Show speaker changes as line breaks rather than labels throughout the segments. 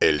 El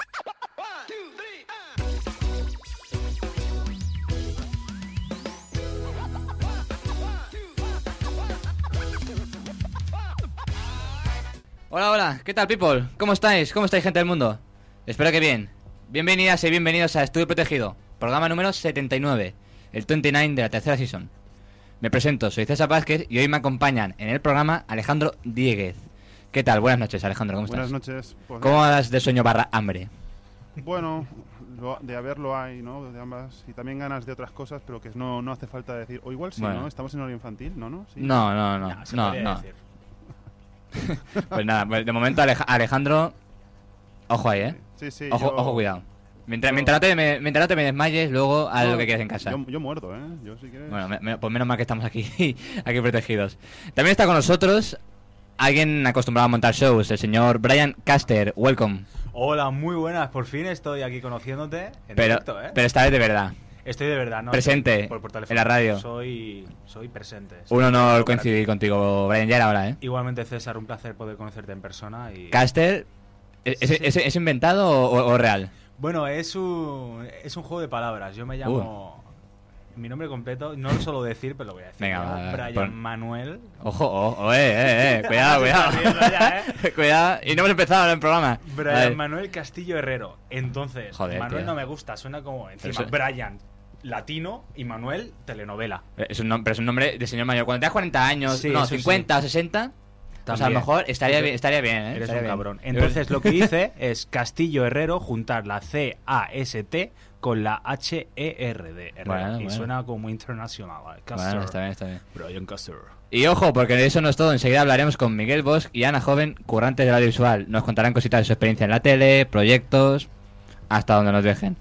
Hola, hola, ¿qué tal, people? ¿Cómo estáis? ¿Cómo estáis, gente del mundo? Espero que bien. Bienvenidas y bienvenidos a Estudio Protegido, programa número 79, el 29 de la tercera season. Me presento, soy César Vázquez y hoy me acompañan en el programa Alejandro Dieguez. ¿Qué tal? Buenas noches, Alejandro, ¿cómo estás?
Buenas noches. Pues,
¿Cómo das de sueño barra hambre?
Bueno, lo- de haberlo hay, ¿no? De ambas. Y también ganas de otras cosas, pero que no, no hace falta decir. O igual sí,
Bueno.
¿no? Estamos en hora infantil, ¿no? ¿No? Sí.
No, no, no,
se
no,
podría
no.
decir.
Pues nada, pues de momento Alej- Alejandro, ojo ahí, ¿eh?
Sí, sí.
Ojo,
yo-
ojo, cuidado. Mientras,
yo-
mientras, no te, me- mientras no te me desmayes, luego haz
yo-
lo que quieras en casa.
Yo, yo muerdo, ¿eh? Yo si quieres.
Bueno, me- me- pues menos mal que estamos aquí, aquí protegidos. También está con nosotros alguien acostumbrado a montar shows, el señor Brian Caster. Welcome.
Hola, muy buenas. Por fin estoy aquí conociéndote. En
Pero,
directo, ¿eh?
pero esta vez de verdad.
estoy de verdad, ¿no?
presente,
teléfono.
en la radio.
Soy, soy presente.
Un honor
Estoy
coincidir contigo, Brian, ya era hora, ¿eh?
aquí. Igualmente, César, un placer poder conocerte en persona. Y...
Caster, ¿e-, ¿es, es- es- es inventado o, o- o real?
Bueno, es un, es un juego de palabras. Yo me llamo. Mi nombre completo, no lo suelo decir, pero lo voy a decir.
Uh. Venga,
Me llamo
va, va,
Brian
pon-
Manuel.
Ojo, o- o, eh, eh, eh, cuidado, cuidado.
Se está riendo ya, ¿eh?
cuidado, y no hemos empezado el programa.
Brian
Vale.
Manuel Castillo Herrero. Entonces,
Joder,
Manuel
tío.
no me gusta, suena como encima
Eso-
Brian latino y Manuel telenovela.
Eh, Es un nom- pero es un nombre de señor mayor. Cuando tengas 40 años,
Sí,
no,
eso sí.
50 o 60, pues a lo
También.
mejor estaría, bien, estaría bien, ¿eh?
Eres
Estaría
un
bien.
cabrón. Entonces lo que hice es Castillo Herrero juntar la C-A-S-T con la H-E-R de Herrero.
Bueno,
y
bueno.
suena como internacional. eh, Castor.
Bueno, está bien, está bien.
Brian Castor.
Y ojo, porque de eso no es todo. Enseguida hablaremos con Miguel Bosch y Ana Joven, currantes del audiovisual. Nos contarán cositas de su experiencia en la tele, proyectos, hasta donde nos dejen.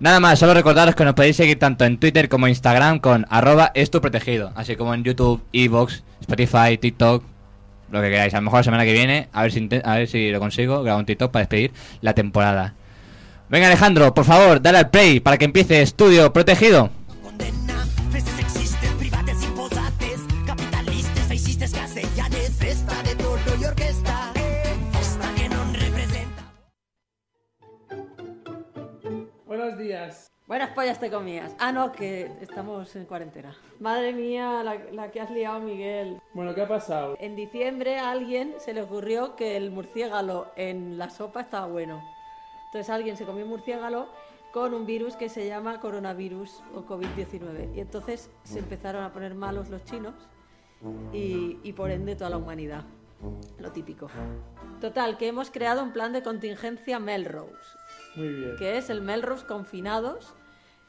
Nada más, solo recordaros que nos podéis seguir tanto en Twitter como Instagram con arroba es tu protegido, así como en YouTube, Evox, Spotify, TikTok, lo que queráis. A lo mejor la semana que viene, a ver si, inten- a ver si lo consigo, grabo un TikTok para despedir la temporada. Venga Alejandro, por favor, dale al play para que empiece Estudio Protegido.
condena. Festes sexistes, privates, imposates, capitalistes, feixistes, castellanes, festa de torno i orquesta, festa que no en representa.
Buenos días. Buenas pollas te comías. Ah, no, que estamos en cuarentena. Madre mía, la, la que has liado, Miguel.
Bueno, ¿qué ha pasado?
En diciembre a alguien se le ocurrió que el murciélago en la sopa estaba bueno. Entonces alguien se comió un murciélago con un virus que se llama coronavirus o COVID-19. Y entonces se empezaron a poner malos los chinos y, y por ende toda la humanidad. Lo típico. Total, que hemos creado un plan de contingencia Melrose
Muy bien.
que es el Melrose Confinados,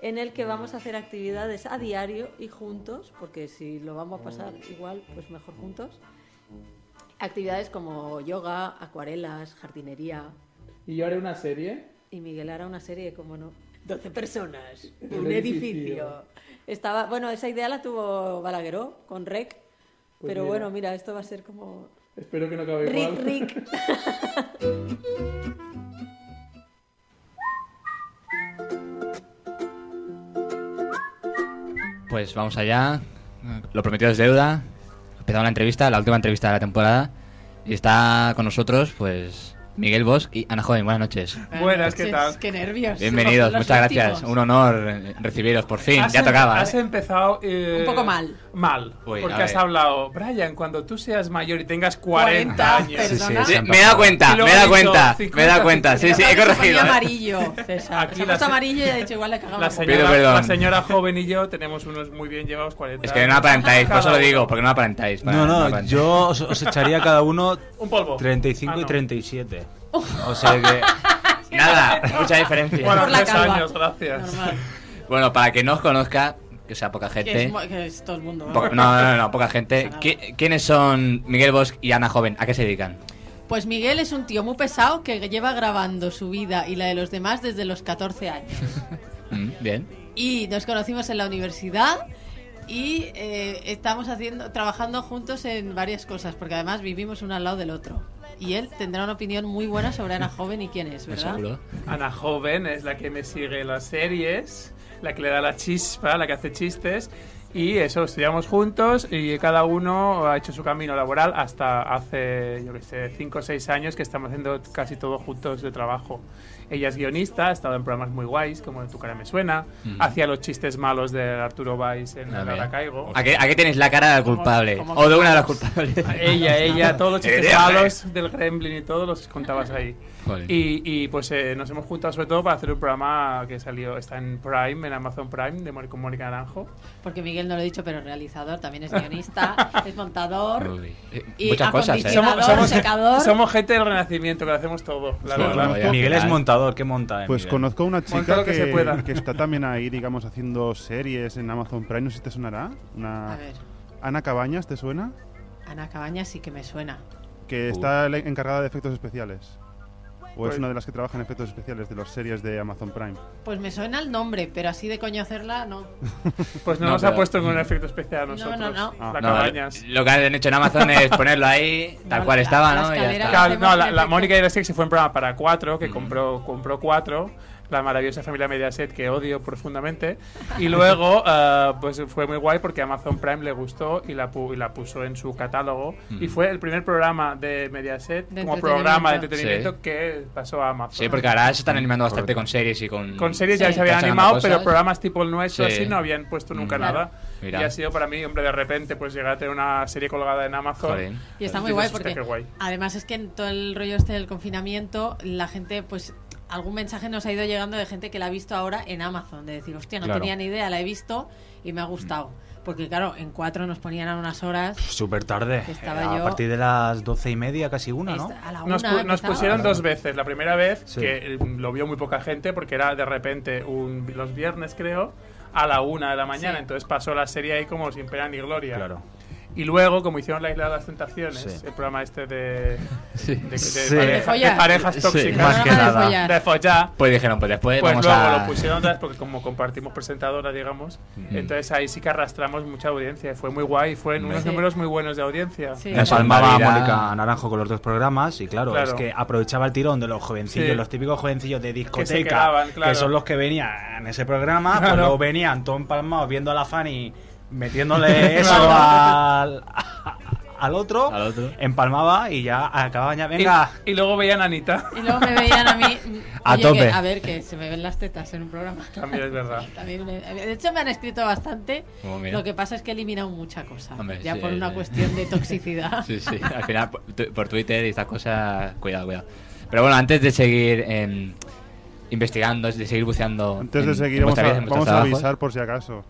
en el que vamos a hacer actividades a diario y juntos, porque si lo vamos a pasar igual, pues mejor juntos. Actividades como yoga, acuarelas, jardinería.
¿Y yo haré una serie?
Y Miguel hará una serie, como no. 12 personas,
Un
un
edificio.
edificio. Estaba, bueno, esa idea la tuvo Balagueró con Rec,
Pues
pero
mira.
bueno, mira, esto va a ser como
Espero que no acabe igual.
Rick, Rick.
Pues vamos allá. Lo prometido es deuda. Empezamos la entrevista, la última entrevista de la temporada. Y está con nosotros, pues, Miguel Bosch y Ana Joven. Buenas noches.
Buenas, ¿qué tal? Qué nervios.
Bienvenidos,
Los
muchas
últimos.
gracias. Un honor eh, recibiros por fin.
Has
Ya
em-
tocaba.
Has
¿eh?
empezado. eh,
Un poco mal.
Mal.
Uy, a
porque
ver.
has hablado, Brian, cuando tú seas mayor y tengas 40, años.
Sí, sí,
perdona.
sí, me he dado cuenta,
Y luego
me he dado
ha dicho
cuenta, me he dado
50,
cuenta. Sí, sí, he corregido. ¿eh?
amarillo, César.
Aquí Se ha la puesto se- amarillo
y ha dicho igual le cagamos.
La señora,
Pido perdón.
la señora joven y yo tenemos unos muy bien llevados 40
Es que no aparentáis, por eso lo digo, porque no aparentáis. para-
No, no,
aparentáis.
yo os, os echaría cada uno
Un polvo.
35
Ah,
y
no.
37. O sea que.
Nada, mucha diferencia.
Bueno,
Por la
tres
calva.
años, gracias.
Bueno, para que no os conozca, que sea poca gente.
todo el mundo.
poca- no, no, no, poca gente. ¿Qui- ¿Quiénes son Miguel Bosch y Ana Joven? ¿A qué se dedican?
Pues Miguel es un tío muy pesado que lleva grabando su vida y la de los demás desde los 14 años.
Mm, Bien.
y nos conocimos en la universidad y eh, estamos haciendo, trabajando juntos en varias cosas, porque además vivimos uno al lado del otro. Y él tendrá una opinión muy buena sobre Ana Joven y quién es, ¿verdad?
Ana Joven es la que me sigue las series, la que le da la chispa, la que hace chistes. Y eso, estudiamos juntos y cada uno ha hecho su camino laboral hasta hace, yo qué sé, 5 o 6 años que estamos haciendo casi todo juntos de trabajo. Ella es guionista, ha estado en programas muy guays, como Tu cara me suena,
Mm.
hacía los chistes malos de Arturo Valls en
A ver.
Ahora caigo.
Aquí, aquí tenéis la cara del culpable.
cómo
O de una de las
somos?
culpables.
Ella, ella, todos los chistes
Eres,
malos del Gremlin y todos los contabas ahí.
Joder.
Y, y, pues eh, nos hemos juntado sobre todo para hacer un programa que salió, está en Prime, en Amazon Prime, de Mónica- con Mónica Naranjo.
Porque Miguel no lo he dicho, pero es realizador, también es guionista, es montador. Y
Muchas cosas, ¿eh?
acondicionador, secador.
somos gente del Renacimiento, que lo hacemos todo, la
Sí,
verdad.
bueno, ya.
Miguel es
Claro.
montador, ¿qué monta? eh,
Pues
Miguel?
conozco a una
Monta
chica
lo
que,
que se pueda.
que está también ahí, digamos, haciendo series en Amazon Prime. No sé si te sonará.
A
Una...
ver,
Ana Cabañas, ¿te suena?
Ana Cabañas sí que me suena.
Que
Uh.
está la- encargada de efectos especiales. O
Pues-
es una de las que trabaja en efectos especiales de las series de Amazon Prime.
Pues me suena el nombre, pero así de conocerla no.
Pues no,
No,
nos
pero-
ha puesto ningún efecto especial a
No,
nosotros.
no, no.
Ah.
La
No,
cabañas.
lo que han hecho en Amazon es ponerlo ahí, tal
No,
cual
la-
estaba,
la
¿no? Y ya
escalera-
está.
Claro, no, la, la
Hacemos
Mónica Irasek se fue en programa para cuatro,
Mm.
que compró, compró cuatro, la maravillosa familia Mediaset que odio profundamente. Y luego, eh, pues fue muy guay porque Amazon Prime le gustó y la, pu- y la puso en su catálogo. Y
Mm.
fue el primer programa de Mediaset
De
como programa de
entretenimiento.
entretenimiento que pasó a Amazon.
Sí, porque ahora se están
Mm,
animando bastante con series y con.
Con series
Sí.
ya se habían
Están sacando
animado,
cosas.
pero programas tipo el nuestro
Sí.
así no habían puesto nunca
Mm.
nada.
Mira.
Y ha sido para mí, hombre, de repente, pues llegar a tener una serie colgada en Amazon.
Joder.
Y está muy
Dices,
guay
"Hostia,
porque
qué guay".
además es que en todo el rollo este del confinamiento la gente pues algún mensaje nos ha ido llegando de gente que la ha visto ahora en Amazon de decir hostia no
Claro.
tenía ni idea la he visto y me ha gustado porque claro en cuatro nos ponían a unas horas
Súper tarde.
Que estaba
Eh, a
yo-
partir de las doce y media, casi una, ¿no?
esta- a la
Nos,
una
pu- nos
empezaba.
pusieron dos veces. La primera vez,
Sí.
que eh, lo vio muy poca gente, porque era de repente un, los viernes, creo, a la una de la mañana.
Sí.
Entonces pasó la serie ahí como sin pena ni gloria.
Claro.
Y luego, como hicieron la Isla de las Tentaciones,
Sí.
el programa este de, de, de- de
Sí.
pareja-
De follar.
de parejas
Sí,
tóxicas,
más que
Programa de
nada.
follar.
de follar,
Pues dijeron, pues después
pues
vamos
luego
a.
lo pusieron otra vez porque como compartimos presentadora, digamos,
Mm.
entonces ahí sí que arrastramos mucha audiencia. Fue muy guay, fueron unos
Sí.
números muy buenos de audiencia.
Sí.
Nos
Esa
palmaba
barbaridad.
Mónica Naranjo con los dos programas y claro,
Claro.
es que aprovechaba el tirón de los jovencillos,
Sí.
los típicos jovencillos de discoteca,
Que se quedaban, claro.
que son los que venían en ese programa, pues
Claro.
luego venían todos empalmados viendo a la Fanny metiéndole eso al, al otro,
Al otro.
empalmaba y ya acababan ya,
Y-
venga,
Y, luego veían a Anita.
y luego me veían a mí mm,
A
oye, que-
tope.
a ver que se me ven las tetas en un programa
También es verdad.
También me- de hecho me han escrito bastante
Oh, mira.
lo que pasa es que he eliminado mucha cosa
Hombre,
ya
sí,
por una
sí.
cuestión de toxicidad
Sí, sí. Al final, por, tu- por Twitter y estas cosas, cuidado, cuidado. Pero bueno, antes de seguir em, investigando, de seguir buceando.
Antes
en-
de
en
seguir, vamos
vuestra vida,
a,
en vuestros
vamos a
trabajos.
avisar por si acaso.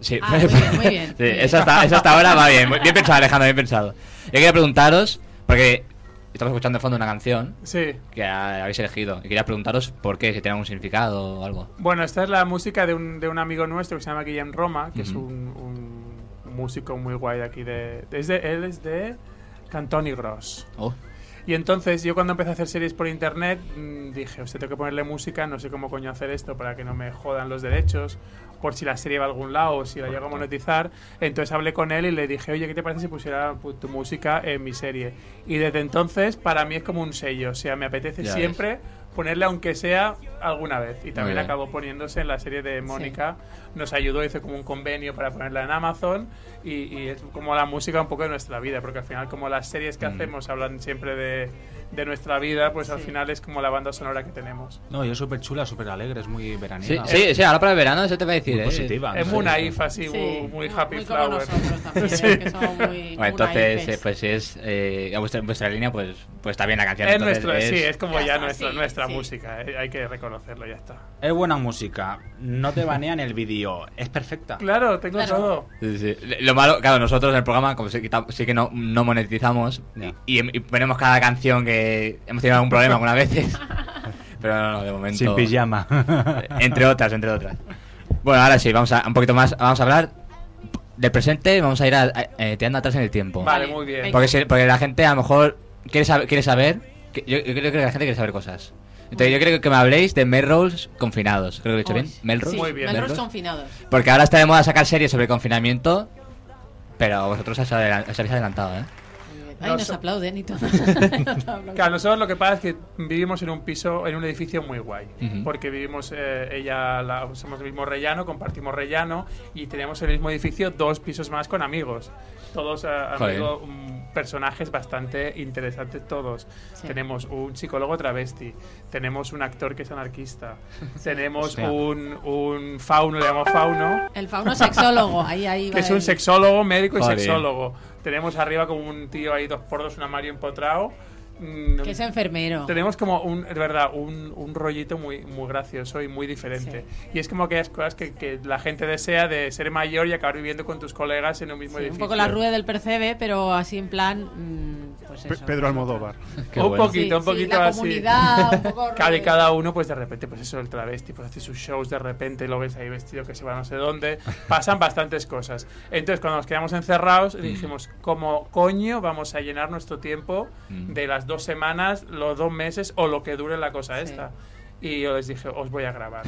Sí,
Ah, muy bien, muy bien.
Sí, eso, hasta, eso hasta ahora va bien. Muy- Bien pensado, Alejandro, bien pensado. Yo quería preguntaros, porque estamos escuchando de fondo una canción
Sí.
que ha- habéis elegido, y quería preguntaros por qué, si tiene algún significado o algo.
Bueno, esta es la música de un, de un amigo nuestro que se llama Guillem Roma, que es
Ujú.
un, un músico muy guay de aquí. De, es de- él es de Cantoni Gross.
Oh,
Y entonces yo cuando empecé a hacer series por internet mm, dije, hostia, tengo que ponerle música, no sé cómo coño hacer esto para que no me jodan los derechos, por si la serie va a algún lado o si la llego a monetizar. Entonces hablé con él y le dije, oye, ¿qué te parece si pusiera pu- tu música en mi serie? Y desde entonces para mí es como un sello, o sea, me apetece
Ya
siempre ponerle aunque sea alguna vez. Y también
bien.
acabó poniéndose en la serie de Mónica, nos ayudó, hizo como un convenio para ponerla en Amazon y, y es como la música un poco de nuestra vida, porque al final como las series que
Mm.
hacemos hablan siempre de, de nuestra vida, pues al
Sí.
final es como la banda sonora que tenemos.
no, yo súper chula, súper alegre, es muy
sí,
veraniega.
sí, sí, ahora para el verano, eso te va a decir.
Muy
eh.
positiva.
Es
no sé,
una
sí.
if así, muy, muy happy
muy
flower.
Como nosotros también,
Sí.
¿eh? que somos muy,
Bueno,
muy
entonces,
naifes.
eh, pues si es eh, a vuestra, en vuestra línea, pues, pues está bien la canción.
Es
entonces
nuestro, sí, es como
Ya
ya
está,
nuestro,
sí,
nuestra
sí.
música, eh, hay que reconocerlo, ya está.
Es buena música, no te banean el vídeo, es perfecta.
Claro, tengo
Claro.
todo.
Sí, sí. Lo malo, claro, nosotros en el programa, como sí, que tam- sí que no, no monetizamos
Ya.
y, y ponemos cada canción que hemos tenido algún problema algunas veces. Pero no, no, de momento.
Sin pijama.
Entre otras, entre otras. Bueno, ahora sí, vamos a un poquito más. Vamos a hablar del presente. Vamos a ir a, a- eh, tirando atrás en el tiempo.
Vale, muy bien.
venga.
Porque, si- porque la gente a lo mejor quiere, sab- quiere saber. que- Yo, yo creo que la gente quiere saber cosas. Entonces yo creo que me habléis de Melrose confinados. Creo que lo he dicho bien. Melrose.
Sí,
Muy
Melrose confinados.
Porque ahora está de moda sacar series sobre confinamiento, pero vosotros os, adelan- os habéis adelantado, ¿eh?
Ay,
No
nos
so-
aplauden y todo.
Claro, nosotros lo que pasa es que vivimos en un piso, en un edificio muy guay.
Ujú.
Porque vivimos, eh, ella, la, somos del mismo rellano, compartimos rellano y tenemos el mismo edificio, dos pisos más con amigos. Todos eh,
Joder.
amigos, mm, personajes bastante interesantes todos.
Sí.
Tenemos un psicólogo travesti, tenemos un actor que es anarquista, tenemos
Hostia.
un, un fauno, le llamamos fauno,
El fauno sexólogo, ahí, ahí va
que es un
él.
sexólogo, médico y
Joder.
sexólogo. Tenemos arriba como un tío ahí, dos por dos, un Mario empotrado. mm,
Que es enfermero.
tenemos como un, de verdad, un, un rollito muy, muy gracioso y muy diferente. Y es como aquellas cosas que, que la gente desea de ser mayor y acabar viviendo con tus colegas en un mismo
Sí, un
edificio.
poco la rueda del percebe, pero así en plan. mm, pues
Pe-
eso.
Pedro Almodóvar.
Qué
un
bueno.
poquito, un
Sí, sí,
poquito
la
así.
comunidad, un poco
Cada,
rollo.
cada uno, pues de repente, pues eso, el travesti, pues hace sus shows, de repente lo ves ahí vestido que se va no sé dónde. Pasan bastantes cosas. Entonces, cuando nos quedamos encerrados,
Mm.
dijimos, ¿cómo coño vamos a llenar nuestro tiempo
Mm.
de las dos semanas, los dos meses o lo que dure la cosa
Sí.
esta? Y yo les dije, os voy a grabar.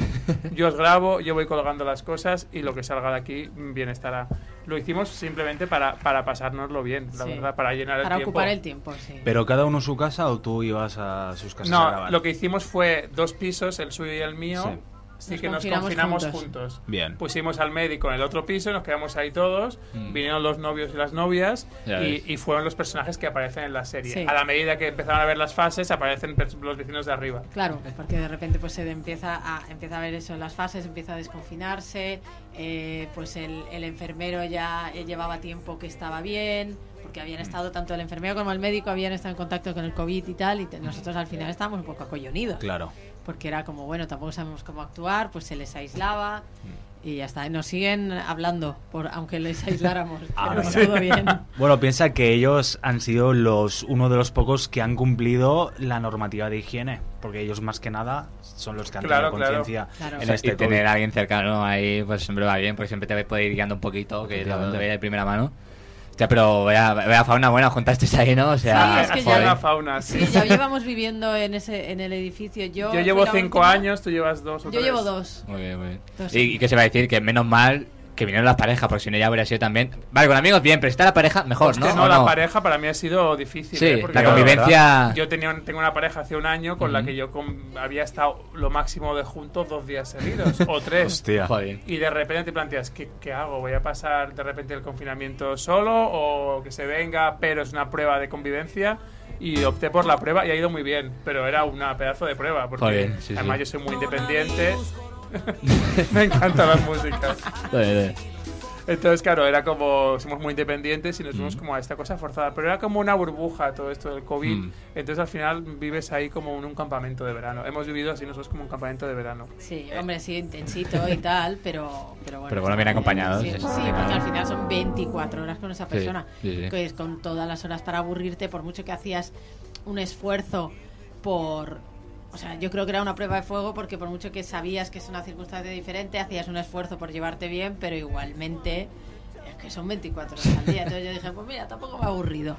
Yo os grabo, yo voy colgando las cosas y lo que salga de aquí mm, bien estará. Lo hicimos simplemente para, para pasárnoslo bien, la
Sí.
verdad, para llenar
Para
el tiempo.
ocupar el tiempo, sí.
¿Pero cada uno a su casa o tú ibas a sus casas a
No,
grabar?
lo que hicimos fue dos pisos, el suyo y el mío.
Sí.
Sí,
Nos
que nos
confinamos
confinamos juntos.
juntos.
Bien.
Pusimos al médico en el otro piso, nos quedamos ahí todos.
Mm.
Vinieron los novios y las novias
Ya
y,
ves.
y fueron los personajes que aparecen en la serie.
Sí.
A la medida que empezaron a ver las fases, aparecen pers- los vecinos de arriba.
Claro, porque de repente pues se empieza a, empieza a ver eso en las fases, empieza a desconfinarse, eh, pues el, el enfermero ya eh, llevaba tiempo que estaba bien, porque
Mm.
habían estado tanto el enfermero como el médico habían estado en contacto con el COVID y tal, y te- nosotros al final estábamos un poco acollonidos,
Claro.
porque era como, bueno, tampoco sabemos cómo actuar, pues se les aislaba y ya está, nos siguen hablando, por, aunque les aisláramos,
Ah,
pero
mira.
todo bien.
Bueno, piensa que ellos han sido los uno de los pocos que han cumplido la normativa de higiene, porque ellos más que nada son los que han
Claro,
tenido
claro.
conciencia
Claro.
en
Y
este
y tener a alguien cercano ahí, pues siempre va bien, porque siempre te puede ir guiando un poquito, que lo
Efectivamente.
veía de primera mano. Hostia, pero vea, vea fauna buena, juntasteis ahí, ¿no? O sea,
Sí, es que ya-
Fauna,
joder.
Ah, fauna, sí.
Sí, ya llevamos viviendo en ese en el edificio. Yo,
Yo
fui
llevo
la
cinco
última.
años, tú llevas dos o
Yo
tres.
llevo dos.
Muy bien, muy bien.
Entonces-
Y, y que se va a decir que menos mal que vinieron las parejas, porque si no ya habría sido también. Vale, con amigos bien, pero si está la pareja, mejor,
Hostia,
¿no? ¿O
no, la
no?
pareja para mí ha sido difícil.
Sí,
¿eh? Porque
la
yo-
convivencia.
Yo tenía, un- tengo una pareja hace un año con la
Ujú.
que yo con- había estado lo máximo de juntos dos días seguidos o tres.
Hostia.
Joder.
Y de repente te planteas, ¿qué, qué hago? ¿Voy a pasar de repente el confinamiento solo o que se venga, pero es una prueba de convivencia? Y opté por la prueba y ha ido muy bien, pero era una pedazo de prueba, porque
Joder, sí, sí.
además yo soy muy independiente. Me encantan las músicas.
Joder, joder.
Entonces, claro, era como, somos muy independientes y nos
Mm.
vimos como a esta cosa forzada, pero era como una burbuja todo esto del COVID.
Mm.
Entonces al final vives ahí como en un campamento de verano. Hemos vivido así nosotros como un campamento de verano.
Sí, hombre, sí, intensito y tal, pero, pero bueno.
Pero bueno,
está
bien acompañados,
Sí,
eso
sí,
está
porque
claro.
al final son 24 horas con esa persona.
sí, sí.
que es con todas las horas para aburrirte, por mucho que hacías un esfuerzo por... O sea, yo creo que era una prueba de fuego porque por mucho que sabías que es una circunstancia diferente, hacías un esfuerzo por llevarte bien, pero igualmente... Es que son 24 horas al día. Entonces yo dije, pues mira, tampoco me ha aburrido.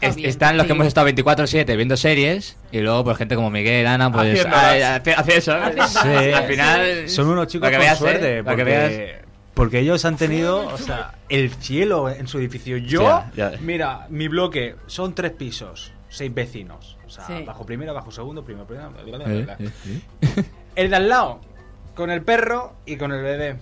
Está
Es-
bien,
están los que
sí.
hemos estado 24-7 viendo series y luego pues gente como Miguel, Ana, pues
Haciéndolas.
ay, hace, hace eso. ¿eh?
Haciéndolas,
Sí.
Al final
Son unos chicos
para que
con
veas, ¿eh?
suerte,
Para
porque,
que veas.
porque ellos han tenido o sea, el cielo en su edificio. Yo,
Ya, ya.
mira, mi bloque son tres pisos, seis vecinos. O sea,
Sí.
bajo primera, bajo segundo, primero, primera. bla, bla, bla,
Eh,
bla.
eh, eh.
El de al lado, con el perro y con el bebé.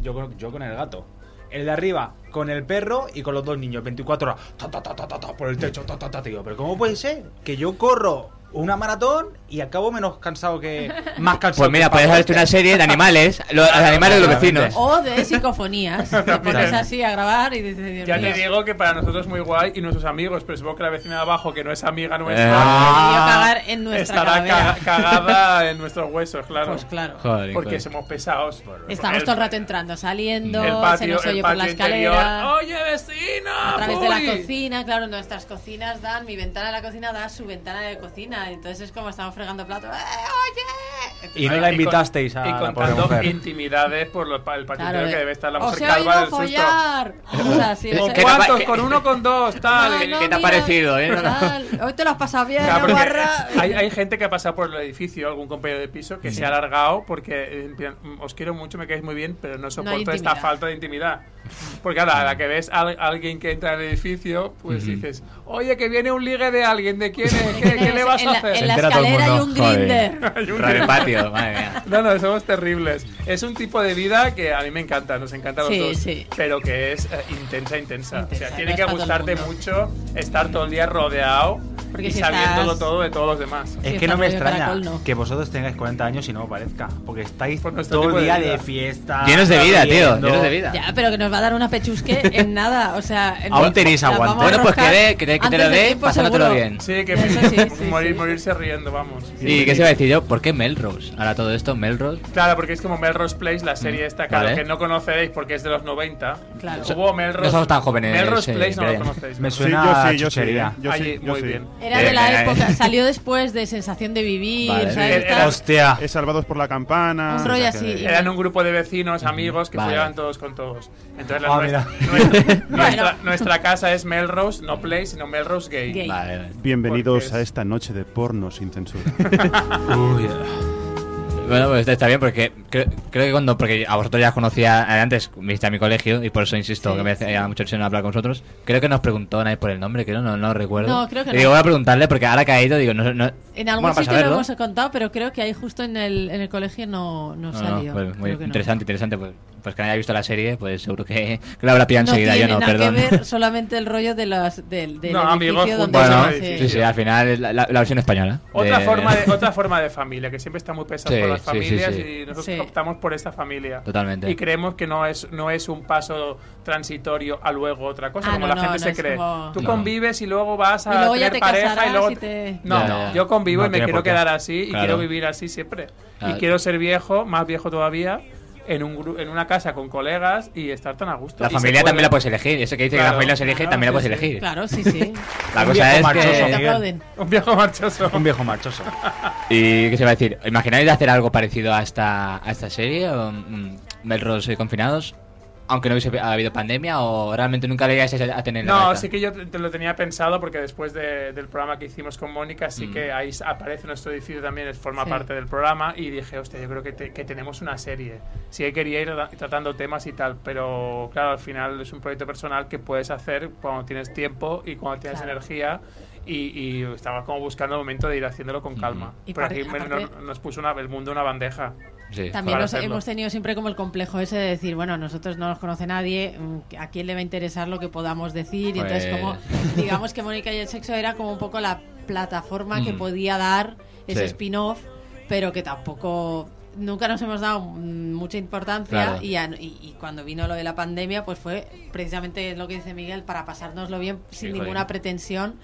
Yo con, yo con el gato. El de arriba, con el perro y con los dos niños. 24 horas, ta, ta, ta, ta, ta, ta, por el techo, ta, ta, ta, tío. Pero ¿cómo puede ser que yo corro una maratón y acabo menos cansado que... Más cansado
Pues
que
mira,
el
puedes
pavo
haber
este?
hecho una serie de animales, los, los animales de los vecinos.
O de psicofonías. Te pones así a grabar y dices, Dios
Ya
mío.
te digo que para nosotros muy guay y nuestros amigos, pero supongo que la vecina de abajo, que no es
Ah,
amiga
Eh.
nuestra,
Decidió cagar en nuestra
estará
calavera.
ca- cagada en nuestros huesos, claro.
Pues claro.
Joder,
Porque
joder.
somos pesados.
Estamos
El-
todo el rato entrando, saliendo,
El patio,
se nos oye
el
por
patio
la
interior.
escalera.
Oye, vecino.
A través de la
uy".
cocina, claro, nuestras cocinas dan, mi ventana de la cocina da su ventana de cocina, entonces es como estamos fregando plato. ¡Eh, oye!
Y no la
con-
invitasteis a
Y
la pobre
contando
mujer.
intimidades por lo, pa- el patilleo
Claro,
que
eh.
debe estar la
Os
mujer
he
calva
oído
del susto.
follar. O sea, sí, o
¿Con
sea-
cuántos? ¿Con uno, con dos? Tal.
No, no,
¿Qué te ha
mira,
parecido, eh? No, no.
tal, Hoy te lo has pasado bien,
Claro,
¿no,
porque
guarra?
hay, hay gente que ha pasado por el edificio, algún compañero de piso, que se ha alargado porque eh, en plan, "Mm, os quiero mucho, me caéis muy bien, pero no soporto esta
intimidad.
falta de intimidad. Porque ahora, a la que ves a al- alguien que entra al edificio, pues
Ujú.
dices, oye, que viene un ligue de alguien, ¿de quién es? ¿Qué, qué le
En
vas
la-
a hacer?
En la
entera todo el
escalera hay un
mundo, joder.
grinder.
Hay un-
Radio patio, madre mía.
No, no, somos terribles. Es un tipo de vida que a mí me encanta, nos encanta a los
Sí,
dos,
sí.
pero que es eh, intensa, intensa. O sea,
Intensa,
tiene
no
que
es para todo el
gustarte
mundo.
mucho estar todo el día rodeado
Porque
y
si
sabiéndolo
estás-
todo de todos los demás.
Sí,
Es que no
está
me
rollo
extraña
caracol, no.
que vosotros tengáis 40 años y no os parezca. Porque estáis
Por nuestro
todo
tipo
el
de
día
vida.
de fiesta.
Llenos de vida, tío.
bebiendo.
Llenos de vida.
Ya, pero que nos va a dar una pechusque en nada. O sea, en-
Aún tenéis
la vamos
aguante.
a
Bueno, pues que
roscar
dé, que te- que te
antes
lo
del
dé,
tiempo,
pasándotelo
seguro.
bien.
Sí, que
Eso sí, sí,
morir,
sí.
morirse riendo, vamos.
¿Y qué se iba a decir yo? ¿Por qué Melrose? Ahora todo esto, Melrose.
Claro, porque es como Melrose Place, la serie esta, claro,
Vale.
que no conoceréis porque es de los 90.
Claro.
Hubo Melrose.
No somos tan jóvenes,
Melrose
sí,
Place no lo
Brian.
conocéis.
Me
¿no?
Sí,
suena
yo
a
sí, yo sí.
chuchería.
Yo
Ahí,
sí, yo
muy
sí.
bien.
Era
Bien,
de la
bien.
época, salió después de Sensación de Vivir,
Eh, Vale. eh,
¿sabes?
Sí,
Tal,
Hostia.
Es Eh, salvados por la campana.
un rollo así. Y
Eran un grupo de vecinos, amigos, que
Vale.
follaban todos con todos. Entonces, la
Ah,
nuestra,
mira.
nuestra, nuestra- nuestra casa es Melrose, no Place, sino Melrose Gay.
Gay.
Vale, vale.
Bienvenidos
Porque es-
a esta noche de porno sin censura.
Bueno, pues está bien porque creo, creo que cuando, porque a vosotros ya os conocía eh, antes, viste a mi colegio y por eso insisto
Sí,
que me
sí.
hacía mucha ilusión hablar con vosotros. Creo que nos preguntó nadie por el nombre, creo, no, no recuerdo.
No, creo que
Y digo,
no.
voy a preguntarle porque ahora que ha ido, digo, no, no-
En algún
bueno, para
sitio lo
saberlo.
hemos contado, pero creo que ahí justo en el, en el colegio no, no,
No, no,
salió.
pues, muy
Creo que no.
interesante, interesante. Pues, pues que no haya visto la serie, pues seguro que, que lo habrá pillado
No
enseguida.
tiene
yo no,
nada
perdón.
que ver solamente el rollo de las, del, del
No,
edificio
amigos
donde
juntos,
se
Bueno,
no,
hace-
sí,
sí, sí, al final es la, la- la versión española.
Otra,
de-
forma de, otra forma de familia, que siempre está muy pesada
Sí,
por las
sí, sí,
familias
sí.
y nosotros
Sí.
optamos por esta familia.
Totalmente.
Y creemos que no es, no es un paso transitorio a luego otra cosa,
Ah,
como
no,
la
no,
gente
no,
se
es
cree.
como-
Tú
No.
convives y luego vas a
Y luego ya
tener
te
pareja y
casarás
luego...
y te-
No,
Ya, ya.
yo convivo
No
y me
tiene
quiero
por qué.
quedar así y
Claro.
quiero vivir así siempre.
Claro.
Y quiero ser viejo, más viejo todavía, en, un gru- en una casa con colegas y estar tan a gusto.
La
Y se
familia también
puede.
la puedes elegir. Eso que dice que
Claro,
la familia se elige,
claro,
también la puedes
sí, sí,
elegir.
Claro, sí, sí.
La
Un
cosa
viejo
es
marchoso,
Te
que...
Miguel.
aplauden.
Un viejo marchoso.
Un viejo marchoso.
¿Y qué se va a decir? ¿Imagináis de hacer algo parecido a esta, a esta serie? o, mm, Melrose y Confinados? Aunque no hubiese habido pandemia o realmente nunca le llegáis a a tener en la
No,
cabeza?
sí que yo te, te lo tenía pensado porque después de- del programa que hicimos con Mónica, sí
Mm.
que ahí s- aparece nuestro edificio también, es- forma
Sí.
parte del programa y dije, hostia, yo creo que, te- que tenemos una serie. Sí que quería ir tra- tratando temas y tal, pero claro, al final es un proyecto personal que puedes hacer cuando tienes tiempo y cuando tienes
Claro.
energía y, y estaba como buscando el momento de ir haciéndolo con calma.
Y
pero
par-
aquí me-
aparte-
no- nos puso una- el mundo una bandeja.
Sí.
También
Para
nos-
hacerlo.
hemos tenido siempre como el complejo ese de decir, bueno, nosotros no nos conoce nadie, mm, ¿a quién le va a interesar lo que podamos decir? Y entonces,
Pues-
como, digamos que Mónica y el sexo era como un poco la plataforma que
Ujú.
podía dar ese
Mm. Sí.
spin-off, pero que tampoco. Nunca nos hemos dado mm, mucha importancia
Claro.
y, a- y- y cuando vino lo de la pandemia, pues fue precisamente lo que dice Miguel, para pasárnoslo bien
Sí,
sin
jolín.
ninguna pretensión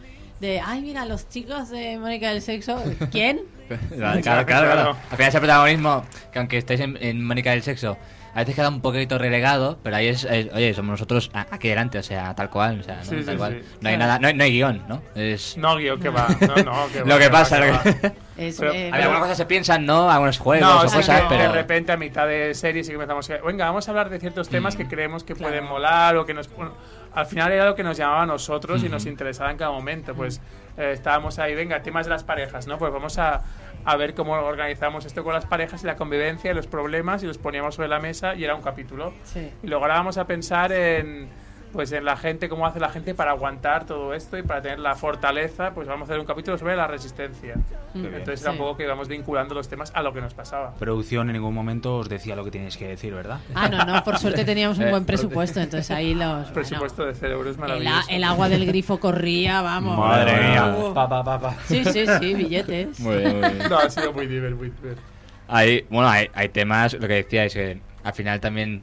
de, ay, mira, los chicos de Mónica del Sexo, ¿quién?
Claro, claro, claro, claro. Al final ese protagonismo, que aunque estéis en, en Mónica del Sexo, a veces queda un poquito relegado, pero ahí es, es- oye, somos nosotros a- aquí delante, o sea, tal cual, o sea, ¿no?
Sí, sí,
Tal cual.
sí.
No hay
Claro.
nada, no hay, no hay guión, ¿no? Es
No, Guío, que va. No, no, que va,
lo que
va,
pasa.
que
lo
va.
que-
Es,
Pero-
eh,
A ver, algunas cosas se piensan, ¿no? Algunos juegos
No,
o
sí
sea,
cosas,
que
pero...
de repente a mitad de serie sí que empezamos a... Venga, vamos a hablar de ciertos temas
Mm,
que creemos que
Claro.
pueden molar o que nos... bueno, al final era lo que nos llamaba a nosotros y nos interesaba en cada momento. Pues eh, estábamos ahí, venga, temas de las parejas, ¿no? Pues vamos a, a ver cómo organizamos esto con las parejas y la convivencia y los problemas y los poníamos sobre la mesa y era un capítulo.
sí.
Y luego ahora vamos a pensar en pues en la gente, cómo hace la gente para aguantar todo esto y para tener la fortaleza, pues vamos a hacer un capítulo sobre la resistencia.
Mm. bien.
Entonces
Sí.
tampoco que íbamos vinculando los temas a lo que nos pasaba.
Producción en ningún momento os decía lo que tenéis que decir, ¿verdad?
Ah, no, no, por suerte teníamos un buen presupuesto, entonces ahí los...
Eh, Presupuesto de cero euros
bueno, el,
maravilloso.
a- el agua del grifo corría, vamos.
Madre mía.
Uf.
Pa, pa, pa, pa.
Sí, sí, sí, billetes.
Muy bien, muy bien.
No, ha sido muy divertido. Muy divertido.
Hay, bueno, hay, hay temas, lo que decíais, que al final también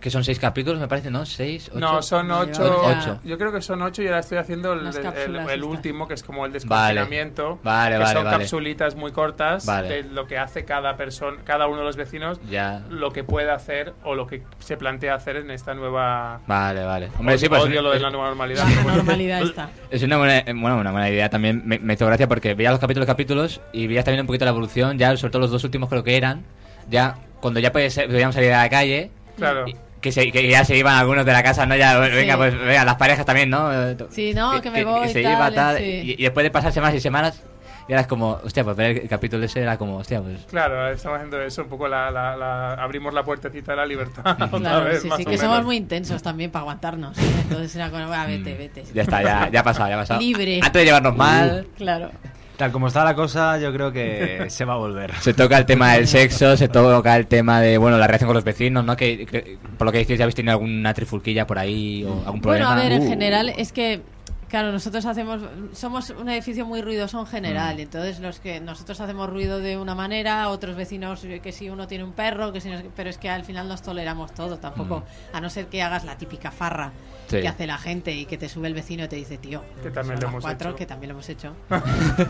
que son seis capítulos, me parece, ¿no? ¿Seis? Ocho,
No, son
Ocho.
ocho,
Ocho.
Yo creo que son ocho y ahora estoy haciendo el,
Las
el- el-
cápsulas
el
estas.
último, que es como el
Vale.
desconfinamiento.
Vale,
que
vale,
son
vale.
capsulitas muy cortas
Vale.
de lo que hace cada persona, cada uno de los vecinos,
Ya.
lo que puede hacer o lo que se plantea hacer en esta nueva.
Vale, vale. Hombre,
Odio-
sí, pues-
odio lo de
eh,
la nueva normalidad. Pues, La
normalidad está.
Es una buena, eh, bueno, una buena idea también. Me, me hizo gracia porque veías los capítulos, capítulos y veías también un poquito la evolución. Ya, sobre todo los dos últimos creo que eran. Ya, cuando ya podías- podíamos salir a la calle.
Claro.
y- Que, se- que ya se iban algunos de la casa, ¿no? Ya, venga,
Sí.
pues venga, las parejas también, ¿no? Eh, to-
Sí, no, que me voy,
se
tal,
iba tal.
sí.
Y, y después de pasar semanas y semanas, ya eras como, hostia, pues ver el capítulo ese era como, hostia, pues.
Claro, estamos haciendo eso, un poco la, la- la- abrimos la puertecita de la libertad. otra
Claro,
vez,
sí,
más
sí,
o
que somos
menos.
muy intensos también para aguantarnos. ¿eh? Entonces era como, "Va, vete, vete.
mm, Ya está, ya, ya ha pasado, ya ha pasado.
Libre.
Antes de llevarnos mal,
Claro.
Tal como está la cosa, yo creo que se va a volver.
se toca el tema del sexo, se toca el tema de, bueno, la relación con los vecinos, ¿no? Que, que- por lo que decís, ya habéis tenido alguna trifulquilla por ahí o algún
Bueno,
problema.
a ver, en
Uh.
general eh, es que, claro, nosotros hacemos, somos un edificio muy ruidoso en
Mm.
general, entonces los que nosotros hacemos ruido de una manera, otros vecinos eh, que si uno tiene un perro, que si no- pero es que al final nos toleramos todo, tampoco, a no ser que hagas la típica farra
Mm. Sí.
que hace la gente y que te sube el vecino y te dice, tío,
Que también
son
lo
las
hemos
cuatro,
hecho.
que también lo hemos hecho.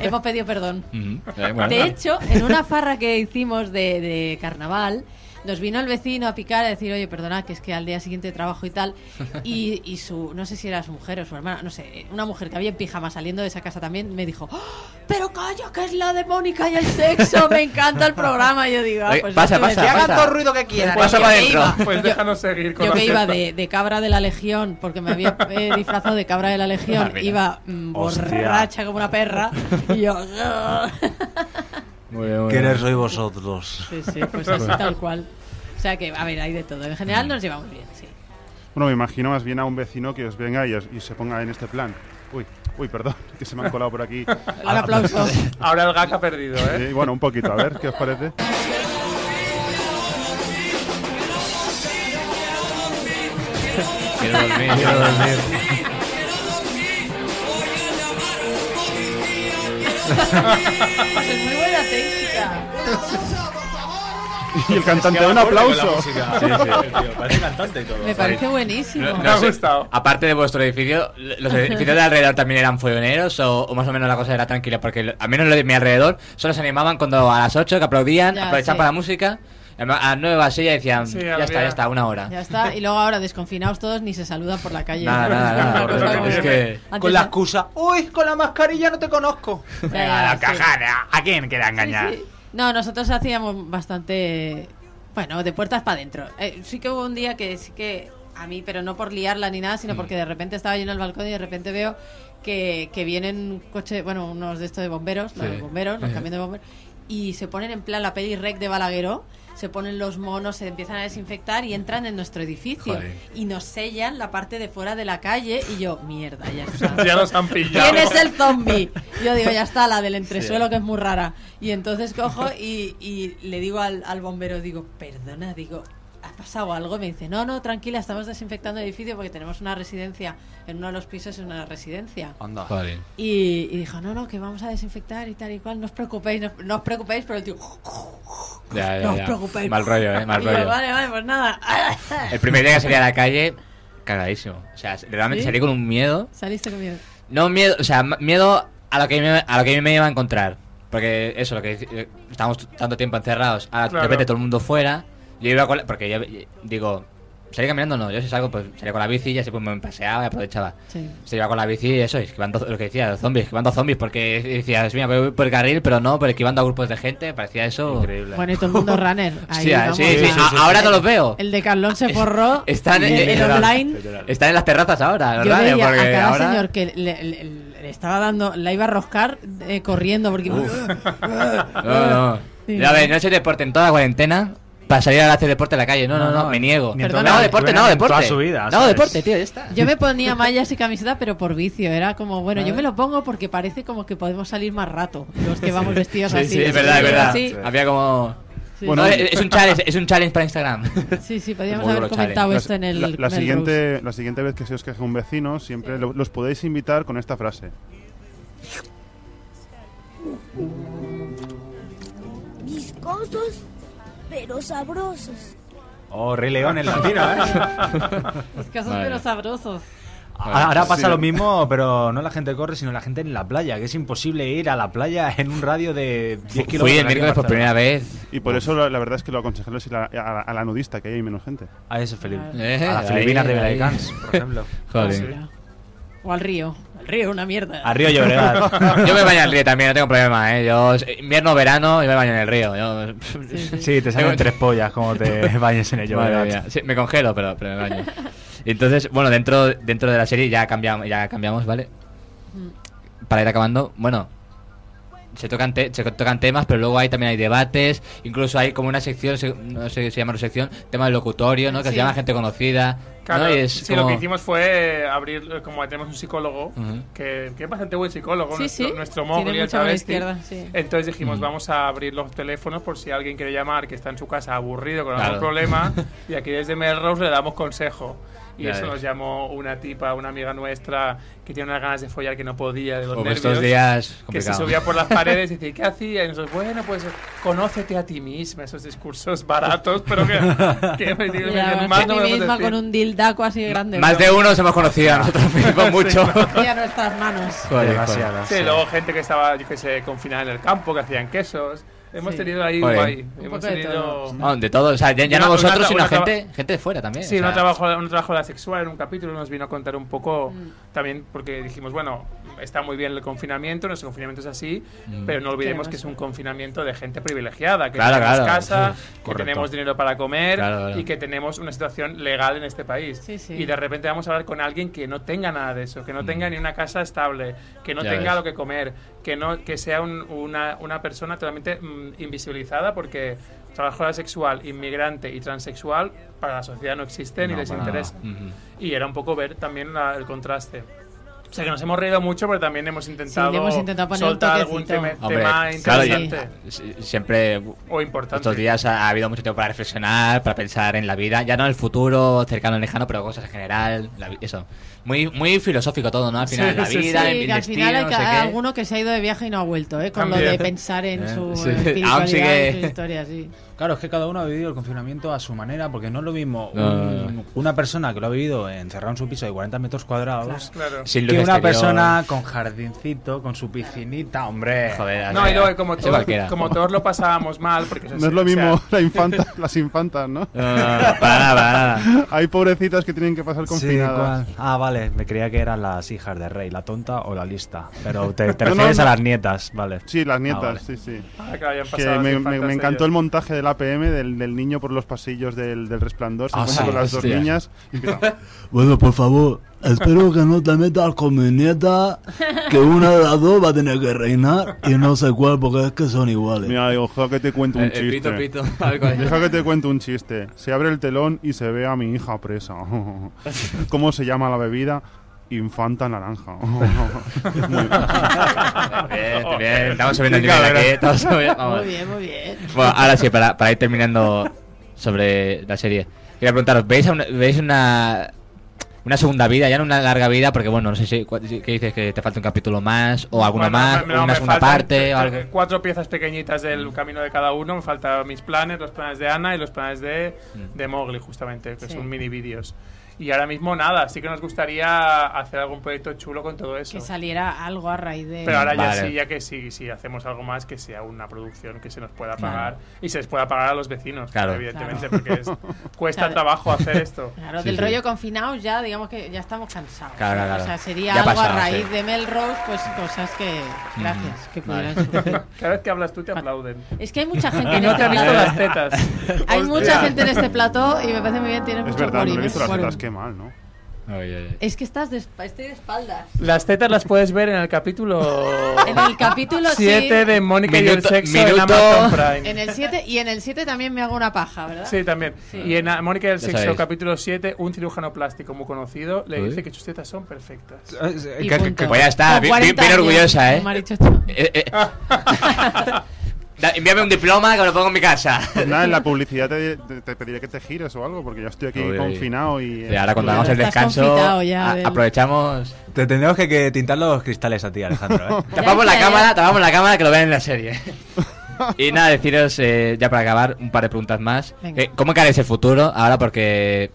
hemos pedido perdón.
Ujú. Eh, bueno.
De hecho, en una farra que hicimos de, de carnaval, nos vino el vecino a picar a decir, oye, perdona, que es que al día siguiente trabajo y tal. Y, y su, no sé si era su mujer o su hermana, no sé, una mujer que había en pijama saliendo de esa casa también, me dijo, "¡Ah! pero calla, que es la de Mónica y el sexo, me encanta el programa. Y yo digo, "Ah,
Oye,
pues
pasa,
yo
pasa,
tuve que-
pasa. Que hagan todo el ruido que quieran. Pasa
yo
para
que
adentro.
iba.
Pues
Yo-
déjanos seguir con
Yo
la
que iba
fiesta.
de, de cabra de la legión, porque me había eh, disfrazado de cabra de la legión,
Ah, mira.
iba mm,
Hostia.
borracha como una perra. Y yo, "Ah".
Muy bien, muy bien.
¿Quiénes sois vosotros?
Sí, sí, pues así tal cual. O sea que, a ver, hay de todo. En general nos llevamos bien, sí.
Bueno, me imagino más bien a un vecino que os venga y, os- y se ponga en este plan. Uy, uy, perdón, que se me han colado por aquí.
Un aplauso.
Ahora el gag ha perdido, ¿eh?
Eh, bueno, un poquito, a ver, ¿qué os parece?
Quiero dormir, quiero dormir.
Pues es muy buena técnica.
Y el
Es que
cantante,
va
un
acorde con la
aplauso.
música. El tío, Parece cantante y todo.
Me parece buenísimo.
No,
Me ha
sé,
gustado.
Aparte de vuestro edificio, ¿los edificios de alrededor también eran folloneros o, o más o menos la cosa era tranquila? Porque lo- al menos lo de mi alrededor solo se animaban cuando a las 8 que aplaudían,
Ya,
aprovechaban
sí.
para la música, a las 9 así ya decían,
Sí,
ya
había-
está, ya está, una hora.
Ya está. Y luego ahora desconfinados todos ni se saludan por la calle.
Nada, nada, nada,
Una cosa
porque
como-
es que-
Antes
Con la
de-
excusa, uy, con la mascarilla no te conozco.
Ya,
Venga,
ya,
la
sí.
cajana. ¿A quién queda
Sí,
engañar?
sí. No, nosotros hacíamos bastante. Bueno, de puertas para adentro. Eh, sí que hubo un día que sí que. A mí, pero no por liarla ni nada, sino porque de repente estaba yo en el balcón y de repente veo que, que vienen un coche, bueno, unos de estos de bomberos, no,
Sí.
los bomberos, los camiones de bomberos, y se ponen en plan la peli rec de Balagueró, se ponen los monos, se empiezan a desinfectar y entran en nuestro edificio.
Joder.
Y nos sellan la parte de fuera de la calle y yo, mierda, ya está.
Ya nos han pillado.
¿Quién es el zombie? Yo digo, ya está, la del entresuelo, que es muy rara. Y entonces cojo y, y le digo al, al bombero, digo, perdona, digo, ¿ha pasado algo? Me dice, no, no, tranquila, estamos desinfectando el edificio porque tenemos una residencia, en uno de los pisos es una residencia.
Ah.
Anda.
Joder.
Y, y dijo, no, no, que vamos a desinfectar y tal y cual, no os preocupéis, no, no os preocupéis, pero el tío...
Ya, ya,
No os
ya.
preocupéis.
Mal rollo, eh, mal
Y yo,
rollo.
vale, vale, pues nada.
El primer día que salí a la calle, cagadísimo. O sea, realmente
¿Sí?
salí con un miedo.
Saliste con miedo.
No miedo, o sea, m- miedo a lo que me, a lo que me iba a encontrar. Porque eso, lo que dec- eh, estábamos t- tanto tiempo encerrados, ahora
Claro.
de repente todo el mundo fuera. Yo iba con la- porque yo eh, digo, salir caminando no, yo si salgo pues salía con la bici y así pues me paseaba y aprovechaba.
Sí.
Se iba con la bici y eso, y esquivando lo que decía, los zombies, esquivando zombies porque decías, mira, voy por el carril, pero no, pero esquivando a grupos de gente, parecía eso.
Increíble.
Bueno, y todo el mundo runner. Ahí
Hostia,
vamos
sí, sí,
a-
sí, sí, sí. Ahora no los veo.
El de Carlón se forró.
Están
el,
en-
el online.
Están en las terrazas ahora,
Yo
¿verdad?
veía
porque
a cada
ahora...
señor que le, le- le estaba dando, la iba a roscar eh, corriendo porque
No, no.
Sí.
Ya ves, no he hecho deporte en toda la cuarentena para salir a hacer deporte en la calle. No, no, no, me niego.
Ni en
Perdona.
no,
toda-
deporte,
ni
no,
en
deporte.
toda su vida,
no,
¿sabes?
deporte, tío, ya está.
yo me ponía mallas y camiseta, pero por vicio. Era como, bueno,
Ah.
yo me lo pongo porque parece como que podemos salir más rato los que vamos vestidos
Sí,
así.
sí, es verdad, es
vestidos
verdad.
así.
Había como...
Sí.
Bueno, es es un challenge, es un challenge para Instagram.
Sí, sí, podríamos
Muy
haber
brochales.
comentado
La-
esto en
la,
el.
la
en el Rose.
siguiente, la siguiente vez que se os queje un vecino, siempre lo- los podéis invitar con esta frase.
viscosos, pero sabrosos.
Oh, Rey León en latino, ¿eh?
Los casos
Vale.
pero sabrosos.
Ah, Ahora pasa
Sí.
lo mismo, pero no la gente corre, sino la gente en la playa, que es imposible ir a la playa en un radio de 10 kilómetros. aquí en Barcelona.
Y por eso la, la verdad es que lo aconsejable es ir a, a- a la nudista, que ahí hay menos gente.
A eso, Felipe.
Eh,
a la Filipina Ah,
ahí,
Rivera
ahí.
de Cans, por ejemplo.
Joder.
O al río. Al río, una mierda.
Al río Llobregat.
Yo me baño en el río también, no tengo problema, ¿eh? Yo, invierno, verano, yo me baño en el río. Yo-
Sí, te salen
Tengo-
tres pollas como te bañes en ello.
Eh, Madre
¿verdad?
mía. Sí, me congelo, pero, pero me baño. Entonces, bueno, dentro, dentro de la serie ya cambiamos, ya cambiamos, ¿vale? Para ir acabando, bueno, se tocan, te- se tocan temas, pero luego hay también hay debates, incluso hay como una sección, se- no sé si se llama una sección, tema del locutorio, ¿no? Que
Sí.
se llama gente conocida.
Claro,
¿no? Y es
sí,
como-
lo que hicimos fue abrir, eh, como tenemos un psicólogo,
Ujú.
que, que es bastante buen psicólogo,
Sí,
nuestro,
sí.
nuestro
Tiene
Mowgli, el
mucha mano
travesti.
izquierda, sí.
Entonces dijimos,
Ujú.
vamos a abrir los teléfonos por si alguien quiere llamar, que está en su casa aburrido con
Claro.
algún problema, y aquí desde Melrose le damos consejo. Y
Ya
eso
ves.
nos llamó una tipa, una amiga nuestra, que tiene unas ganas de follar que no podía, de los
Joder,
nervios.
"Oh, pues estos días,
que se
complicado.
subía por las paredes y decía, ¿qué hacía? Y nosotros, bueno, pues conócete a ti misma, esos discursos baratos, pero que, que me digo,
Y
mi
la verdad que
hermano me
a
lo
mí misma
decía.
con un dildaco así grande.
Más de uno nos hemos conocido a nosotros mismos mucho.
Ya nuestras manos.
Joder,
Demasiado,
joder.
Sí, luego gente que estaba, yo que sé, confinada en el campo, que hacían quesos. Hemos
Sí.
tenido ahí
Joder.
guay.
Un
Hemos
poco de
tenido.
No, de todo, o sea, ya, ya no
Una-
vosotros,
una-
sino
una traba-
gente, gente de fuera también.
Sí,
o sea,
un, trabajo, un trabajo de la sexual en un capítulo nos vino a contar un poco
Mm.
también porque dijimos, bueno, está muy bien el confinamiento, nuestro confinamiento es así,
Mm.
pero no olvidemos
Queremos
que es un confinamiento de gente privilegiada, que
Claro,
tenemos
claro.
casa,
Uf,
que
correcto.
tenemos dinero para comer
Claro, claro.
y que tenemos una situación legal en este país.
Sí, sí.
Y de repente vamos a hablar con alguien que no tenga nada de eso, que no tenga ni una casa estable, que no
Mm. Ya
tenga
ves.
lo que comer, que no que sea un- una, una persona totalmente mm, invisibilizada porque trabajadora sexual, inmigrante y transexual para la sociedad no existen y
No,
les
para
interesa.
nada. Ah, Ujú.
Y era un poco ver también la- el contraste. O sea que nos hemos reído mucho, pero también hemos intentado,
hemos intentado poner un
soltar algún
toquecito.
tema,
Hombre,
tema
claro,
interesante.
ya- si- siempre
O importante.
estos días ha, ha habido mucho tiempo para reflexionar, para pensar en la vida, ya no en el futuro, cercano, lejano, pero cosas en general, la vi- eso. Muy muy filosófico todo, ¿no? Al final
Sí,
la
sí, sí.
vida, el,
Sí,
el
que al
destino,
final hay,
no
que-
sé
hay
qué.
alguno que se ha ido de viaje y no ha vuelto, ¿eh? Con lo de
También.
pensar en
Eh,
su
sí.
eh,
Aún
espiritualidad,
sigue-
en su historia, sí.
Claro, es que cada uno ha vivido el confinamiento a su manera, porque no es lo mismo
No,
un-
no,
una persona que lo ha vivido encerrado en su piso de 40 metros cuadrados
Claro. Claro.
Sin
que
luz
una
exterior.
persona con jardincito, con su piscinita, hombre.
Joder,
No, y luego como
Eso
todos,
cualquiera.
como todos lo pasábamos mal, porque
No es lo
o sea,
mismo la infanta, las infantas, ¿no?
No, no, no, Ah, para nada, para nada.
Hay pobrecitas que tienen que pasar
Sí,
confinadas.
¿cuál? Ah, vale, me creía que eran las hijas de rey, la tonta o la lista. Pero te, te
No, no,
refieres
no.
a las nietas, vale.
Sí, las nietas,
Ah, vale.
sí, sí.
Ah, claro, ya han
Que
pasado las
me, me-
infantas
me
de
encantó
ellos.
el montaje del APM, del, del niño por los pasillos del, del resplandor, se
Ah,
encuentra
sí,
con las dos
hostia.
niñas y empieza,
Bueno, por favor, espero que no te metas con mi nieta, que una de las dos va a tener que reinar y no sé cuál, porque es que son iguales.
Mira, digo, deja que te cuento un
Eh,
El- el
chiste.
Eh, pito, pito. A ver cuál es.
Deja que te cuento un chiste. Se abre el telón y se ve a mi hija presa. ¿Cómo se llama la bebida? Infanta naranja. Muy
Bien, bien, estamos subiendo el nivel aquí, estamos subiendo- vamos.
Muy bien, muy bien.
Bueno, ahora sí, para, para ir terminando sobre la serie. Quería preguntaros, ¿veis, a una, ¿veis una, una segunda vida? Ya no una larga vida, porque bueno, no sé si cua- si- qué dices, que te falta un capítulo más, o alguno
Bueno,
más,
me-
o
no,
una
me
segunda
faltan
parte,
tre-
o algo.
Cuatro piezas pequeñitas del camino de cada uno. Me faltan mis planes, los planes de Ana y los planes de,
Mm.
de Mowgli, justamente, que
Sí.
son mini vídeos. Y ahora mismo nada, sí que nos gustaría hacer algún proyecto chulo con todo eso.
Que saliera algo a raíz de.
Pero ahora
Vale.
ya sí, ya que sí, si hacemos algo más, que sea una producción que se nos pueda
Claro.
pagar y se les pueda pagar a los vecinos,
Claro.
evidentemente,
Claro.
porque es- cuesta
Claro.
trabajo hacer esto.
Claro,
Sí,
del
sí.
rollo confinados ya, digamos que ya estamos cansados.
Claro, claro, claro.
O sea, sería
Ya ha
algo
pasado,
a raíz
sí.
de Melrose, pues cosas que. Gracias, que
Vale.
pudieran surgir.
Cada vez que hablas tú te aplauden.
Es que hay mucha gente
Y
en
no te
este
han visto
plató.
las tetas.
Hay mucha
Hostia.
gente en este plató y me parece muy bien, tiene
Es
mucho
verdad, no
quórum,
he visto
¿eh?
las
Quórum.
tetas, qué mal, ¿no?
Ay, ay, ay.
Es que estás de, esp- estoy de espaldas.
Las tetas las puedes ver en el capítulo.
En el capítulo sí.
7 de Mónica y el
Minuto-
sexo en
minuto-
Amazon Prime.
En el 7 y en el 7 también me hago una paja, ¿verdad?
Sí, también. Y en ah, Mónica y el
Ya
sexo,
sabéis.
capítulo 7, un cirujano plástico muy conocido le
Uy.
dice que sus tetas son perfectas.
Eh,
Y
que- que-
punto.
que-
Pues ya está,
Con
bien,
40
bien
años,
orgullosa, ¿eh?
como ha dicho esto.
Eh, eh. Da- envíame un diploma que me lo pongo en mi casa.
Pues Nada, en la publicidad te, te- te pediré que te gires o algo, porque ya estoy aquí
Uy, uy.
confinado y...
Y ahora cuando
y-
hagamos el
Estás
descanso,
confitado ya
a-
del-
aprovechamos...
Te tendremos que, que tintar los cristales a ti, Alejandro. ¿eh?
Tapamos la
Ya está, ya.
cámara, tapamos la cámara que lo vean en la serie. Y nada, deciros, eh, ya para acabar, un par de preguntas más.
Venga.
Eh, ¿Cómo encaráis el futuro ahora? Porque,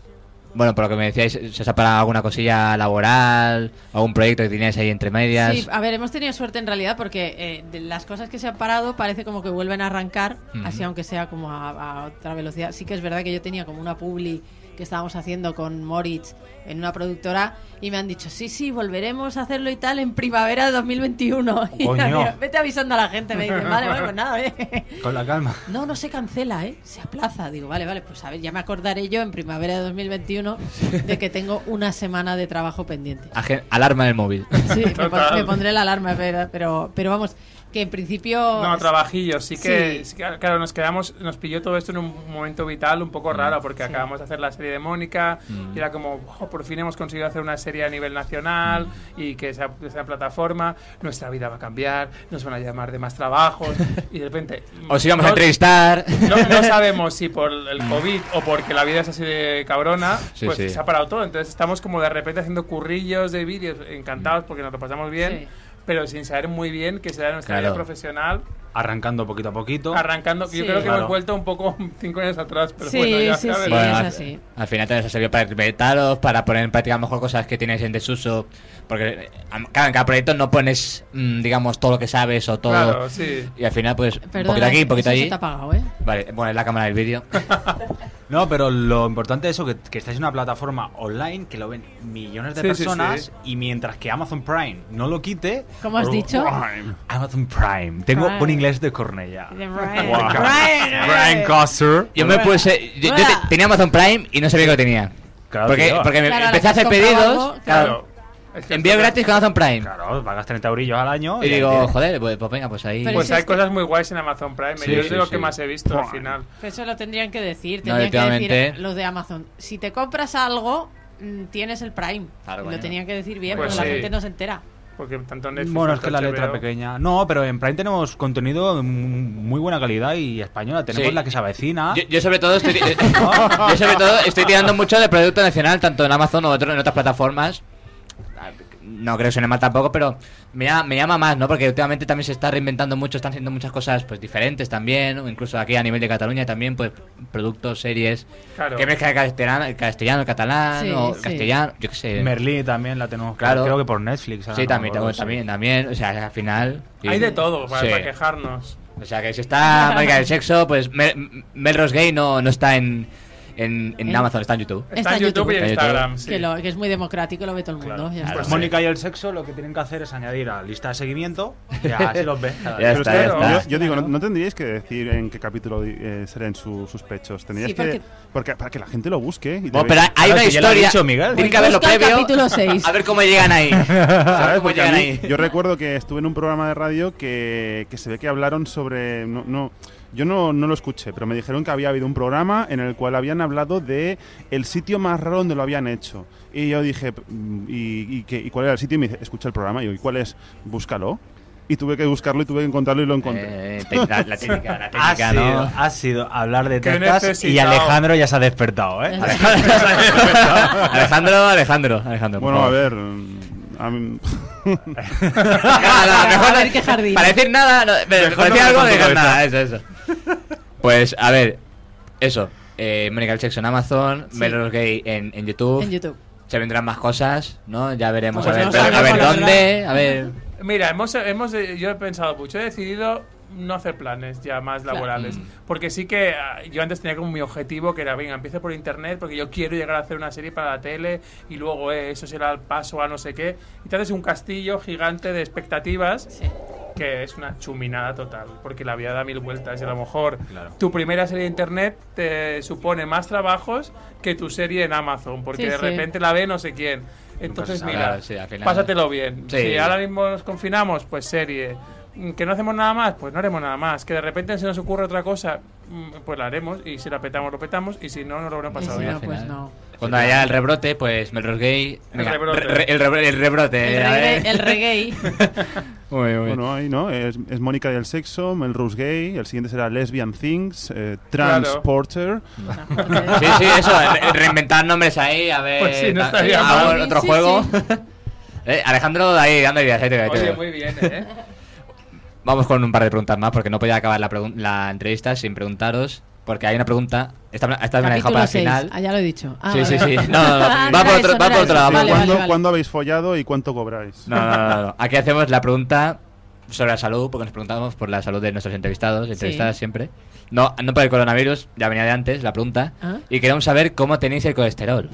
bueno, por lo que me decíais, ¿se os ha parado alguna cosilla laboral? ¿Algún proyecto que teníais ahí entre medias?
Sí, a ver, hemos tenido suerte en realidad porque eh, de las cosas que se han parado parece como que vuelven a arrancar,
Ujú.
así aunque sea como a, a otra velocidad. Sí que es verdad que yo tenía como una publi que estábamos haciendo con Moritz en una productora y me han dicho, sí, sí, volveremos a hacerlo y tal en primavera de 2021. Y
Coño.
me han- vete avisando a la gente, me dicen, vale, bueno, pues nada, eh".
Con la calma.
No, no se cancela, ¿eh? Se aplaza. Digo, vale, vale, pues a ver, ya me acordaré yo en primavera de 2021 de que tengo una semana de trabajo pendiente.
Aje- Alarma del móvil.
Sí, me, pon- me pondré la alarma, pero, pero, pero vamos, que en principio...
No, trabajillos. Sí que, sí que, claro, nos quedamos, nos pilló todo esto en un momento vital un
Mm.
poco raro, porque acabamos de hacer la serie de Mónica
Mm.
y era como, "Jo, por fin hemos conseguido hacer una serie a nivel nacional
Mm.
y que sea de esa plataforma, nuestra vida va a cambiar, nos van a llamar de más trabajos y de repente...
Os íbamos a
no-
entrevistar.
No, no sabemos si por el COVID o porque la vida es así de cabrona,
Sí,
pues
sí.
se ha parado todo. Entonces estamos como de repente haciendo currillos de vídeos encantados
Mm.
porque nos lo pasamos bien. Pero sin saber muy bien qué será nuestra vida
Claro.
profesional
Arrancando poquito a poquito.
arrancando. Yo
Sí.
creo que
Claro.
hemos vuelto un poco cinco años atrás, pero
Sí,
bueno, ya
sí,
sabes.
Bueno, al-
así.
Al, final también os ha servido para inventaros, para poner en práctica a lo mejor cosas que tenéis en desuso. Porque, eh, claro, en cada proyecto no pones, mm, digamos, todo lo que sabes o todo.
Claro, sí.
Y al final, pues, un
Perdona,
poquito aquí, un poquito
eso se
allí.
te ha apagado, ¿eh?
Vale, bueno, es la cámara del vídeo.
No, pero lo importante es eso, que, que estáis en una plataforma online que lo ven millones de
Sí, sí,
personas
sí.
y mientras que Amazon Prime no lo quite...
¿Cómo has
Oh,
dicho?
Prime. Amazon Prime. Tengo
Prime.
un inglés de Cornella.
De
Brian.
Brian.
Brian. Brian Costner.
Yo me puse. Yo, yo te-
Hola.
tenía Amazon Prime y no sabía que lo tenía. porque
tío.
porque me
Claro,
Em, empecé a
ahora que
hacer
has comprado
pedidos.
algo,
claro.
claro.
Envío gratis
pues,
con Amazon Prime.
Claro, pagas 30 eurillos al año.
Y
ahí
digo,
tienes.
joder, pues, pues venga, pues ahí.
Pues hay cosas muy guays en Amazon Prime.
Sí,
yo
sí,
es de lo
sí.
que más he visto al final.
Pero eso lo tendrían que decir,
No,
tendrían que
efectivamente.
decir los de Amazon. Si te compras algo, mm, tienes el Prime.
Claro,
lo
coño.
tenían que decir bien,
Pues
porque la
sí.
gente no se entera.
Porque tanto Netflix.
Bueno, es
tanto
que la letra
HBO.
pequeña. No, pero en Prime tenemos contenido de muy buena calidad y española. Tenemos
Sí.
la que se
Ah.
avecina.
Yo, yo sobre todo estoy eh, yo sobre todo estoy tirando mucho de producto nacional tanto en Amazon o otro- en otras plataformas. No creo que suene mal tampoco, pero me llama, me llama más, ¿no? Porque últimamente también se está reinventando mucho, están haciendo muchas cosas pues diferentes también, o incluso aquí a nivel de Cataluña también, pues productos, series,
Claro.
que mezclan el castellano, el castellano, el catalán,
Sí,
o
sí.
castellano, yo qué sé.
Merlí también la tenemos.
Claro.
Creo que por Netflix. ahora
sí,
no me
también,
acuerdo,
también,
sí.
también, también, o sea, al final...
Hay
y-
de todo para,
sí.
para quejarnos.
O sea, que si está Marica del Sexo, pues Mel- M- Melrose Gay no, no está en, en, en
En-
Amazon, está en YouTube.
Que, lo- que es muy democrático, lo ve todo el mundo. ya está.
Pues Mónica y el sexo lo que tienen que hacer es añadir a la lista de seguimiento. Ya se los ves. cada
Ya
día.
está, ya
Pero
está.
yo-
Yo digo, no, no tendríais que decir en qué capítulo eh, serán sus sospechos. Tendríais
Sí,
que.
porque-
Porque para que la gente lo busque. y
Bueno,
te
pero
vea.
hay una historia. Tiene que haberlo
Busca el
previo.
capítulo seis.
A ver cómo llegan ahí. A ver
¿Sabes?
Ah, cómo
Porque a
llegan
mí-
ahí.
Yo recuerdo que estuve en un programa de radio que, que se ve que hablaron sobre. No, no, yo no, no lo escuché, pero me dijeron que había habido un programa en el cual habían hablado de el sitio más raro donde lo habían hecho. Y yo dije, mm, ¿y, y qué- y cuál era el sitio? Y me dice, escucha el programa. Y yo, ¿y cuál es? Búscalo. Y tuve que buscarlo y tuve que encontrarlo y lo encontré.
Eh, te- la- la técnica, la
Ah,
Ha
técnica, ¿no?
sido, ha sido hablar de
Qué
tetas y
necesitado.
Alejandro ya se ha despertado, ¿eh?
Alejandro, Alejandro, Alejandro. por
Bueno, a
favor.
ver. mm, a mí-
Nada, mejor
A
no-
ver qué jardín.
Para decir nada, no, me-
Mejor
para decir
no me
algo,
corto
digas
cabeza.
nada, eso, eso. Pues, a ver, eso. Eh, Mónica del Sexo en Amazon,
Sí.
Melrose Gay en, en YouTube.
En YouTube.
Se vendrán más cosas, ¿no? Ya veremos
Pues
a ver,
no
pero- a
sabemos
ver
la
dónde,
verdad.
a ver...
Mira, hemos, hemos, eh, yo he pensado mucho, he decidido no hacer planes ya más
Claro.
laborales.
Mm.
Porque sí que ah, yo antes tenía como mi objetivo que era, venga, empiezo por internet porque yo quiero llegar a hacer una serie para la tele y luego eh, eso será el paso a no sé qué. Y te haces un castillo gigante de expectativas que es una chuminada total porque la vida da mil vueltas y a lo mejor tu primera serie de internet te supone más trabajos que tu serie en Amazon porque
Sí,
de
sí.
repente la ve no sé quién. Entonces,
sabe.
mira,
Claro, Pues sí, al final-
pásatelo bien.
Sí.
Si ahora mismo nos confinamos, pues serie. Mm, Que no hacemos nada más, pues no haremos nada más. Que de repente se nos ocurre otra cosa, mm, pues la haremos. Y si la petamos, lo petamos. Y si no, no lo habremos pasado
si
bien.
no, pues no. Cuando haya el rebrote, pues Melrose Gay...
El
venga,
rebrote.
re- re- el, rebrote, el rebrote. Eh, a ver.
El reggae.
Bueno, ahí, ¿no? Es, es Mónica del Sexo, Melrose Gay, el siguiente será Lesbian Things, eh, Transporter.
Ah, Sí, sí, eso, re- reinventar nombres ahí, a ver...
Pues sí, no
ta-
estaría
hago
mal.
otro
Sí, sí.
juego. Eh, Alejandro, ahí, dando ideas. ahí te- ahí te-
Oye, muy bien, ¿eh?
Vamos con un par de preguntas más porque no podía acabar la, pregun- la entrevista sin preguntaros. Porque hay una pregunta. Esta, esta me la he dejado para el
seis.
final.
Ah, ya lo he dicho. Ah,
sí,
vale,
sí, sí.
vale.
No, no, no.
Ah,
Va
era
por otro,
eso,
va
no
por
era
otro
eso.
lado.
Vale,
¿Cuándo,
vale, vale.
cuándo habéis follado y cuánto cobráis?
No, no, no, no, no. Aquí hacemos la pregunta sobre la salud, porque nos preguntamos por la salud de nuestros entrevistados, entrevistadas siempre. No, no por el coronavirus, ya venía de antes la pregunta.
Ah.
Y queremos saber cómo tenéis el colesterol.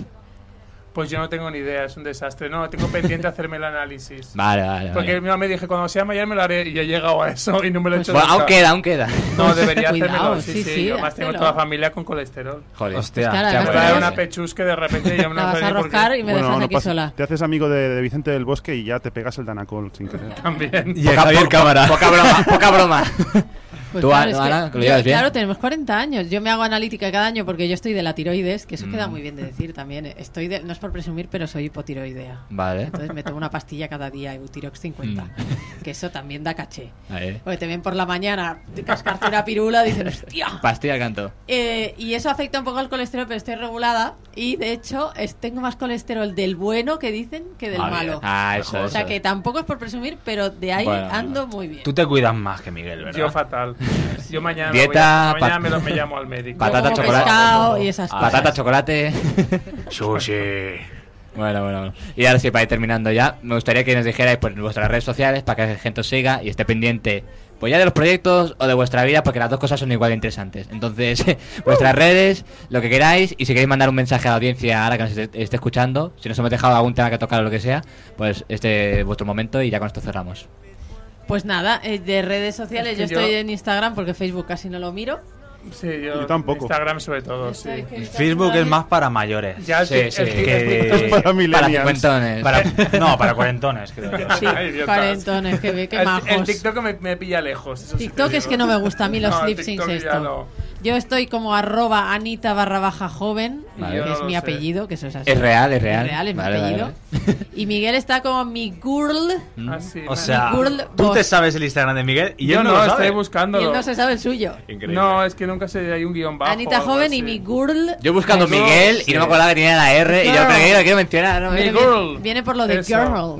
Pues yo no tengo ni idea, es un desastre. No, tengo pendiente hacerme el análisis.
Vale, vale,
Porque
vale.
mi mamá me dije, cuando sea mayor me lo haré, y he llegado a eso y no me
Pues
lo he hecho
Bueno,
nunca.
aún queda, aún queda.
No, debería
Cuidado,
hacérmelo, sí,
sí,
sí.
sí,
yo además tengo
háztelo.
toda la familia con colesterol.
Joder.
Hostia,
Te
ya
voy a
ves.
dar una pechusca de repente y ya me
La vas a roscar y me dejas aquí sola.
Te haces amigo de, de Vicente del Bosque y ya te pegas el Danacol sin
Eh,
querer.
También.
Y el Javier Cámara.
Poca broma, poca broma.
Pues
Tú,
claro,
Ana,
es que
Ana, que lo
yo-
llevas bien.
claro, tenemos 40 años. Yo me hago analítica cada año porque yo estoy de la tiroides, que eso
Mm.
queda muy bien de decir también. Estoy de- no es por presumir, pero soy hipotiroidea.
Vale.
Entonces me tomo una pastilla cada día, Eutirox 50,
Mm.
que eso también da caché.
Ahí.
Porque te ven por la mañana, te cascarte una pirula, dices, hostia.
Pastilla al canto.
Eh, y eso afecta un poco al colesterol, pero estoy regulada. Y de hecho, es- tengo más colesterol del bueno que dicen que del
Ah, bien.
malo.
Ah, eso,
o sea
eso.
que tampoco es por presumir, pero de ahí
Bueno.
ando muy bien.
Tú te cuidas más que Miguel, ¿verdad?
Yo fatal. Yo mañana, me voy
Dieta,
a- mañana
pat-
me, lo- me llamo al médico.
Patata,
como
chocolate.
pescado y
Ah,
esas cosas.
Patata, Ah, chocolate. Bueno, bueno, bueno. Y ahora sí, para ir terminando ya, me gustaría que nos dijerais por vuestras redes sociales para que la gente os siga y esté pendiente, pues ya de los proyectos o de vuestra vida, porque las dos cosas son igual de interesantes. Entonces, vuestras redes, lo que queráis, y si queréis mandar un mensaje a la audiencia ahora que nos esté, esté escuchando, si nos hemos dejado algún tema que tocar o lo que sea, pues este es vuestro momento y ya con esto cerramos.
Pues nada, eh, de redes sociales
Es que
yo estoy
yo-
en Instagram porque Facebook casi no lo miro.
Sí, yo,
Yo tampoco.
Instagram sobre todo, sí.
Facebook es más para mayores.
Ya, sí, sí.
Que-
Es para millennials.
Para- no, para cuarentones, creo yo.
Sí,
Ay, idiotas.
cuarentones, que ve que
El-
majos.
El, TikTok me, me pilla lejos. eso sí te
TikTok es
digo.
que no me gusta a mí los
No,
lip syncs
TikTok ya
esto.
no.
Yo estoy como arroba anita barra baja joven,
Vale.
que
Yo
es
no lo
mi
sé.
apellido, que eso es así.
Es real, es real.
Es real, es
Vale,
mi
vale,
apellido. Y Miguel está como mi girl.
Mm.
O sea,
Mi girl
tú
boss.
te sabes el Instagram de Miguel y
Yo
él no,
no,
lo
estoy
sabe.
buscando.
Y él no se sabe el suyo.
No, es que nunca se hay un guión bajo.
Anita joven y mi girl.
Yo buscando
Miguel,
Miguel y no me acordaba que tenía la R y yo,
Girl.
pero que lo quiero mencionar. ¿no?
Viene-
girl.
Viene por lo de
Eso.
girl,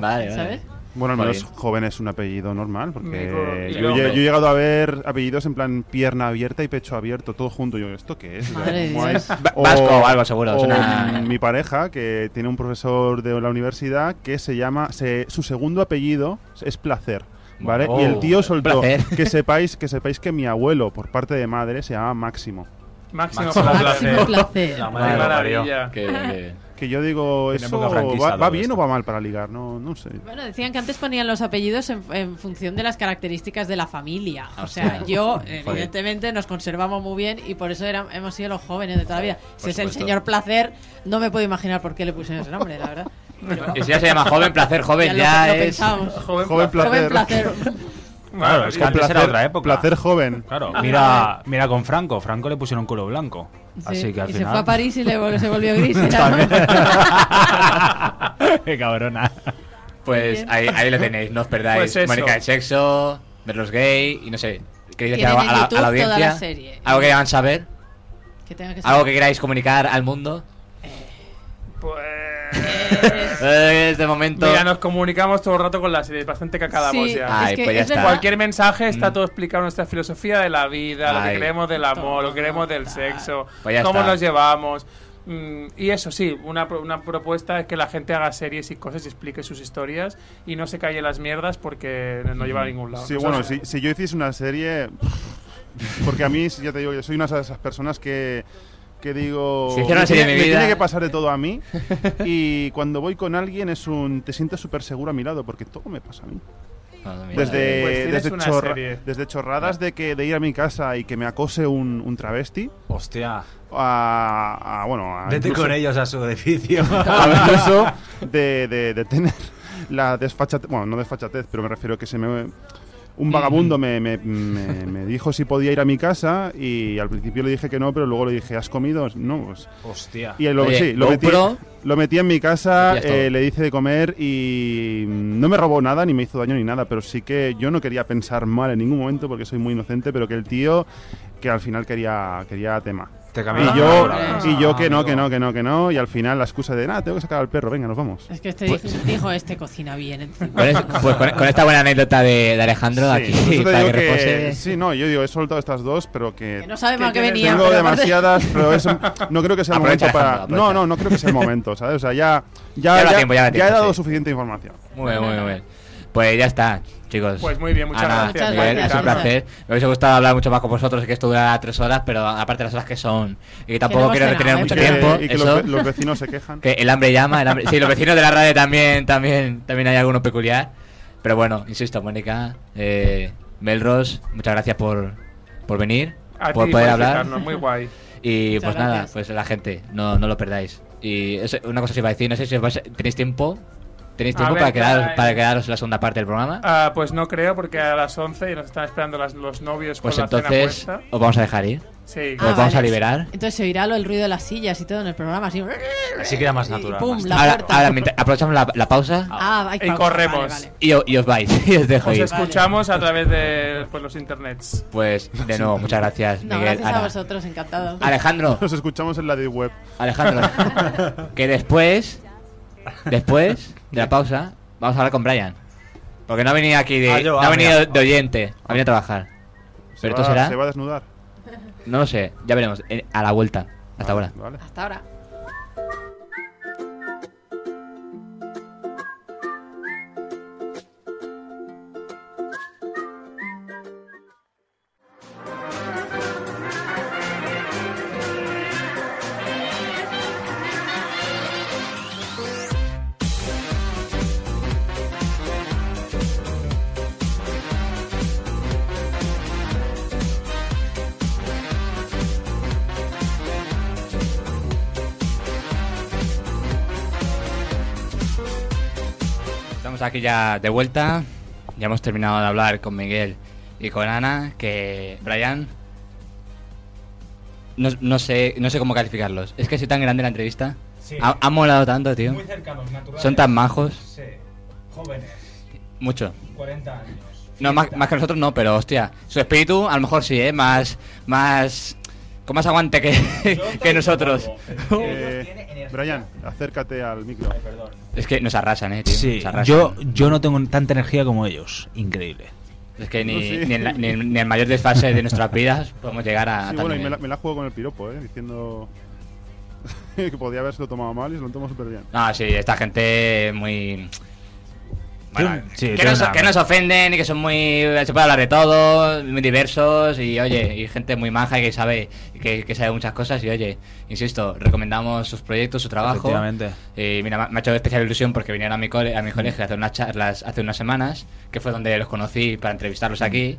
Vale, vale.
¿sabes?
Bueno, al
Muy
menos joven es un apellido normal, porque
Miguel.
yo,
Miguel.
yo he llegado a ver apellidos en plan pierna abierta y pecho abierto, todo junto. Yo, ¿esto qué es?
Madre
¿Cómo
de
es?
Dios. Va- vasco o algo, seguro,
o
es una-
Mi pareja, que tiene un profesor de la universidad que se llama. se- su segundo apellido es Placer. ¿Vale?
Oh,
y el tío soltó
Placer.
que sepáis que sepáis que mi abuelo por parte de madre se llama Máximo.
Máximo,
Máximo
placer.
placer. Placer. La madre que lo parió.
maravilla.
Qué bien, qué bien.
Que yo digo,
En
¿eso
época franquista
va, va
todo
bien
esto.
o va mal para ligar? No, no sé.
Bueno, decían que antes ponían los apellidos en, en función de las características de la familia. O
Hostia.
sea, yo, eh,
Joder.
evidentemente, nos conservamos muy bien y por eso eran- hemos sido los jóvenes de toda la vida. Si
Por
es el
supuesto.
señor Placer, no me puedo imaginar por qué le pusieron ese nombre, la verdad.
Y si ya se llama joven, placer, joven,
lo-
ya
lo
es-
pensábamos.
Joven
Joven
placer.
Joven Placer.
Claro, es que antes era otra época.
Placer joven.
Claro, mira, mira con Franco. Franco le pusieron culo blanco. Así que al
y se
final.
fue a París y le vol- se volvió gris. era, ¿no?
Qué cabrona.
Pues ahí, ahí lo tenéis, no os perdáis.
Pues eso.
Mónica de sexo, verlos gay y no sé. ¿Queréis decir
Tienen
algo
en
a la, a
YouTube
la
toda
audiencia?
la serie.
¿Algo que queráis saber?
Que tenga que ser-
¿Algo que queráis comunicar al mundo?
Pues.
Eh, este momento.
Mira, nos comunicamos todo el rato con la serie, bastante cacada
Sí, es
Ah,
Ay, que pues ya es está. verdad.
Cualquier mensaje
mm.
está todo explicado, nuestra filosofía de la vida, lo
Ay.
que queremos del amor, lo que queremos del sexo,
Pues ya
cómo
está.
nos llevamos. Mm, Y eso sí, una, pro- una propuesta es que la gente haga series y cosas y explique sus historias y no se calle las mierdas porque no lleva a ningún lado.
Sí,
Nosotros-
bueno, si, si yo hiciese una serie. Porque a mí, ya te digo, yo soy una de esas personas que. Que digo.
Si hiciera una
me
serie de
tiene-
mi
me
vida-
tiene que pasar de todo a mí. Y cuando voy con alguien es un. Te sientes súper seguro a mi lado porque todo me pasa a mí.
Madre mía.
Desde,
Pues tienes
desde,
una
chorra-
serie.
desde chorradas de que de ir a mi casa y que me acose un, un travesti.
Hostia.
A, a, bueno, a
Vete
Ah, incluso-
con ellos a su edificio.
a ver, incluso de, de, de tener la desfachatez, bueno, no desfachatez, pero me refiero que se me... Un vagabundo me, me- me- me dijo si podía ir a mi casa y al principio le dije que no, pero luego le dije, ¿has comido? No, pues...
Hostia.
Y lo,
Oye,
sí, lo, metí,
GoPro.
lo metí en mi casa,
Ya es todo.
eh, le hice de comer y mm, no me robó nada, ni me hizo daño ni nada, pero sí que yo no quería pensar mal en ningún momento porque soy muy inocente, pero que el tío que al final quería, quería tema.
Te cambiaron
Y
la
yo,
hora.
y yo que no,
Amigo.
que no, que no, que no. Y al final la excusa de, nada, tengo que sacar al perro, venga, nos vamos.
Es que este dijo,
Pues
este cocina bien. encima.
Con es- pues con, con esta buena anécdota de, de Alejandro de aquí,
por eso pues te
para que
digo
repose.
sí, no, yo digo, he soltado estas dos, pero que.
Que no sabemos a qué venía,
Tengo
pero aparte-
demasiadas, pero eso- no creo que sea el
Aprovecha,
momento para.
Alejandro,
No,
aprovecha.
no, no creo que sea el momento, ¿sabes? O sea, ya.
Ya
Ya,
habrá
ya-
tiempo, ya habrá
ya
tiempo,
he dado
sí.
suficiente información.
Muy bien, muy bien, muy bien. Pues ya está, chicos.
Pues muy bien, muchas
Ana,
gracias.
Miguel,
Muchas
es un
gracias.
placer. Me hubiese gustado hablar mucho más con vosotros, que esto durará tres horas, pero aparte de las horas que son, y que tampoco
no
quiero
hemos
retener
cenado,
mucho
¿eh? Y que-
tiempo.
y que
eso.
los ve- los vecinos se quejan.
Que el hambre llama, el hambre- Sí, los vecinos de la radio también, también, también hay alguno peculiar. Pero bueno, insisto, Mónica, eh, Melros, muchas gracias por, por venir,
Pues
A
por
ti
poder
por
hablar.
invitarnos, muy guay.
Y
Muchas
pues nada,
gracias.
pues la gente, no, no lo perdáis. Y eso- una cosa os iba a decir, no sé si os vais a- tenéis tiempo. ¿Tenéis
A
tiempo
ver,
para, quedar,
para-
para quedaros en la segunda parte del programa?
Ah, pues no creo, porque a las 11 y nos están esperando las- los novios
Pues
con
entonces
la cena puesta.
os vamos a dejar ir.
Sí.
os
Ah,
vamos a
vale.
liberar.
Entonces se oirá lo, el ruido de las sillas y todo en el programa. Así,
Así queda más natural.
pum,
más
la
tarde.
Ahora, ahora, mientras- aprovechamos la, la pausa
Ah, hay
Y
pausa,
corremos.
vale, vale.
y, o- y os vais. Y os dejo
Os
ir.
escuchamos a través de pues, los internets.
Pues de nuevo, muchas gracias,
No,
Miguel.
gracias a
Ana.
vosotros, encantado.
Alejandro.
Nos escuchamos en la de web.
Alejandro, que después, después de la pausa, vamos a hablar con Brian. Porque no ha venido aquí de,
Ah, yo,
no
ah,
ha venido
mira.
de oyente, ha venido a trabajar.
Se
Pero
va-
esto será,
Se va a desnudar.
no lo sé, ya veremos, eh, a la vuelta. Hasta ahora.
Vale.
Hasta ahora.
Estamos aquí ya de vuelta. Ya hemos terminado de hablar con Miguel y con Ana. Que Brian, no, no sé, no sé cómo calificarlos. Es que soy tan grande la entrevista.
Sí.
Ha, ha molado tanto, tío.
Muy cercanos, naturales.
Son tan majos,
Sí. Jóvenes,
mucho.
40 años.
No, más, más que nosotros no, pero hostia, su espíritu a lo mejor sí, ¿eh? Más, más, con más aguante que, que nosotros.
Eh, Brian, acércate al micro.
Es que nos arrasan, ¿eh? Tío?
Sí,
Nos arrasan.
yo, yo no tengo tanta energía como ellos. Increíble.
Es que ni,
Sí.
ni, en la- ni en- ni en el mayor desfase de nuestras vidas podemos llegar a...
Sí,
Ah, tal
bueno, y me
nivel.
la, me la juego con el piropo, ¿eh? Diciendo que podía haberse tomado mal y se lo han tomado súper bien.
No, sí, esta gente muy... Bueno,
Sí,
que,
tiene
nos,
una-
que nos ofenden y que son muy... Se puede hablar de todo, muy diversos y, oye, y gente muy maja y que sabe, que, que sabe muchas cosas y, oye, insisto, recomendamos sus proyectos, su trabajo.
Efectivamente.
Y mira, me ha- me ha hecho especial ilusión porque vinieron a mi, cole- a mi colegio a hacer unas charlas hace unas semanas, que fue donde los conocí para entrevistarlos
Mm.
aquí.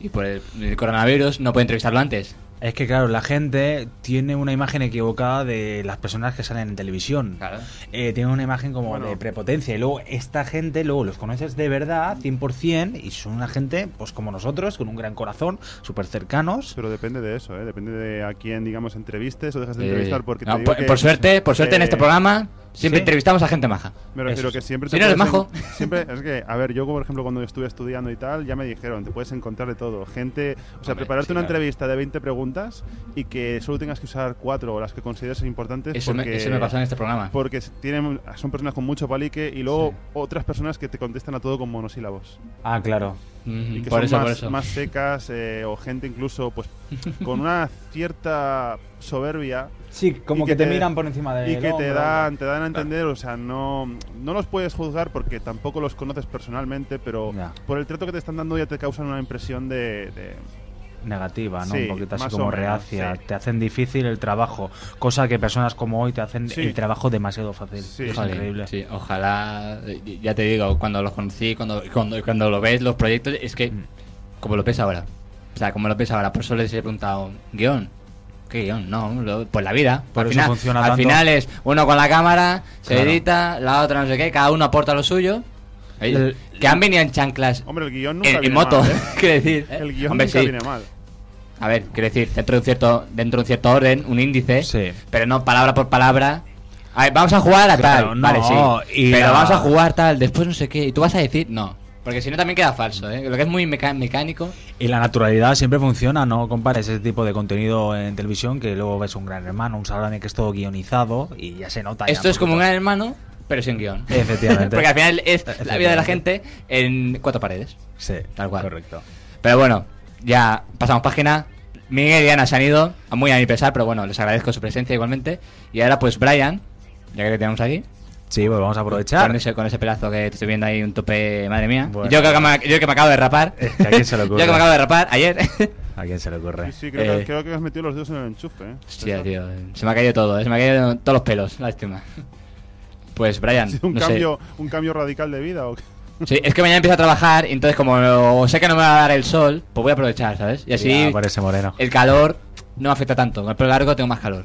Y por el, el coronavirus no pude entrevistarlo antes.
Es que claro, la gente tiene una imagen equivocada de las personas que salen en televisión. Eh, tiene una imagen como de prepotencia. Y luego esta gente, luego los conoces de verdad, 100%, y son una gente, pues como nosotros, con un gran corazón, súper cercanos.
Pero depende de eso, ¿eh? Depende de a quién, digamos, entrevistes o dejas de
Eh,
entrevistar. Porque te
no,
digo
por,
que,
por suerte, por suerte en
eh,
este programa siempre
sí.
entrevistamos a gente maja.
Me refiero
Eso
que
es.
siempre
Si no eres
puedes
majo,
en- siempre es que a ver, yo por ejemplo cuando estuve estudiando y tal, ya me dijeron, te puedes encontrar de todo, gente, o sea,
Hombre,
prepararte
sí,
una
claro.
entrevista de 20 preguntas y que solo tengas que usar cuatro o las que consideres importantes
Eso me-
porque
eso me pasó en este programa.
Porque s- tienen son personas con mucho palique y luego otras personas que te contestan a todo con monosílabos.
Ah, claro.
Y que
Mm, por
son
eso,
más,
por eso.
más secas eh, o gente incluso pues con una cierta soberbia.
Sí, como
y
que te miran por encima del
Y que te
hombro,
dan, te dan a entender, o sea, no, no los puedes juzgar porque tampoco los conoces personalmente, pero
Ya.
por el trato que te están dando ya te causan una impresión de... de-
Negativa, ¿no?
Sí,
un poquito así
más o
como
menos,
reacia.
sí.
Te hacen difícil el trabajo. Cosa que personas como hoy te hacen
Sí.
el trabajo demasiado fácil. Es
Joder,
increíble.
sí, ojalá, eh, ya te digo, cuando los conocí, cuando, cuando, cuando lo ves, los proyectos, es que
Mm.
como lo ves ahora. O sea, como lo ves ahora, por eso les he preguntado, guión. ¿Qué guión? No, lo- pues la vida.
Por
al
eso
final,
funciona
al
tanto.
final es uno con la cámara, se
Claro.
edita, la otra no sé qué, cada uno aporta lo suyo. Oye,
El-
que han venido en chanclas.
Hombre, el guión
en,
nunca viene
moto,
mal, ¿eh?
quiero decir. ¿eh?
El guión
Hombre,
nunca
sí.
viene mal.
A ver, quiero decir, dentro de un cierto, dentro de un cierto orden, un índice, pero no palabra por palabra. A ver, vamos a jugar a
Claro,
tal,
no,
vale, sí.
y
Pero
la-
vamos a jugar tal, después no sé qué, y tú vas a decir, no. Porque si no también queda falso, ¿eh? Lo que es muy meca- mecánico.
Y la naturalidad siempre funciona, no compares ese tipo de contenido en televisión que luego ves un gran hermano, un salame que es todo guionizado y ya se nota. ya
Esto
un
es como un
poquito.
gran hermano, pero sin guión.
Efectivamente.
Porque al final es la vida de la
Efectivamente.
gente en cuatro paredes.
Sí,
tal cual.
Correcto.
Pero bueno, ya pasamos página. Miguel y Ana se han ido, a muy a mi pesar, pero bueno, les agradezco su presencia igualmente. Y ahora pues Brian, ya que le tenemos aquí.
Sí, pues vamos a aprovechar.
Con ese, con ese pelazo que te estoy viendo ahí, un tope, madre mía.
Bueno.
Yo, creo que me, yo que me acabo de rapar.
que a quién se le
yo
ocurre.
que me acabo de rapar ayer.
¿A quién se le ocurre?
Sí, sí, creo, que,
Eh.
creo que has metido los dedos en el enchufe, ¿eh?
Hostia, tío, se me ha caído todo, eh, se me ha caído todos los pelos, lástima. Pues Brian,
¿Ha sido un,
no sé.
cambio, un cambio radical de vida o qué?
Sí, es que mañana empiezo a trabajar y entonces como no- sé que no me va a dar el sol, pues voy a aprovechar, ¿sabes? Y así
Ya, por ese moreno.
el calor no me afecta tanto. Con el pelo largo tengo más calor.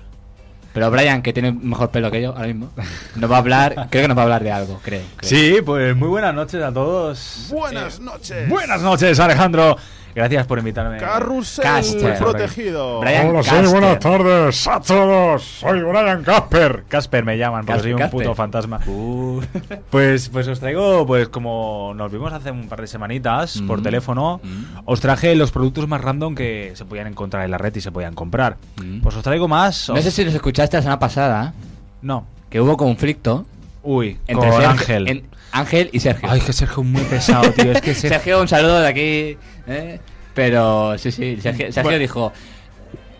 Pero Brian, que tiene mejor pelo que yo ahora mismo, nos va a hablar, creo que nos va a hablar de algo, creo. creo.
Sí, pues muy buenas noches a todos.
Buenas noches.
Buenas noches, Alejandro. Gracias por invitarme.
Carrusel
Caster.
protegido.
Hola, sí, buenas tardes a todos. Soy Brian Casper.
Casper me llaman porque
Casper,
soy un
Casper.
puto fantasma.
Uh.
Pues, pues os traigo, pues como nos vimos hace un par de semanitas por
Mm.
teléfono, os traje los productos más random que se podían encontrar en la red y se podían comprar. Pues os traigo más.
Mm. No sé si nos escuchaste la semana pasada.
No.
Que hubo conflicto.
Uy,
entre
con
Sergio-
Ángel.
en- Ángel y Sergio.
Ay, que Sergio es muy pesado, tío. Es que Sergio-
Sergio, un saludo de aquí. ¿eh? Pero sí, sí, Sergio, Sergio
Bueno.
dijo.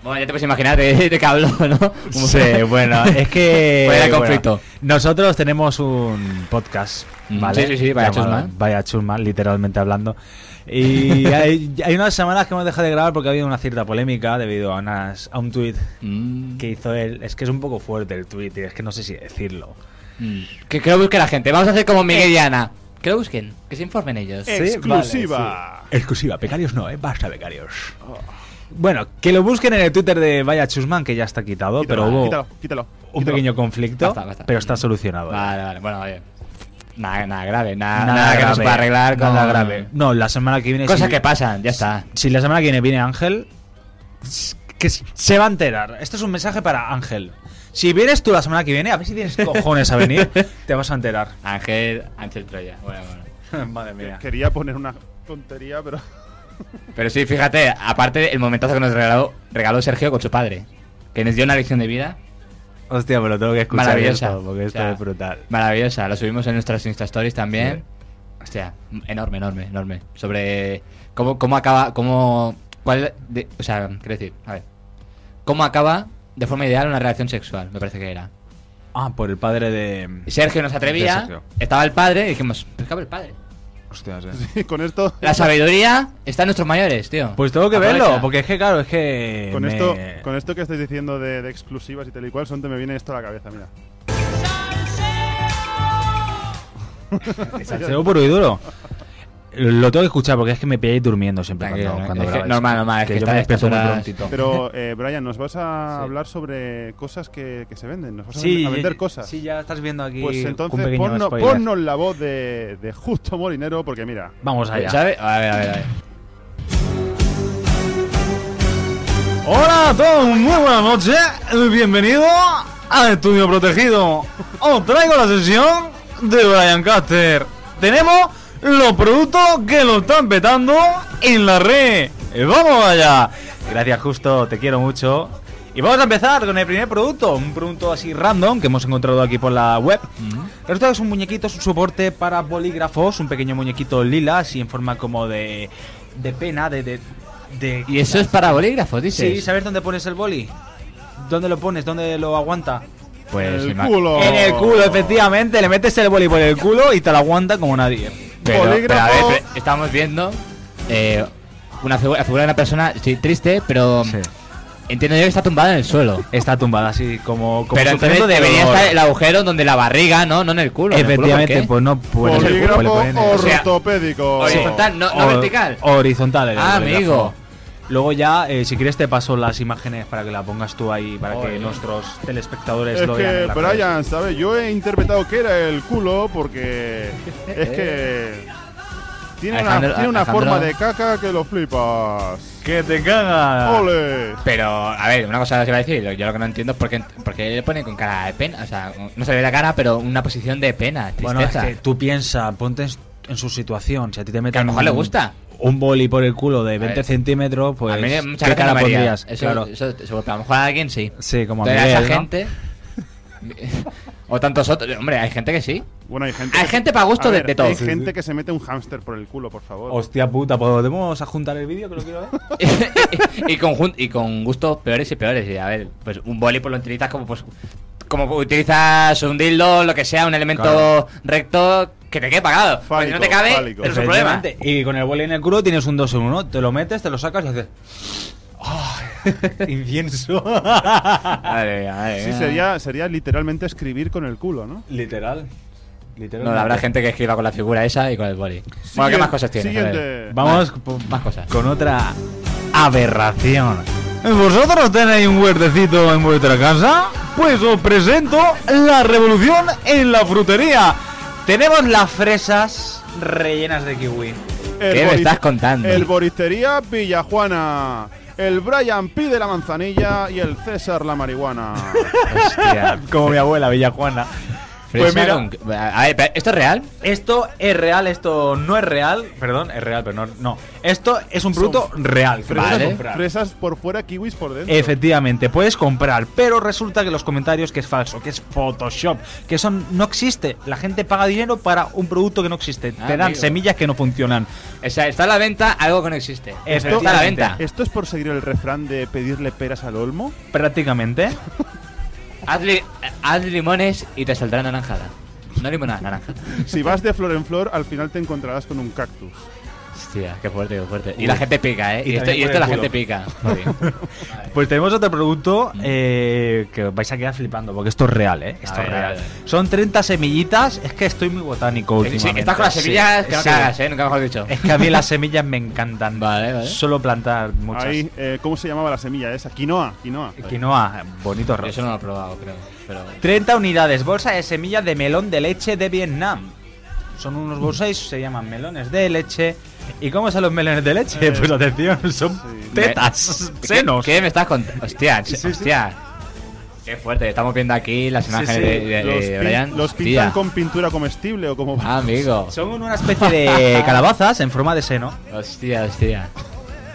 Bueno, ya te puedes imaginar de, de qué habló, ¿no?
Sí, bueno, es que.
Fuera de
bueno,
conflicto.
nosotros tenemos un podcast,
Mm,
¿vale?
sí, sí, sí, vaya
Llamado
chusma.
Vaya chusma, literalmente hablando. Y hay, hay unas semanas que hemos dejado de grabar porque ha habido una cierta polémica debido a, unas, a un tuit
Mm.
que hizo él. Es que es un poco fuerte el tuit y es que no sé si decirlo.
Mm. Que, que lo busque la gente. Vamos a hacer como Miguel y Ana. Eh, Que lo busquen, que se informen ellos.
Sí, vale, sí. Exclusiva, becarios no, ¿eh? Basta becarios.
Oh.
Bueno, que lo busquen en el Twitter de Vaya Chusman, que ya está quitado,
Quítalo,
pero hubo
quítalo, quítalo.
un pequeño conflicto,
Basta, basta.
pero está solucionado.
Vale, vale, bueno, vale. Nada, nada grave, nada,
Nada,
Ah, nada, que no se
grave.
pueda arreglar con
Nada grave. No, la semana que viene.
Cosas que pasan, ya está.
Si la semana que viene viene Ángel, s- que s- se va a enterar. Esto es un mensaje para Ángel. Si vienes tú la semana que viene, a ver si tienes cojones a venir, te vas a enterar.
Ángel, Ángel Troya. Bueno, bueno.
Madre mía.
Quería poner una tontería, pero.
Pero sí, fíjate, aparte el momentazo que nos regaló, regaló Sergio con su padre, que nos dio una lección de vida
Hostia, pero tengo que escuchar
maravillosa.
esto, porque esto
O sea,
es brutal.
Maravillosa, lo subimos en nuestras Insta Stories también. Hostia, enorme, enorme, enorme. Sobre cómo, cómo acaba, cómo. Cuál de- o sea, quiero decir, a ver. ¿Cómo acaba de forma ideal una relación sexual? Me parece que era.
Ah, por el padre de.
Sergio nos
de
atrevía,
Sergio.
estaba el padre y dijimos, "Pero cabrón, el padre.
Hostia, sí.
Con esto.
La sabiduría está en nuestros mayores, tío.
Pues tengo que
Aprovecha.
verlo, porque es que, claro, es que.
Con,
me-
esto, con esto que estáis diciendo de, de exclusivas y tal y cual, son te me viene esto a la cabeza, mira.
Salseo puro y duro. Lo tengo que escuchar porque es que me pilláis durmiendo siempre
Tranquilo,
cuando,
no,
cuando
es que
grabáis.
normal, normal, es que
yo
está-
me despierto
estas
muy
horas-
prontito.
Pero, eh, Brian, nos vas a hablar sobre cosas que, que se venden. Nos vas a
Sí,
vender- a
ya-
vender cosas.
sí, ya estás viendo aquí
Pues
un
entonces,
pequeño
ponnos,
spoiler.
ponnos la voz de, de Justo Molinero, porque mira.
Vamos allá.
¿Sabe? A ver, a ver, a ver.
Hola a todos, muy buenas noches. Bienvenido a Estudio Protegido. Os traigo la sesión de Brian Caster. Tenemos los productos que lo están petando en la red. Eh, ¡Vamos allá! Gracias, Justo, te quiero mucho. Y vamos a empezar con el primer producto, un producto así random que hemos encontrado aquí por la web.
Mm.
Resulta que es un muñequito, es un soporte para bolígrafos, un pequeño muñequito lila, así en forma como de, de pena, de, de, de-
Y eso es para bolígrafos, dices.
Sí, ¿sabes dónde pones el boli? ¿Dónde lo pones? ¿Dónde lo aguanta?
Pues
En el
ima-
culo. En el culo, efectivamente. Le metes el boli por el culo y te lo aguanta como nadie.
Pero, pero a ver, pero estamos viendo eh, una figu- la figura de una persona sí, triste, pero entiendo yo que está tumbada en el suelo.
Está tumbada así, como, como
Pero
sufriendo
entonces
de
debería
dolor.
estar el agujero donde la barriga, ¿no? No en el culo. ¿En el culo por
Efectivamente,
qué?
pues no puede ser.
Bolígrafo
pues le ponen-
o sea,
Ortopédico.
horizontal, no- no
o-
vertical.
Horizontal. el
Ah,
bolígrafo.
amigo.
Luego ya, eh, si quieres te paso las imágenes para que la pongas tú ahí, para
Oye.
que nuestros telespectadores
Es
lo vean.
que,
en la red.
Brian, ¿sabes? Yo he interpretado que era el culo porque es que tiene una,
Alejandro-
tiene una
Alejandro.
forma de caca que lo flipas.
¡Que te cagas!
¡Ole!
Pero, a ver, una cosa se va a decir, yo lo que no entiendo es por qué, por qué le pone con cara de pena, o sea, no se le ve la cara, pero una posición de pena,
Bueno, es
tristeza.
que tú piensas, ponte en en su situación, si a ti te
Que a
meten
lo mejor le
un-
gusta.
un boli por el culo de 20
ver.
centímetros, pues
a mí muchas
¿qué
veces
cara
no me haría.
pondrías?
Eso,
Claro.
eso seguro, pero a lo mejor a alguien sí.
Sí, como a
Pero
Miguel,
esa
¿no?
gente. o tantos otros. Hombre, hay gente que sí.
Bueno, hay gente.
Hay gente para gusto
A
de,
ver,
de todo.
Hay gente que se mete un hámster por el culo, por favor.
Hostia puta, ¿podemos a juntar el vídeo que lo quiero ver?
y, con, jun- y con gustos peores y peores. Y a ver, pues un boli pues lo utilizas como pues como utilizas un dildo, lo que sea, un elemento
Claro.
recto que te quede pagado. Pues si no te cabe, pero es un problema.
Efectivamente. Y con el boli en el culo tienes un 2 en 1. Te lo metes, te lo sacas y haces. ¡Ay! Incienso.
eh.
Sí, sería, sería literalmente escribir con el culo, ¿no?
Literal. Literal.
No, habrá gente que escriba con la figura esa y con el boli. bueno, ¿qué
Siguiente-
más cosas tienes? A ver.
siguiente. Vamos
Más- más cosas.
Con otra aberración. ¿Vosotros tenéis un huertecito en vuestra casa? Pues os presento la revolución en la frutería. Tenemos las fresas rellenas de kiwi.
El Boris-
contando?
El Boristería Villajuana. El Brian pide la manzanilla y el César la marihuana.
Como mi abuela, Villajuana. Pues
Fresa con- A ver, pero, ¿esto es real?
Esto es real, esto no es real. Perdón, es real, pero no. no. Esto es un producto
Son
real. que
Fresas,
puedes comprar.
fresas por fuera, kiwis por dentro.
Efectivamente, puedes comprar, pero resulta que los comentarios que es falso, que es Photoshop, que eso no existe. La gente paga dinero para un producto que no existe.
Ah,
Te dan
amigo.
semillas que no funcionan.
O sea, está a la venta algo que no existe.
Esto-
está a la venta.
¿Esto es por seguir el refrán de pedirle peras al olmo?
Prácticamente.
Haz, li- haz limones y te saldrá naranjada. No limonada, naranja.
Si vas de flor en flor, al final te encontrarás con un cactus.
Hostia, qué fuerte, qué fuerte.
Uy.
Y la gente pica, ¿eh? Y,
Y
esto,
también
y
por
esto
el
la
culo.
gente pica. Joder.
Pues tenemos otro producto eh, que os vais a quedar flipando, porque esto es real, ¿eh? Esto
A
es
ver, a
real.
ver.
Son 30 semillitas. Es que estoy muy botánico
Sí,
últimamente.
estás con las
Sí,
semillas que no
sí.
cagas, ¿eh? Nunca mejor dicho.
Es que a mí las semillas me encantan. Vale,
vale.
Solo plantar muchas.
Ahí, eh, ¿Cómo se llamaba la semilla esa? Quinoa, quinoa.
Quinoa, bonito
Yo eso no lo he probado, creo. Pero...
30 unidades, bolsa de semillas de melón de leche de Vietnam. Son unos bolsas se llaman melones de leche. ¿Y cómo son los melones de leche?
Eh,
pues atención, son tetas,
Me-
senos.
¿Qué, qué me estás contando? Hostia,
Sí, sí.
hostia. Qué fuerte. Estamos viendo aquí las
Sí,
imágenes
sí.
de, de-
los,
de
pin-
Eh, Brian.
los pintan
Hostia.
con pintura comestible o como
Ah, amigo.
Son una especie de calabazas en forma de seno.
Hostia, hostia.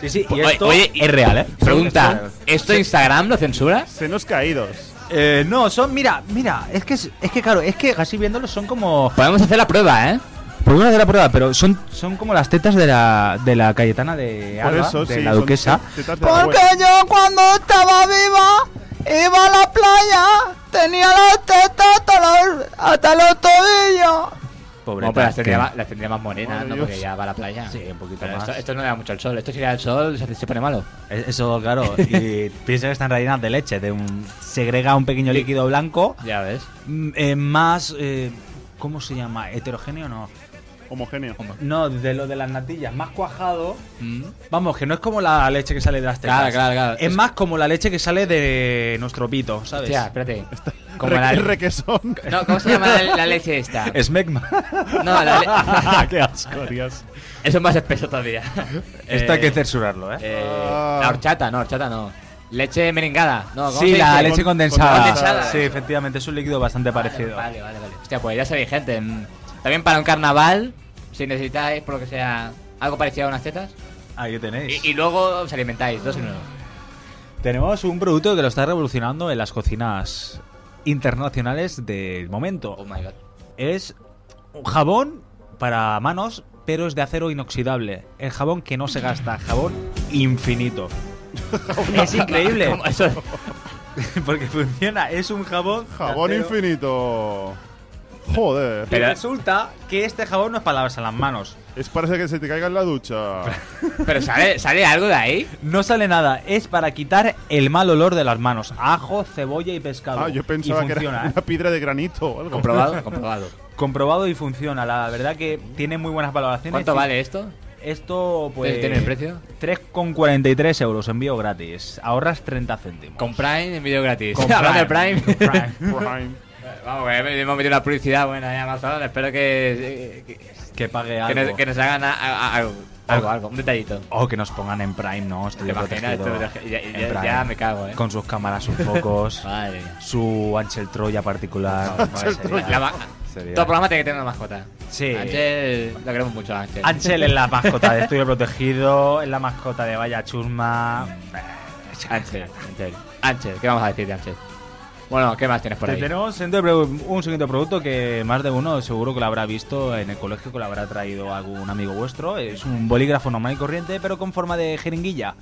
Sí, sí, y
Pues, Oye,
esto
oye,
es real, ¿eh?
Pregunta, ¿esto Instagram lo censura?
Senos caídos.
Eh, no, son, mira, mira, es que, es es que claro, es que así viéndolos son como...
Podemos hacer la prueba, ¿eh?
Podemos hacer la prueba, pero son, son como las tetas de la, de la Cayetana de
Por
Alba,
eso,
de
sí,
la
son
duquesa.
te- tetas de la
Porque
abuela.
yo cuando estaba viva iba a la playa, tenía las tetas hasta los, hasta los tobillos.
Pobre
Bueno, pero las tendría, más- las tendría más morenas,
Madre
¿no?
Dios.
Porque ya va a la playa. Sí, un poquito
más.
Esto, esto no le da mucho al sol. Esto si le da al sol se, hace- se pone malo.
E-, Eso, claro. Y piensa que están rellenas de leche. De un, segrega un pequeño líquido blanco.
Ya ves.
mm, eh, más. eh, ¿Cómo se llama? ¿Heterogéneo o no?
Homogéneo.
No, de lo de las natillas. Más cuajado.
Mm.
Vamos, que no es como la leche que sale de las tetas.
Claro, claro, claro.
Es más como la leche que sale de nuestro pito, ¿sabes?
Hostia, espérate. Como
Re-
la-
requesón.
No, ¿cómo se llama la, la leche esta?
Smegma.
No, la le-
Qué asco, Dios.
Eso es más espeso todavía.
Esto
Eh,
hay que censurarlo, ¿eh?
eh, la horchata, no, horchata no. Leche merengada. No, ¿cómo
Sí,
se
la
dice?
leche
Con-
condensada.
condensada.
Sí, efectivamente, es un líquido bastante parecido.
Vale, vale, vale. Hostia, pues ya sabéis, gente. mm, También para un carnaval, si necesitáis, por lo que sea, algo parecido a unas tetas.
Ahí lo tenéis.
Y, y luego os alimentáis, dos en uno.
Tenemos un producto que lo está revolucionando en las cocinas internacionales del momento.
Oh
Es un jabón para manos, pero es de acero inoxidable. El jabón que no se gasta, jabón infinito. es increíble.
¿Cómo? Eso-
Porque funciona, es un jabón. de
Jabón
acero.
infinito. Joder.
Pero resulta que este jabón no es para lavarse las manos.
Es para que se te caiga en la ducha.
Pero sale, sale algo de ahí.
No sale nada, es para quitar el mal olor de las manos. Ajo, cebolla y pescado.
Ah, yo
Y
pensaba que
funciona,
era
¿eh?
una piedra de granito o algo.
Comprobado, comprobado.
Comprobado y funciona. La verdad que tiene muy buenas valoraciones.
¿Cuánto
Sí.
vale esto?
Esto, pues.
¿Tiene el precio?
3,43 euros, envío gratis. Ahorras 30 céntimos.
Con Prime en vídeo gratis.
Con
Hablando de
Prime.
Prime.
Prime.
Prime.
Vamos, que hemos metido una publicidad buena ya Amazon. Espero que. Que,
Que pague
que
algo.
nos, que nos hagan a- a- a- algo, algo, algo, un detallito.
O que nos pongan en Prime, no, estoy
¿Te
protegido.
imaginas? Esto- ya-
En
ya-
Prime.
ya me cago, eh.
Con sus cámaras, sus focos, su Anchel Troya particular.
La ma-
Sería-
Todo programa tiene que tener una mascota.
Sí.
Ángel, lo queremos mucho, a Ángel.
Ángel es la mascota de Estudio Protegido, es la mascota de Vaya Chusma.
Ángel, Ángel. Ángel, ¿qué vamos a decir de Ángel? Bueno, ¿qué más tienes por
Te-
ahí?
Tenemos siguiente pro- un siguiente producto que más de uno seguro que lo habrá visto en el colegio, que lo habrá traído algún amigo vuestro. Es un bolígrafo normal y corriente, pero con forma de jeringuilla.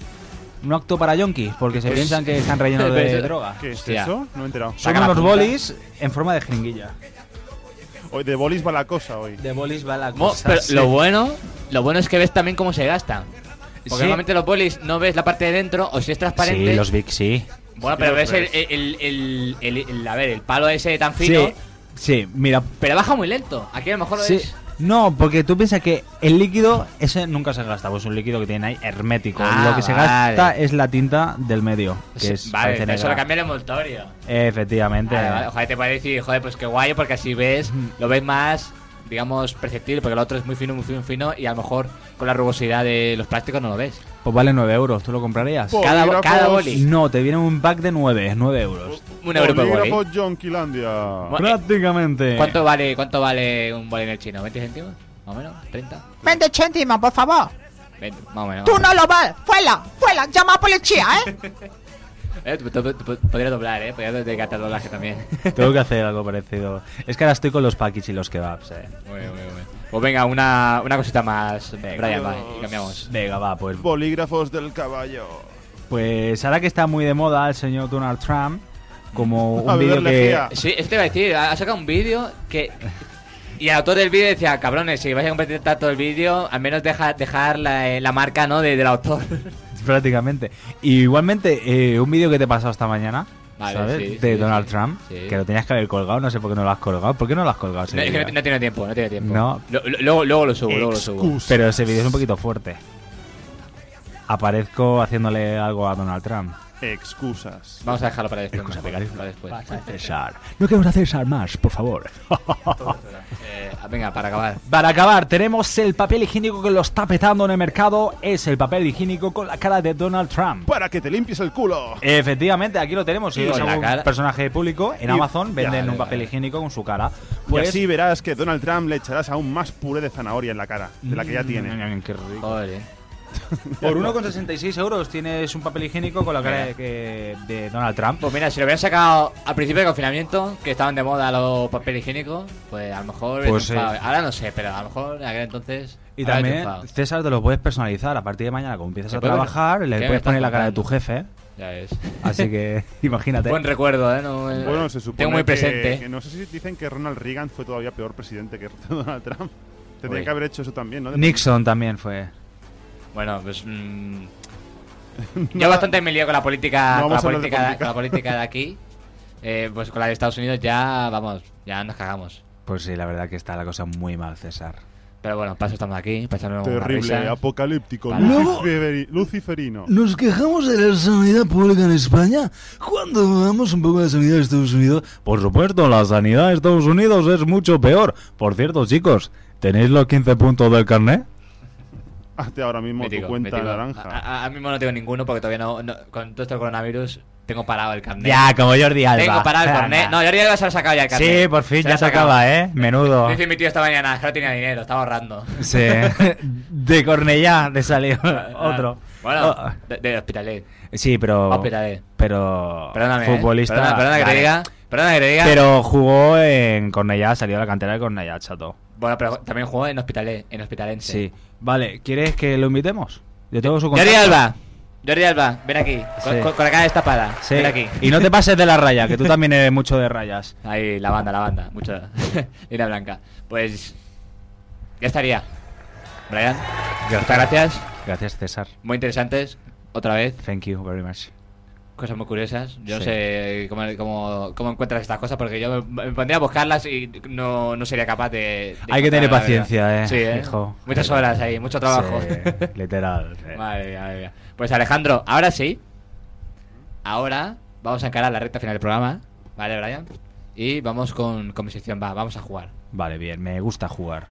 No acto para yonkis, porque se
Es-
piensan que están rellenos de
Pero-
droga.
¿Qué es
Hostia.
eso? No me he enterado.
Son unos bolis en forma de jeringuilla.
Hoy de bolis va la cosa hoy.
De bolis va la
Mo- pero lo bueno, lo bueno es que ves también cómo se gasta. Porque
Sí.
normalmente los bolis no ves la parte de dentro o si es transparente.
Sí, los Vic, sí.
Bueno,
Sí,
pero ves
los
el, el, el, el- el- a ver, el palo ese tan fino,
Sí, sí, mira.
pero baja muy lento. Aquí a lo mejor lo
sí.
es.
No, porque tú piensas que el líquido, ese nunca se gasta, pues es un líquido que tienen ahí hermético.
Ah,
lo que se
vale.
gasta es la tinta del medio, que
Sí,
es
Pues, vale,
parece
pero eso
negra.
lo cambia el envoltorio.
Efectivamente.
Vale, vale, Ojalá te pueda decir, joder, pues qué guay, porque así ves, lo ves más, digamos, perceptible, porque el otro es muy fino, muy fino, muy fino, y a lo mejor con la rugosidad de los plásticos no lo ves.
Pues vale 9 euros, ¿tú lo comprarías?
Cada bo- cada Bolígrafos. boli.
No, te viene un pack de 9, 9 euros.
Un euro por boli.
Bolígrafo Jonquilandia.
Prácticamente.
eh, ¿Cuánto vale, ¿Cuánto vale un boli en el chino? ¿20 céntimos? Más o menos, ¿30?
Vende céntimos, por favor.
20, más o menos.
Tú no lo vas. Fuela, fuela. Llama a policía, ¿eh?
Eh, tú- tú- tú- tú podrías doblar, eh. Podrías descartar doblaje también.
Tengo que hacer algo parecido. Es que ahora estoy con los packets y los kebabs, eh.
Muy bien, muy bien, muy bien. Pues venga, una, una cosita más, Brian, va,
Dios.
y cambiamos.
Venga, va, pues.
Bolígrafos del caballo.
Pues ahora que está muy de moda el señor Donald Trump, como
A
un vídeo
beber
que.
lejía.
Sí, eso te iba a decir, ha ha sacado un vídeo que... Y el autor del vídeo decía, cabrones, si vais a compartir tanto el vídeo, al menos deja, dejar la, eh, la marca, ¿no?, de- del autor.
Prácticamente. Y igualmente, eh, un vídeo que te he pasado esta mañana.
Vale,
¿Sabes?
sí,
de
sí,
Donald
sí,
Trump,
sí.
que lo tenías que haber colgado, no sé por qué no lo has colgado. ¿Por qué no lo has colgado? ese
No, es que
vídeo?
no, no tiene tiempo, no tiene tiempo.
No.
Lo- lo- luego, luego lo subo, luego lo subo.
Excusas. Pero ese vídeo es un poquito fuerte. Aparezco haciéndole algo a Donald Trump.
Excusas.
Vamos a dejarlo para después. Para después.
César. No queremos hacer César más, por favor.
Eh, venga, para acabar.
Para acabar, tenemos el papel higiénico que lo está petando en el mercado. Es el papel higiénico con la cara de Donald Trump.
Para que te limpies el culo.
Efectivamente, aquí lo tenemos. Si
Y
es
con la
algún
cara-
personaje público, en
Y-
Amazon
Ya,
venden
vale,
un papel higiénico con su cara.
Pues-
Pues,
y así verás que Donald Trump le echarás aún más puré de zanahoria en la cara, de la que ya tiene.
Mm, qué rico.
eh.
Por 1,66 euros tienes un papel higiénico con la cara de,
Venga.
que- de Donald Trump.
Pues mira, si lo hubieran sacado al principio del confinamiento, que estaban de moda los papeles higiénicos, pues a lo mejor... he
Pues sí.
triunfado. Ahora no sé, pero a lo mejor en aquel entonces...
Y
habrá
también,
triunfado.
César, te lo puedes personalizar. A partir de mañana, como empiezas
Ah, Se
a
puede-
trabajar,
¿Qué
le
me
puedes
estás
poner la cara de
contando?
tu jefe.
Ya ves.
Así que, imagínate.
Buen recuerdo, ¿eh? No, eh,
Bueno, se supone
Tengo muy
que-
presente.
que no sé si dicen que Ronald Reagan fue todavía peor presidente que Donald Trump. Tendría
Uy.
que haber hecho eso también, ¿no? De-
Nixon también fue.
Bueno, pues... mm, yo bastante me lío con la política, con la
No vamos a hablar de
política,
política.
con la política de aquí. Eh, pues con la de Estados Unidos ya, vamos, ya nos cagamos.
Pues sí, la verdad que está la cosa muy mal, César.
Pero bueno, paso estamos aquí, pasando
Terrible, apocalíptico,
Para- Luego-
luciferi- luciferino.
Nos quejamos de la sanidad pública en España. Cuando vamos un poco de la sanidad de Estados Unidos,
Por supuesto, la sanidad de Estados Unidos es mucho peor. Por cierto, chicos, ¿tenéis los 15 puntos del carnet?
Hazte ahora mismo
Mítico,
tu cuenta
mítico.
naranja.
A- a- Ahora mismo no tengo ninguno porque todavía no, no- Con todo este coronavirus tengo parado el carnet.
Ya, como Jordi Alba.
Tengo parado el
Anda.
carnet. No, Jordi Alba se lo ha sacado ya el carnet.
Sí, por fin,
Se lo
ya
ha
se
sacado.
acaba, ¿eh? Menudo.
Me Dice mi tío esta mañana es que no tenía dinero, estaba ahorrando.
Sí. De Cornellá le salió otro.
Bueno,
Oh.
de, de Hospitalet.
Sí, pero.
Hospitalet.
Pero.
Perdóname. ¿eh?
futbolista.
Perdona, perdona que
vale.
te diga. Perdona que te diga.
Pero jugó en Cornellá, salió de la cantera de Cornellá, chato.
Bueno, pero también jugó en Hospitalet. En Hospitalense.
Sí. Vale, ¿quieres que lo invitemos? Yo tengo su contacto.
Jordi Alba. Jordi Alba, ven aquí. Con,
Sí.
con- con la cara destapada.
Sí.
Ven aquí.
Y no te pases de la raya, que tú también eres mucho de rayas.
Ahí, la banda, la banda. Mucha. Línea blanca. Pues. Ya estaría. Brian,
Ya está.
muchas gracias.
Gracias, César.
Muy interesantes. Otra vez.
Thank you very much.
Cosas muy curiosas. Yo no
Sí.
sé cómo, cómo, cómo encuentras estas cosas porque yo me, me pondría a buscarlas y no, no sería capaz de. de
Hay que
encontrar
tener
la
paciencia,
verdad.
eh,
Sí, ¿eh?
hijo.
Muchas horas ahí, mucho trabajo.
Sí, literal. sí.
Madre mía, madre mía. Pues Alejandro, ahora sí. Ahora vamos a encarar la recta final del programa. ¿Vale, Brian? Y vamos con, con mi sección. Va, vamos a jugar.
Vale, bien, me gusta jugar.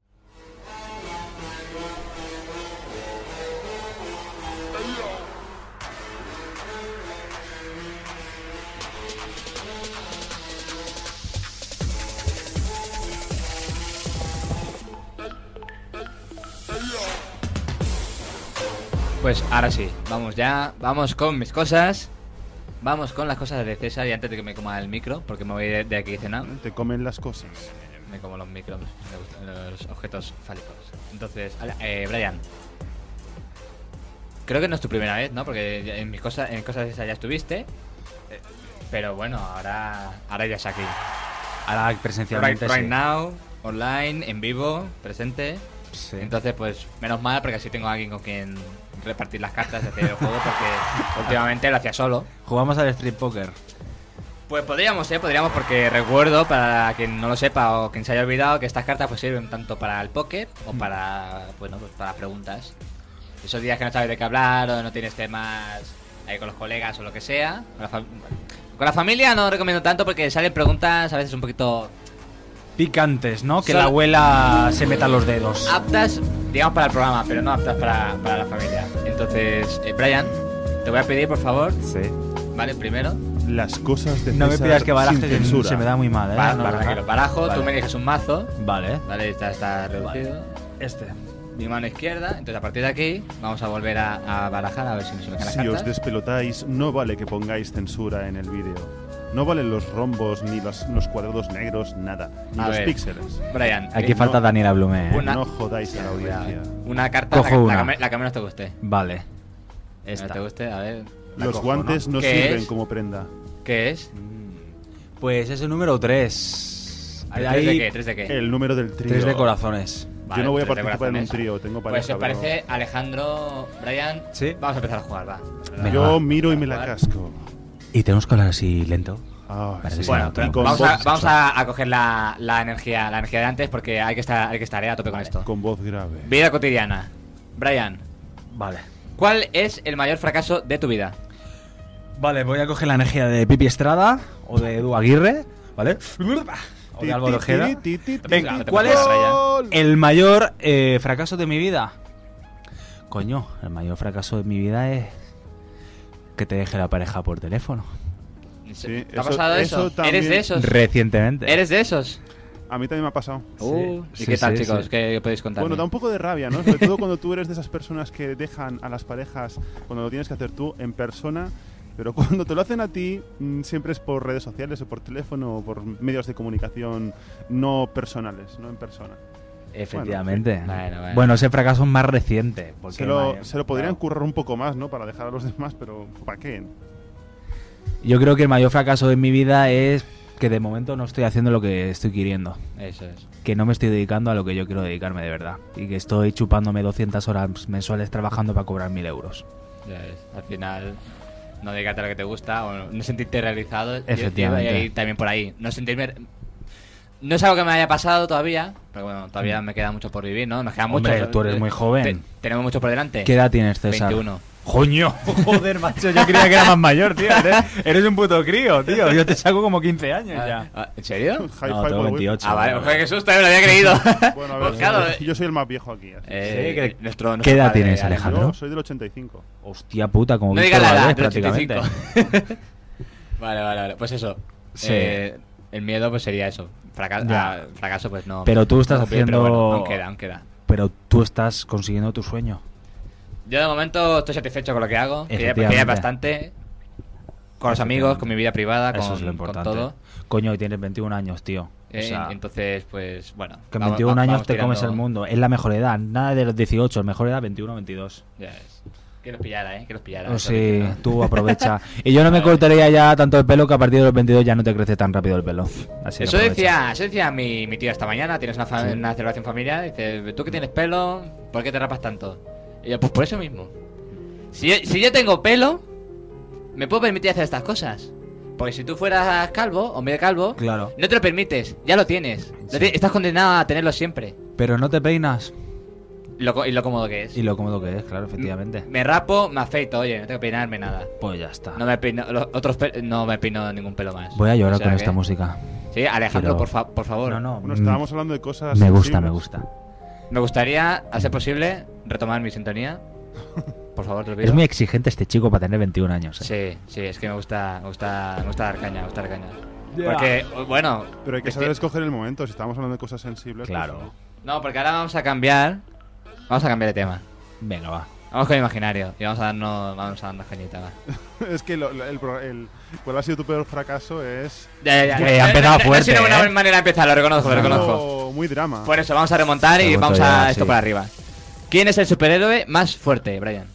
Pues ahora sí, vamos ya, vamos con mis cosas. Vamos con las cosas de César y antes de que me coma el micro, porque me voy de, de aquí cenado.
Te comen las cosas.
Me como los micros, me gustan los objetos fálicos. Entonces, ala, eh, Brian. Creo que no es tu primera vez, ¿no? Porque ya en mis cosas, en cosas de César ya estuviste. eh, Pero bueno, ahora, ahora ya es aquí.
Ahora presencialmente
Right, right
sí.
now, online, en vivo, presente.
Sí.
Entonces, pues, menos mal, porque así tengo a alguien con quien repartir las cartas de hacer el juego, porque últimamente lo hacía solo.
Jugamos al street poker.
Pues podríamos, ¿eh? Podríamos, porque recuerdo, para quien no lo sepa o quien se haya olvidado, que estas cartas pues sirven tanto para el pocket o
Mm.
para, bueno, pues para preguntas. Esos días que no sabes de qué hablar o no tienes temas ahí con los colegas o lo que sea. Con la, fam- con la familia no recomiendo tanto porque salen preguntas a veces un poquito
Picantes, ¿no? Que
Sol-
la abuela se meta los dedos.
aptas, digamos, para el programa, pero no aptas para, para la familia. Entonces, eh, Brian, te voy a pedir, por favor.
Sí.
Vale, primero.
Las cosas de
No me
César
pidas que barajes,
sin
que
censura.
se me da muy mal, ¿eh?
Ba-
no,
ba-
no,
tranquilo,
no.
barajo, tú
Vale.
me eliges un mazo.
Vale.
Vale, está, está reducido.
Este.
Mi mano izquierda. Entonces, a partir de aquí, vamos a volver a, a barajar a ver si nos sacan las
Si os
cartas.
despelotáis, no vale que pongáis censura en el vídeo. No valen los rombos, ni los, los cuadrados negros, nada. Ni
A
los
ver,
píxeles.
Brian, eh,
Aquí falta Daniela Blume, ¿eh?
Una... No jodáis a la audiencia.
Una carta, la,
Cojo
que- la
una.
que me- la que menos te guste.
Vale.
La que No te guste, a ver. la
Los
cojo,
guantes no
¿Qué
sirven
es?
como prenda.
¿Qué es?
Pues es el número 3.
¿El tres de qué? ¿Tres de qué?
El número del trío.
3 de corazones.
Yo no voy a
tres de
participar en un
corazones.
trío, tengo
Pues si
pareja.
os parece, Alejandro, Brian,
Sí.
vamos a empezar a jugar, va.
pero- Yo miro y me la casco.
Y tenemos que hablar así lento.
Ah,
Para que se
Bueno,
note un
vamos,
poco.
a, vamos a, a coger la, la energía la energía de antes porque hay que estar, hay que estar eh, a tope con esto.
Con voz grave.
Vida cotidiana. Brian,
Vale.
¿cuál es el mayor fracaso de tu vida?
Vale, voy a coger la energía de Pipi Estrada o de Edu Aguirre, ¿vale? O de Álvaro Ojeda. Venga, ¿cuál es el mayor eh, fracaso de mi vida? Coño, el mayor fracaso de mi vida es que te deje la pareja por teléfono.
Sí,
¿Te ha pasado eso?
también-
¿Eres de esos?
Recientemente.
¿Eres de esos?
A mí también me ha pasado.
Uh, ¿Y
Sí,
qué tal,
sí,
chicos?
sí.
¿Qué podéis contar?
Bueno, da un poco de rabia, ¿no? Sobre todo cuando tú eres de esas personas que dejan a las parejas cuando lo tienes que hacer tú en persona, pero cuando te lo hacen a ti mm, siempre es por redes sociales o por teléfono o por medios de comunicación no personales, no en persona.
Efectivamente.
Bueno,
Bueno,
en fin.
ese fracaso es más reciente. Porque
se, lo,
mayor-
se lo podrían currar un poco más, ¿no? Para dejar a los demás, pero ¿para qué?
Yo creo que el mayor fracaso de mi vida es que de momento no estoy haciendo lo que estoy queriendo.
Eso es.
Que no me estoy dedicando a lo que yo quiero dedicarme de verdad. Y que estoy chupándome 200 horas mensuales trabajando para cobrar 1000 euros.
Ya ves, Al final, no dedicarte a lo que te gusta o no- no sentirte realizado. Yo-
Efectivamente.
Yo voy a ir también por ahí. No sentirme... No es algo que me haya pasado todavía, pero bueno, todavía me queda mucho por vivir, ¿no? Nos queda mucho.
Mm. Hombre, tú eres muy joven.
Te- tenemos mucho por delante.
¿Qué edad tienes, César?
21.
¡Coño! Joder, macho, yo creía que era más mayor, tío. Eres, eres un puto crío, tío. Yo te saco como 15 años ya.
Ah, ¿En serio?
No, tengo 28.
Ah, vale, joder, qué susto, eh, me lo había creído.
Bueno, a ver,
Pues claro,
yo soy el más viejo aquí. así
Eh,
que-
que- nuestro-
nuestro ¿Qué edad padre, tienes, Alejandro?
Yo soy del 85.
Hostia puta, como
No
Víctor
digas la edad,
Valdés,
pero
prácticamente.
85. vale, vale, vale. Pues eso.
Sí.
Eh, el miedo pues sería eso. Fraca-
Ya.
ah, fracaso pues no.
Pero tú estás
no cumplí,
haciendo.
Pero bueno, aún queda, aún queda.
Pero tú estás consiguiendo tu sueño.
Yo de momento estoy satisfecho con lo que hago. Que ya, que ya
Efectivamente.
es bastante. Con los amigos, con mi vida privada, Ah, con,
Eso es lo
con
importante.
todo.
Coño, y tienes 21 años, tío.
Eh,
o sea,
entonces, pues bueno.
con
vamos-
21
va-
años
vamos
te comes el
tirando-
mundo. Es la mejor edad. Nada de los 18, la mejor edad 21, 22.
Ya es. Que los pillara, eh. Que los pillara.
O
eso
Oh, sí,
que-
tú aprovecha. y yo no me cortaría ya tanto el pelo que a partir de los 22 ya no te crece tan rápido el pelo. Así que
Eso
aprovecha.
decía, eso decía mi, mi tía esta mañana, tienes una, fa-
Sí.
una celebración familiar, dice, tú que tienes pelo, ¿por qué te rapas tanto? Y yo, pues por eso mismo. Si yo, si yo tengo pelo, me puedo permitir hacer estas cosas. Porque si tú fueras calvo o medio calvo,
Claro.
no te lo permites, ya lo tienes. Lo ti- estás condenado a tenerlo siempre.
Pero no te peinas.
Lo co- y lo cómodo que es.
Y lo cómodo que es, claro, efectivamente.
Me rapo, me afeito, oye, no tengo que peinarme nada.
Pues ya está.
No me peino, los otros pe- no me peino ningún pelo más.
Voy a llorar
O sea
con
que-
esta música.
Sí, Alejandro,
Quiero-
por, fa- por favor.
No, no.
Bueno,
mm,
estábamos hablando de cosas.
Me gusta, me
sensibles.
gusta.
Me gustaría, a ser posible, retomar mi sintonía. Por favor, te lo pido.
Es muy exigente este chico para tener 21 años. eh.
Sí, sí, es que me gusta, me gusta, me gusta dar caña, me gusta dar caña.
Ya.
Porque, bueno,
Pero hay que
este-
saber escoger el momento. Si estamos hablando de cosas sensibles.
eh. Claro.
pues,
no, porque ahora vamos a cambiar, vamos a cambiar de tema.
Venga, va.
Vamos con imaginario y vamos a darnos, vamos a darnos cañita, va.
es que lo- lo- el, pro- el- cuál ha sido tu peor fracaso es.
Ya, ya, ya, Eh, ha no, empezado no, no ha fuerte, sido una ¿eh? buena manera de empezar, lo reconozco, lo
Es algo
reconozco.
Muy drama.
Por eso, vamos a remontar y vamos a esto para arriba. ¿Quién es el superhéroe más fuerte, Brian?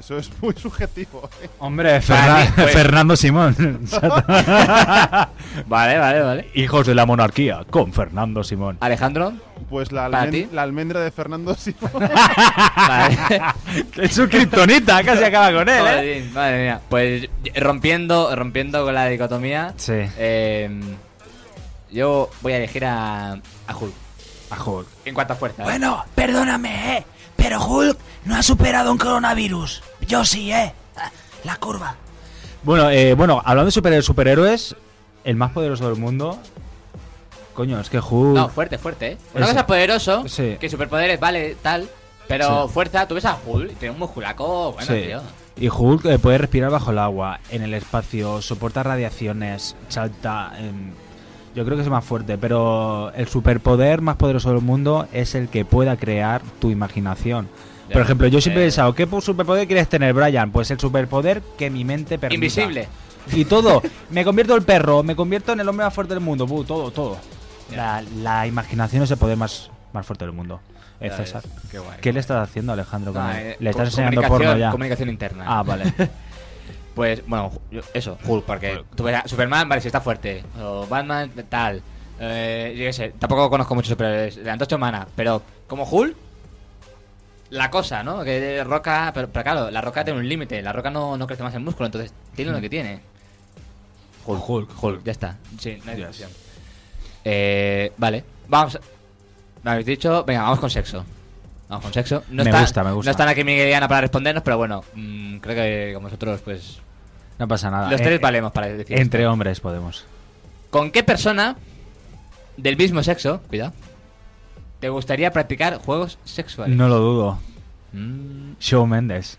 Eso es muy subjetivo. ¿eh?
Hombre,
Fernan- Fernando Simón.
vale, vale, vale.
Hijos de la monarquía con Fernando Simón.
Alejandro.
Pues la,
¿Para
almen-
ti?
la almendra de Fernando Simón.
es su kriptonita, casi acaba con él, ¿eh?
Jolín, madre mía. Pues rompiendo, rompiendo con la dicotomía.
Sí.
eh, yo voy a elegir a, a Hulk.
A Hulk.
En cuanto a fuerza. ¿eh?
Bueno, perdóname, ¿eh? Pero Hulk no ha superado un coronavirus. Yo sí, ¿eh? La curva.
Bueno, eh, bueno, hablando de superhéroes, superhéroes, el más poderoso del mundo. Coño, es que Hulk.
No, fuerte, fuerte, ¿eh? Una
Ese.
cosa es poderoso,
Sí.
que superpoderes, vale, tal. Pero
Sí.
fuerza, tú ves a Hulk, y tiene un musculaco, bueno,
Sí.
tío.
Y Hulk eh, puede respirar bajo el agua, en el espacio, soporta radiaciones, salta. em, yo creo que es el más fuerte, pero el superpoder más poderoso del mundo es el que pueda crear tu imaginación.
Ya,
Por ejemplo, yo siempre he
eh.
pensado, ¿qué superpoder quieres tener, Brian? Pues el superpoder que mi mente permita.
Invisible.
Y todo. me convierto en el perro, me convierto en el hombre más fuerte del mundo. buh, todo, todo. La, la imaginación es el poder más, más fuerte del mundo. Eh,
Ya
César.
ves, qué guay,
le estás haciendo, Alejandro? con
No,
él?
eh,
¿Le estás
co-
enseñando
comunicación-
porno ya?
Comunicación interna.
Ah, vale.
pues, bueno, ju- yo- eso, Hulk, porque tú ves a Superman, vale, si está fuerte. O Batman, tal. Eh, yo qué sé, tampoco conozco muchos superhéroes de la antorcha humana, pero como Hulk, la cosa, ¿no? Que Roca, pero, pero claro, la Roca tiene un límite, la Roca no, no crece más el músculo, entonces tiene lo que tiene. Hulk, Hulk, Hulk, ya está. Sí, no hay discusión. Eh, vale, vamos. a- Me habéis dicho, venga, vamos con sexo. Vamos con sexo. No
Me
están-
gusta, me gusta.
No están aquí Miguel y Ana para respondernos, pero bueno, mm, creo que con vosotros, pues.
No pasa nada.
Los
Eh,
tres valemos para decir.
Entre
esto.
hombres podemos.
¿Con qué persona del mismo sexo, cuidado, te gustaría practicar juegos sexuales? Mm.
No lo dudo. Shawn Mendes.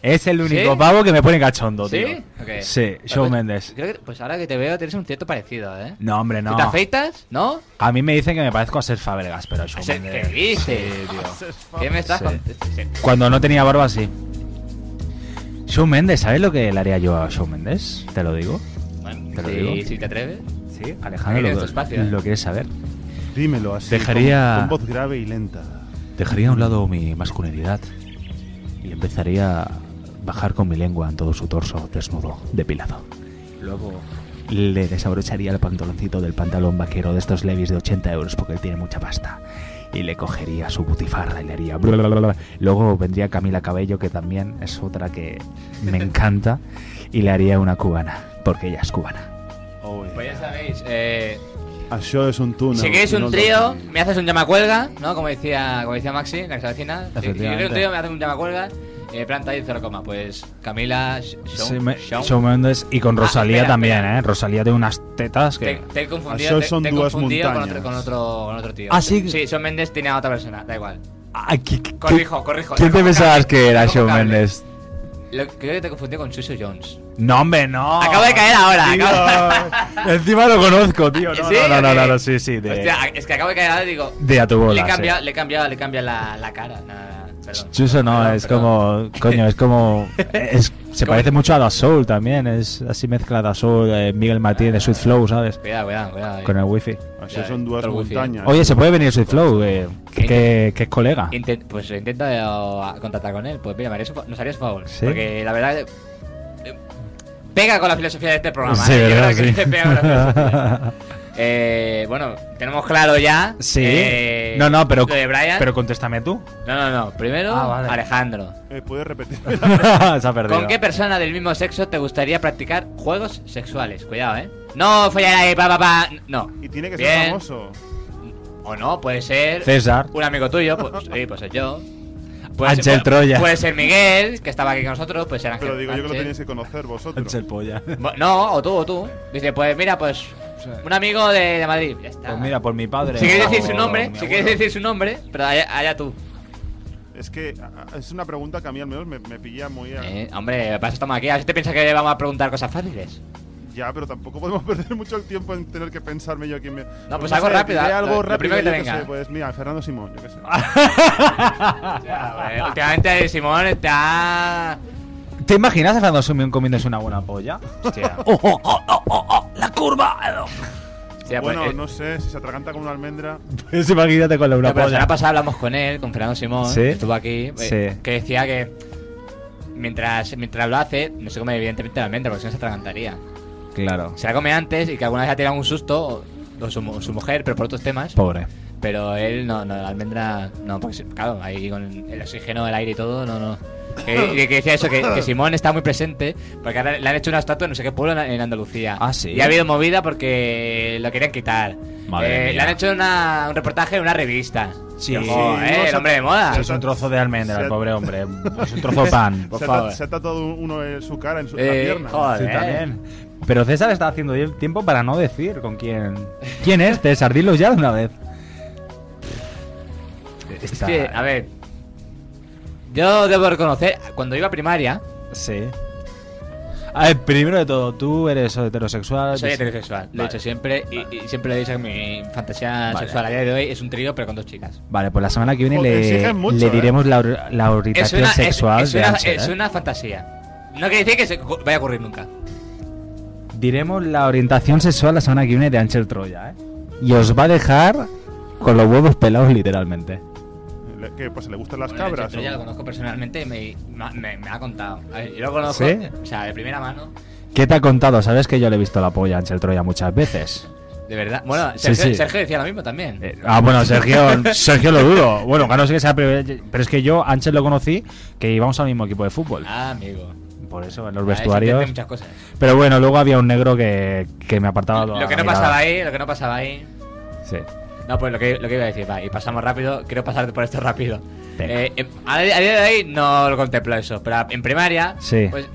Es el único pavo que me pone cachondo,
¿Sí?
tío.
Ok.
Sí,
Pues, pues,
Shawn Mendes.
Creo que, pues ahora que te veo, tienes un cierto parecido, ¿eh?
No, hombre, no.
¿Te afeitas? ¿No?
A mí me dicen que me parezco a ser Fabregas, pero Shawn
¿Qué
Mendes.
dices?
Sí, tío.
¿Qué me estás
Sí.
contando?
Cuando no tenía barba, sí. Shawn Mendes, ¿sabes lo que le haría yo a Shawn Mendes? Te lo digo.
Bueno,
Te lo
si-
digo.
si te atreves.
Sí,
Ahí
Alejandro,
tienes
lo,
tu espacio, ¿eh?
lo quieres saber.
Dímelo así.
Dejaría-
Con, con voz grave y lenta.
Dejaría a un lado mi masculinidad y empezaría a bajar con mi lengua en todo su torso desnudo, depilado. Luego Le desabrocharía el pantaloncito del pantalón vaquero de estos levis de 80 euros porque él tiene mucha pasta. Y le cogería su butifarra y le haría... bla, bla, bla, bla. Luego vendría Camila Cabello, que también es otra que me encanta, y le haría una cubana, porque ella es cubana.
Pues ya sabéis, eh,
Això es un túnel.
si queréis un
No-
trío, me haces un llamacuelga, ¿no? Como decía, como decía Maxi, en la que se avecina. Si si
Efectivamente.
queréis un trío, me haces un llamacuelga. Eh, planta y cero coma. Pues Camila, Sh- Shawn- Shawn-
y con
Ah,
Rosalía
espera,
también, ¿eh? Rosalía de unas tetas
Te,
que...
te he confundido,
Això
te,
són
te he
dues
confundido con, otro,
muntanyes.
con, otro, con otro tío.
Ah, sí?
Sí, Shawn Mendes tiene a otra persona, da igual.
Aquí,
Corrijo, corrijo.
¿Quién te
Recojo
pensabas
cable,
que era
recojo
Shawn
cable.
Mendes?
Lo- creo que te confundí con Suso Jones.
No, hombre, no.
Acabo de caer ahora.
Oh, Tío,
acabo-
Encima lo conozco, tío. No,
¿Sí?
no, no,
¿O
no,
qué?
no, no, sí, sí. de-
Eh,
eh.
Hostia, es que acabo de caer ahora y digo.
De a tu bola,
Le cambia, le cambia, le cambia la, la cara. Nada, perdón.
Chuso no, es como. Coño, es como. es- se parece mucho a Da Soul también. Es así mezcla Da Soul, eh, Miguel Martínez de Sweet Flow, ¿sabes?
Cuidado, cuidado, cuidado. eh.
Con el wifi.
Això són dues
Algú fiel.
muntanyes.
Oye, ¿se puede venir Sweet Flow? Eh, que, que- que es colega.
Inten- pues intenta eh, o- a- contactar con él. Pues mira, me haría su fa- nos harías favor.
Sí.
Porque la verdad. eh, eh, pega con la filosofía de este programa.
Sí,
¿eh? Yo
verdad,
creo que
sí.
pega con la filosofía. Eh, bueno, tenemos claro ya.
Sí.
eh,
no, no, pero.
Lo de Brian.
Pero contéstame tú.
No, no, no. Primero,
Ah, vale.
Alejandro.
Eh, ¿Puedes repetir?
Se ha perdido.
¿Con qué persona del mismo sexo te gustaría practicar juegos sexuales? Cuidado, eh. No follar ahí, pa, pa, pa. No.
Y tiene que
Bien.
ser famoso.
O no, puede ser.
César.
Un amigo tuyo, pues sí, pues soy yo. Puede
Ángel
ser, pu-
Troya.
Puede ser Miguel, que estaba aquí con nosotros, puede ser Ángel.
Pero digo yo que lo
Ángel.
tenéis que conocer vosotros.
Ángel Polla.
Bu- No, o tú, o tú. Dice, pues mira, pues. Un amigo de, de Madrid. Ya está.
Pues mira, por mi padre.
Si quieres
o
decir su nombre, si
mi abuelo.
quieres decir su nombre, pero allá, allá tú.
Es que a- a- es una pregunta que a mí al menos me, me pilla muy. a-
Eh, hombre, para eso estamos aquí. A veces te piensas que vamos a preguntar cosas fáciles.
Ya, pero tampoco podemos perder mucho el tiempo en tener que pensarme yo quién me.
No, pues algo rápido,
diré
lo-
algo
lo
rápido,
primero que te
yo qué
venga. Ah,
sé, pues mira, Fernando Simón, yo qué sé. Ah,
Eh, Últimamente Simón está.
¿Te imaginas a Fernando Simón comiéndose una buena polla?
Hostia.
Oh, oh, oh, oh, oh, oh, la curva.
bueno,
pues, eh.
no sé, si se atraganta con una almendra.
Pues imagínate con la
No,
una
pero la
polla.
semana pasada hablamos con él, con Fernando Simón,
Sí.
que estuvo aquí, eh,
Sí.
que decía que mientras, mientras lo hace, no se come evidentemente la almendra, porque si no se atragantaría.
Claro.
Se la come antes y que alguna vez ha tirado un susto, o, o su, mu- su mujer, pero por otros temas.
Pobre.
Pero él no, no, la almendra, no, porque se- claro, ahí con el oxígeno, el aire y todo, no, no. Que, que decía eso, que, que Simón está muy presente, porque ahora le han hecho una estatua en no sé qué pueblo en- en Andalucía.
Ah, sí.
Y ha habido movida porque lo querían quitar.
Madre
Eh, Le
mía.
han hecho una- un reportaje en una revista.
Sí,
Ojo, eh, el hombre de moda.
Es un trozo de almendra,
Se-
el pobre hombre. Es un trozo de pan.
se, ha, ta- se ha tatuado uno en su cara, en su la
Eh,
pierna.
Sí, también.
eh.
Pero César está haciendo el tiempo para no decir con quién. ¿Quién es César? Dilo ya de una vez.
Es que, a ver. Yo debo reconocer, cuando iba a primaria,
Sí. A ver, primero de todo, tú eres heterosexual.
soy
bis-
heterosexual. Lo he
Ah, Vale.
dicho siempre y, y siempre lo he dicho que mi fantasía
Vale.
sexual a día de hoy es un trío, pero con dos chicas.
Vale, pues la semana que viene
Joder,
le,
exigen mucho,
le
¿eh?
diremos la, or- la
Es
orientación
una, es-
sexual
es
de
una-
Ángel,
es
¿eh?
una fantasía. No quiere decir que se cu- vaya a ocurrir nunca.
Diremos la orientación sexual la semana que viene de Ángel Troya, ¿eh? Y os va a dejar con los huevos pelados, literalmente.
Le- ¿Qué pasa? ¿Le gustan las
Bueno,
cabras?
Yo ya lo
o-
conozco personalmente y me, ma- me- me ha contado. A ver, yo lo conozco,
¿Sí?
o sea, de primera mano,
¿Qué te ha contado? Sabes que yo le he visto la polla a Ángel Troya muchas veces.
de verdad. Bueno,
Sí,
Sergio,
sí.
Sergio decía lo mismo también.
Ah, bueno, Sergio, Sergio lo dudo. Bueno, a no sé que sea, privilegio, pero es que yo a Ángel lo conocí que íbamos al mismo equipo de fútbol.
Ah, amigo.
Por eso, en los
Ah,
vestuarios.
entiende muchas cosas.
Pero bueno, luego había un negro que, que me apartaba toda
Lo que
la
no pasaba
mirada.
ahí, lo que no pasaba ahí.
Sí.
No, pues lo que, lo que iba a decir, va, y pasamos rápido, quiero pasar por esto rápido.
Venga.
Eh, em, a, día a día de ahí no lo contemplo eso, pero en primaria,
Sí.
pues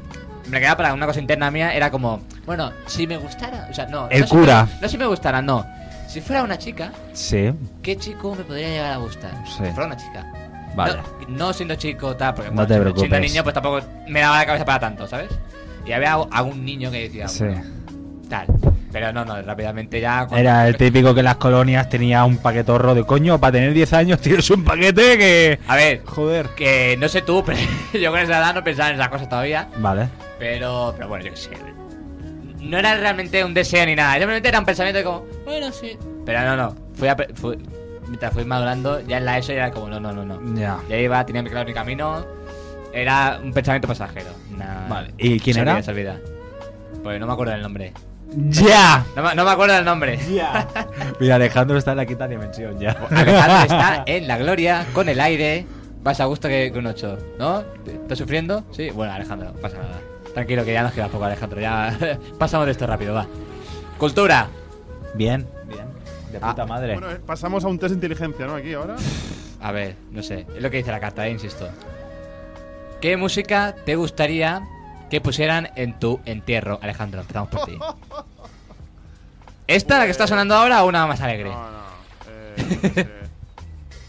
me quedaba para una cosa interna mía, era como, bueno, si me gustara, o sea, no.
El
no si
cura.
me- no si me gustara, no. Si fuera una chica,
Sí,
¿qué chico me podría llegar a gustar?
Sí.
Si fuera una chica.
vale.
No, no siendo chico, tal, porque
No
bueno,
te
siendo- siendo
preocupes.
niño, pues tampoco me daba la cabeza para tanto, ¿sabes? Y había algún niño que decía,
Sí.
bueno, tal. Pero no, no, rápidamente ya. cuando-
Era el típico que en las colonias tenía un paquetorro de coño. Para tener 10 años tienes un paquete que.
A ver,
joder.
Que no sé tú, pero yo con esa edad no pensaba en esas cosas todavía.
Vale.
Pero, pero bueno, yo qué sé. No era realmente un deseo ni nada. Simplemente era un pensamiento de como.
Bueno, sí.
Pero no, no. Fui a, pe- fui- mientras fui madurando, ya en la ESO ya era como, no, no, no, no.
Ya.
Ya iba, tenía claro mi camino. Era un pensamiento pasajero. Nada.
Vale. ¿Y quién
Se
era?
olvida, se olvida. Pues no me acuerdo del nombre.
¡Ya!
No, me- no me acuerdo del nombre.
Mira, Alejandro está en la quinta dimensión ya.
Alejandro está en la gloria, con el aire. Vas a gusto que, que un 8, ¿no? ¿Estás sufriendo? Sí. Bueno, Alejandro, no pasa nada. Tranquilo, que ya nos queda poco, Alejandro. Ya pasamos de esto rápido, va. Cultura.
Bien, Ah. bien. De puta madre.
Bueno, eh, pasamos a un test de inteligencia, ¿no? Aquí ahora.
A ver, no sé. Es lo que dice la carta, eh, insisto. ¿Qué música te gustaría que pusieran en tu entierro, Alejandro? Empezamos por ti. ¿Esta, la que está sonando ahora, o una más alegre?
No, no. Eh, yo qué sé.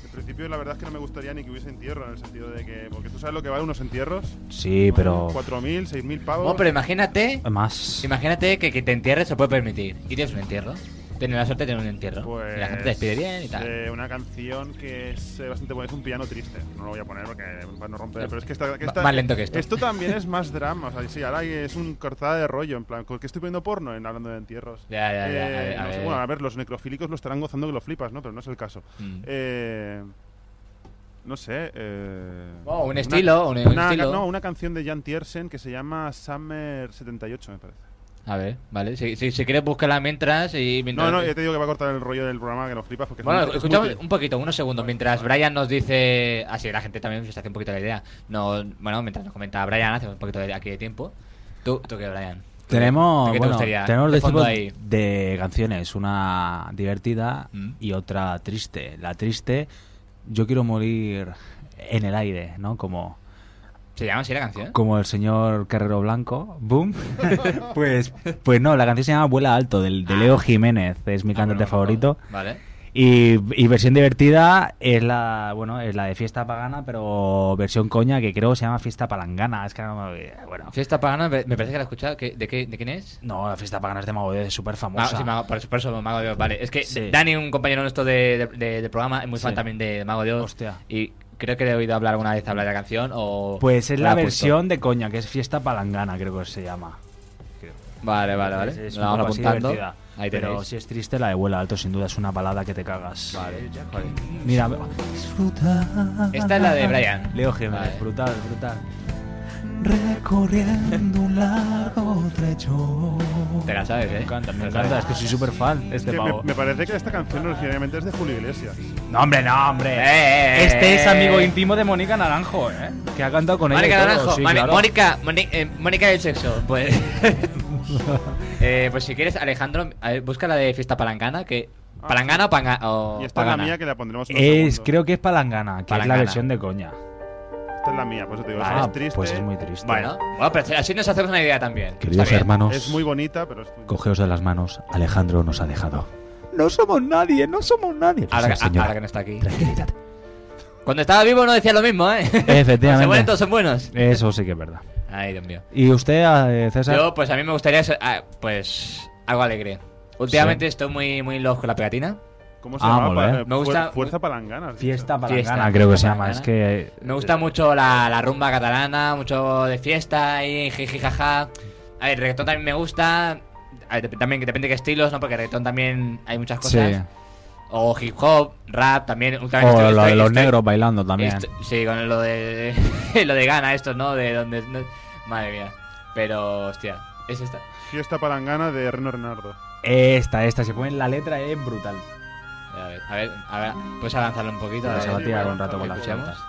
En principio, la verdad es que no me gustaría ni que hubiese entierro, en el sentido de que. Porque tú sabes lo que valen unos entierros.
Sí, pero.
4.000, 6.000 pavos.
No, pero imagínate.
Más.
Imagínate que, que te entierres se puede permitir. Y tienes un entierro. Tienes la suerte de tener un entierro.
Pues,
Y la gente te despide bien y tal.
eh, una canción que es eh, bastante buena, es un piano triste. No lo voy a poner porque para no romper. Pero es que esta. que
Va-
esta-
más lento que esto.
Esto también es más drama. O sea, sí, ahora es un cortada de rollo. En plan, ¿con ¿qué estoy poniendo porno en hablando de entierros?
Ya, ya, ya, a ver, a
Eh, no sé,
ver.
bueno, a ver, los necrofílicos lo estarán gozando que lo flipas, ¿no? Pero no es el caso.
Mm.
Eh, no sé. Eh,
Oh, un
una-
estilo, un- un
una-
estilo.
No, una canción de Jan Tiersen que se llama Summer 78, me parece.
A ver, vale. Si, si, si quieres, búscala mientras y mientras.
No, no, ya te digo que va a cortar el rollo del programa que lo flipas porque es
Bueno,
muy- es
escuchamos
muy-
un poquito, unos segundos, mientras Brian nos dice... Así la gente también se hace un poquito la idea. No, bueno, mientras nos comenta Brian, hace un poquito de aquí de tiempo. ¿Tú, tú qué, Brian? ¿Tú
Tenemos,
qué te
bueno,
gustaría?
tenemos
De
dos
fondo
tipos
ahí.
de canciones, una divertida
Mm.
y otra triste. La triste, yo quiero morir en el aire, ¿no? Como,
¿Se llama así la canción?
como el señor Carrero Blanco, boom. pues, pues no, la canción se llama Vuela Alto, del, de Leo Jiménez, es mi cantante favorito.
Ah, Vale.
Y, y versión divertida es la bueno es la de fiesta pagana, pero versión coña que creo que se llama fiesta palangana. Es que no me- bueno.
Fiesta pagana, me me parece que la he escuchado. ¿que- ¿De, qué, ¿De quién es?
No, la fiesta pagana es de Mago de Dios, es súper
Ah,
famosa.
sí, Mago- por eso, por eso, Mago de Dios, vale. Es que
Sí.
Dani, un compañero nuestro de, de- de- del programa, es muy
Sí.
fan también de Mago de Dios.
Hostia.
Y creo que le he oído hablar alguna vez hablar de la canción o...
Pues es
o
la,
he puesto.
versión de coña, que es fiesta palangana, creo que se llama.
Vale, vale, vale.
Es, es
Lo
un
vamos
poco así
apuntando.
divertida.
Ahí
pero
tenéis.
si es triste la de vuela alto, sin duda es una balada que te cagas.
Vale,
Mira,
Esta es la de Brian.
Leo Jiménez, brutal, brutal.
Recorriendo un largo trecho.
Te la sabes, eh. Me
encanta, me
Te la
encanta,
sabes.
es que soy súper fan de
Es que
este
me,
pavo.
me parece que esta canción originalmente es de Julio Iglesias.
No, hombre, no, hombre.
Eh,
este es
eh,
amigo
eh.
íntimo de Mónica Naranjo, ¿eh? Que ha cantado con
Mónica
ella. y todo,
Naranjo,
sí,
vale,
claro.
Mónica, Moni- eh, Mónica del sexo, pues. Eh, pues si quieres, Alejandro, a ver, busca la de fiesta palangana, que. ¿Palangana o, panga, o
Ah, Y esta es la
pagana?
mía que la pondremos en un
Es,
segundo.
creo que es Palangana, que es
Palangana.
la versión de coña.
Esta es la mía, por eso te digo,
Ah,
Pues es triste. ¿eh?
pues es muy triste.
Bueno, bueno, pero así nos hacemos una idea también.
Queridos
Está bien.
hermanos.
Es muy bonita, pero es
Cogeos de las manos, Alejandro nos ha dejado.
No somos nadie, no somos nadie.
Ahora,
Sí, señora.
ahora que no está aquí. Cuando estaba vivo no decía lo mismo, ¿eh?
Efectivamente.
Se mueren todos son buenos.
Eso sí que es verdad.
Ay, Dios mío.
¿Y usted, eh, César?
Yo, pues a mí me gustaría ser, ah, pues algo alegre. Últimamente estoy muy, muy loco con la pegatina.
¿Cómo
se Ah, llama? mole, eh.
Me gusta,
Fuerza palangana. has
Fiesta
dicho.
Palangana,
Fiesta,
creo que
fiesta
se llama.
palangana.
Es que.
me gusta mucho la, la rumba catalana, mucho de fiesta y jiji jaja. A ver, reggaetón también me gusta. A ver, dep- también que depende de qué estilos, ¿no? Porque reggaetón también hay muchas cosas.
Sí.
O hip hop, rap también. O
O lo de los negros bailando también.
Esto- sí, con lo de lo de Gana, esto, ¿no? De donde no- madre mía. Pero hostia, es esta.
Fiesta palangana de Reno Renardo.
Esta, esta, se pone en la letra, es brutal.
A ver, a ver, a ver, puedes avanzarlo un poquito.
Pero
A
se va a
ver,
tirar un rato con las
escuchamos.
plantas.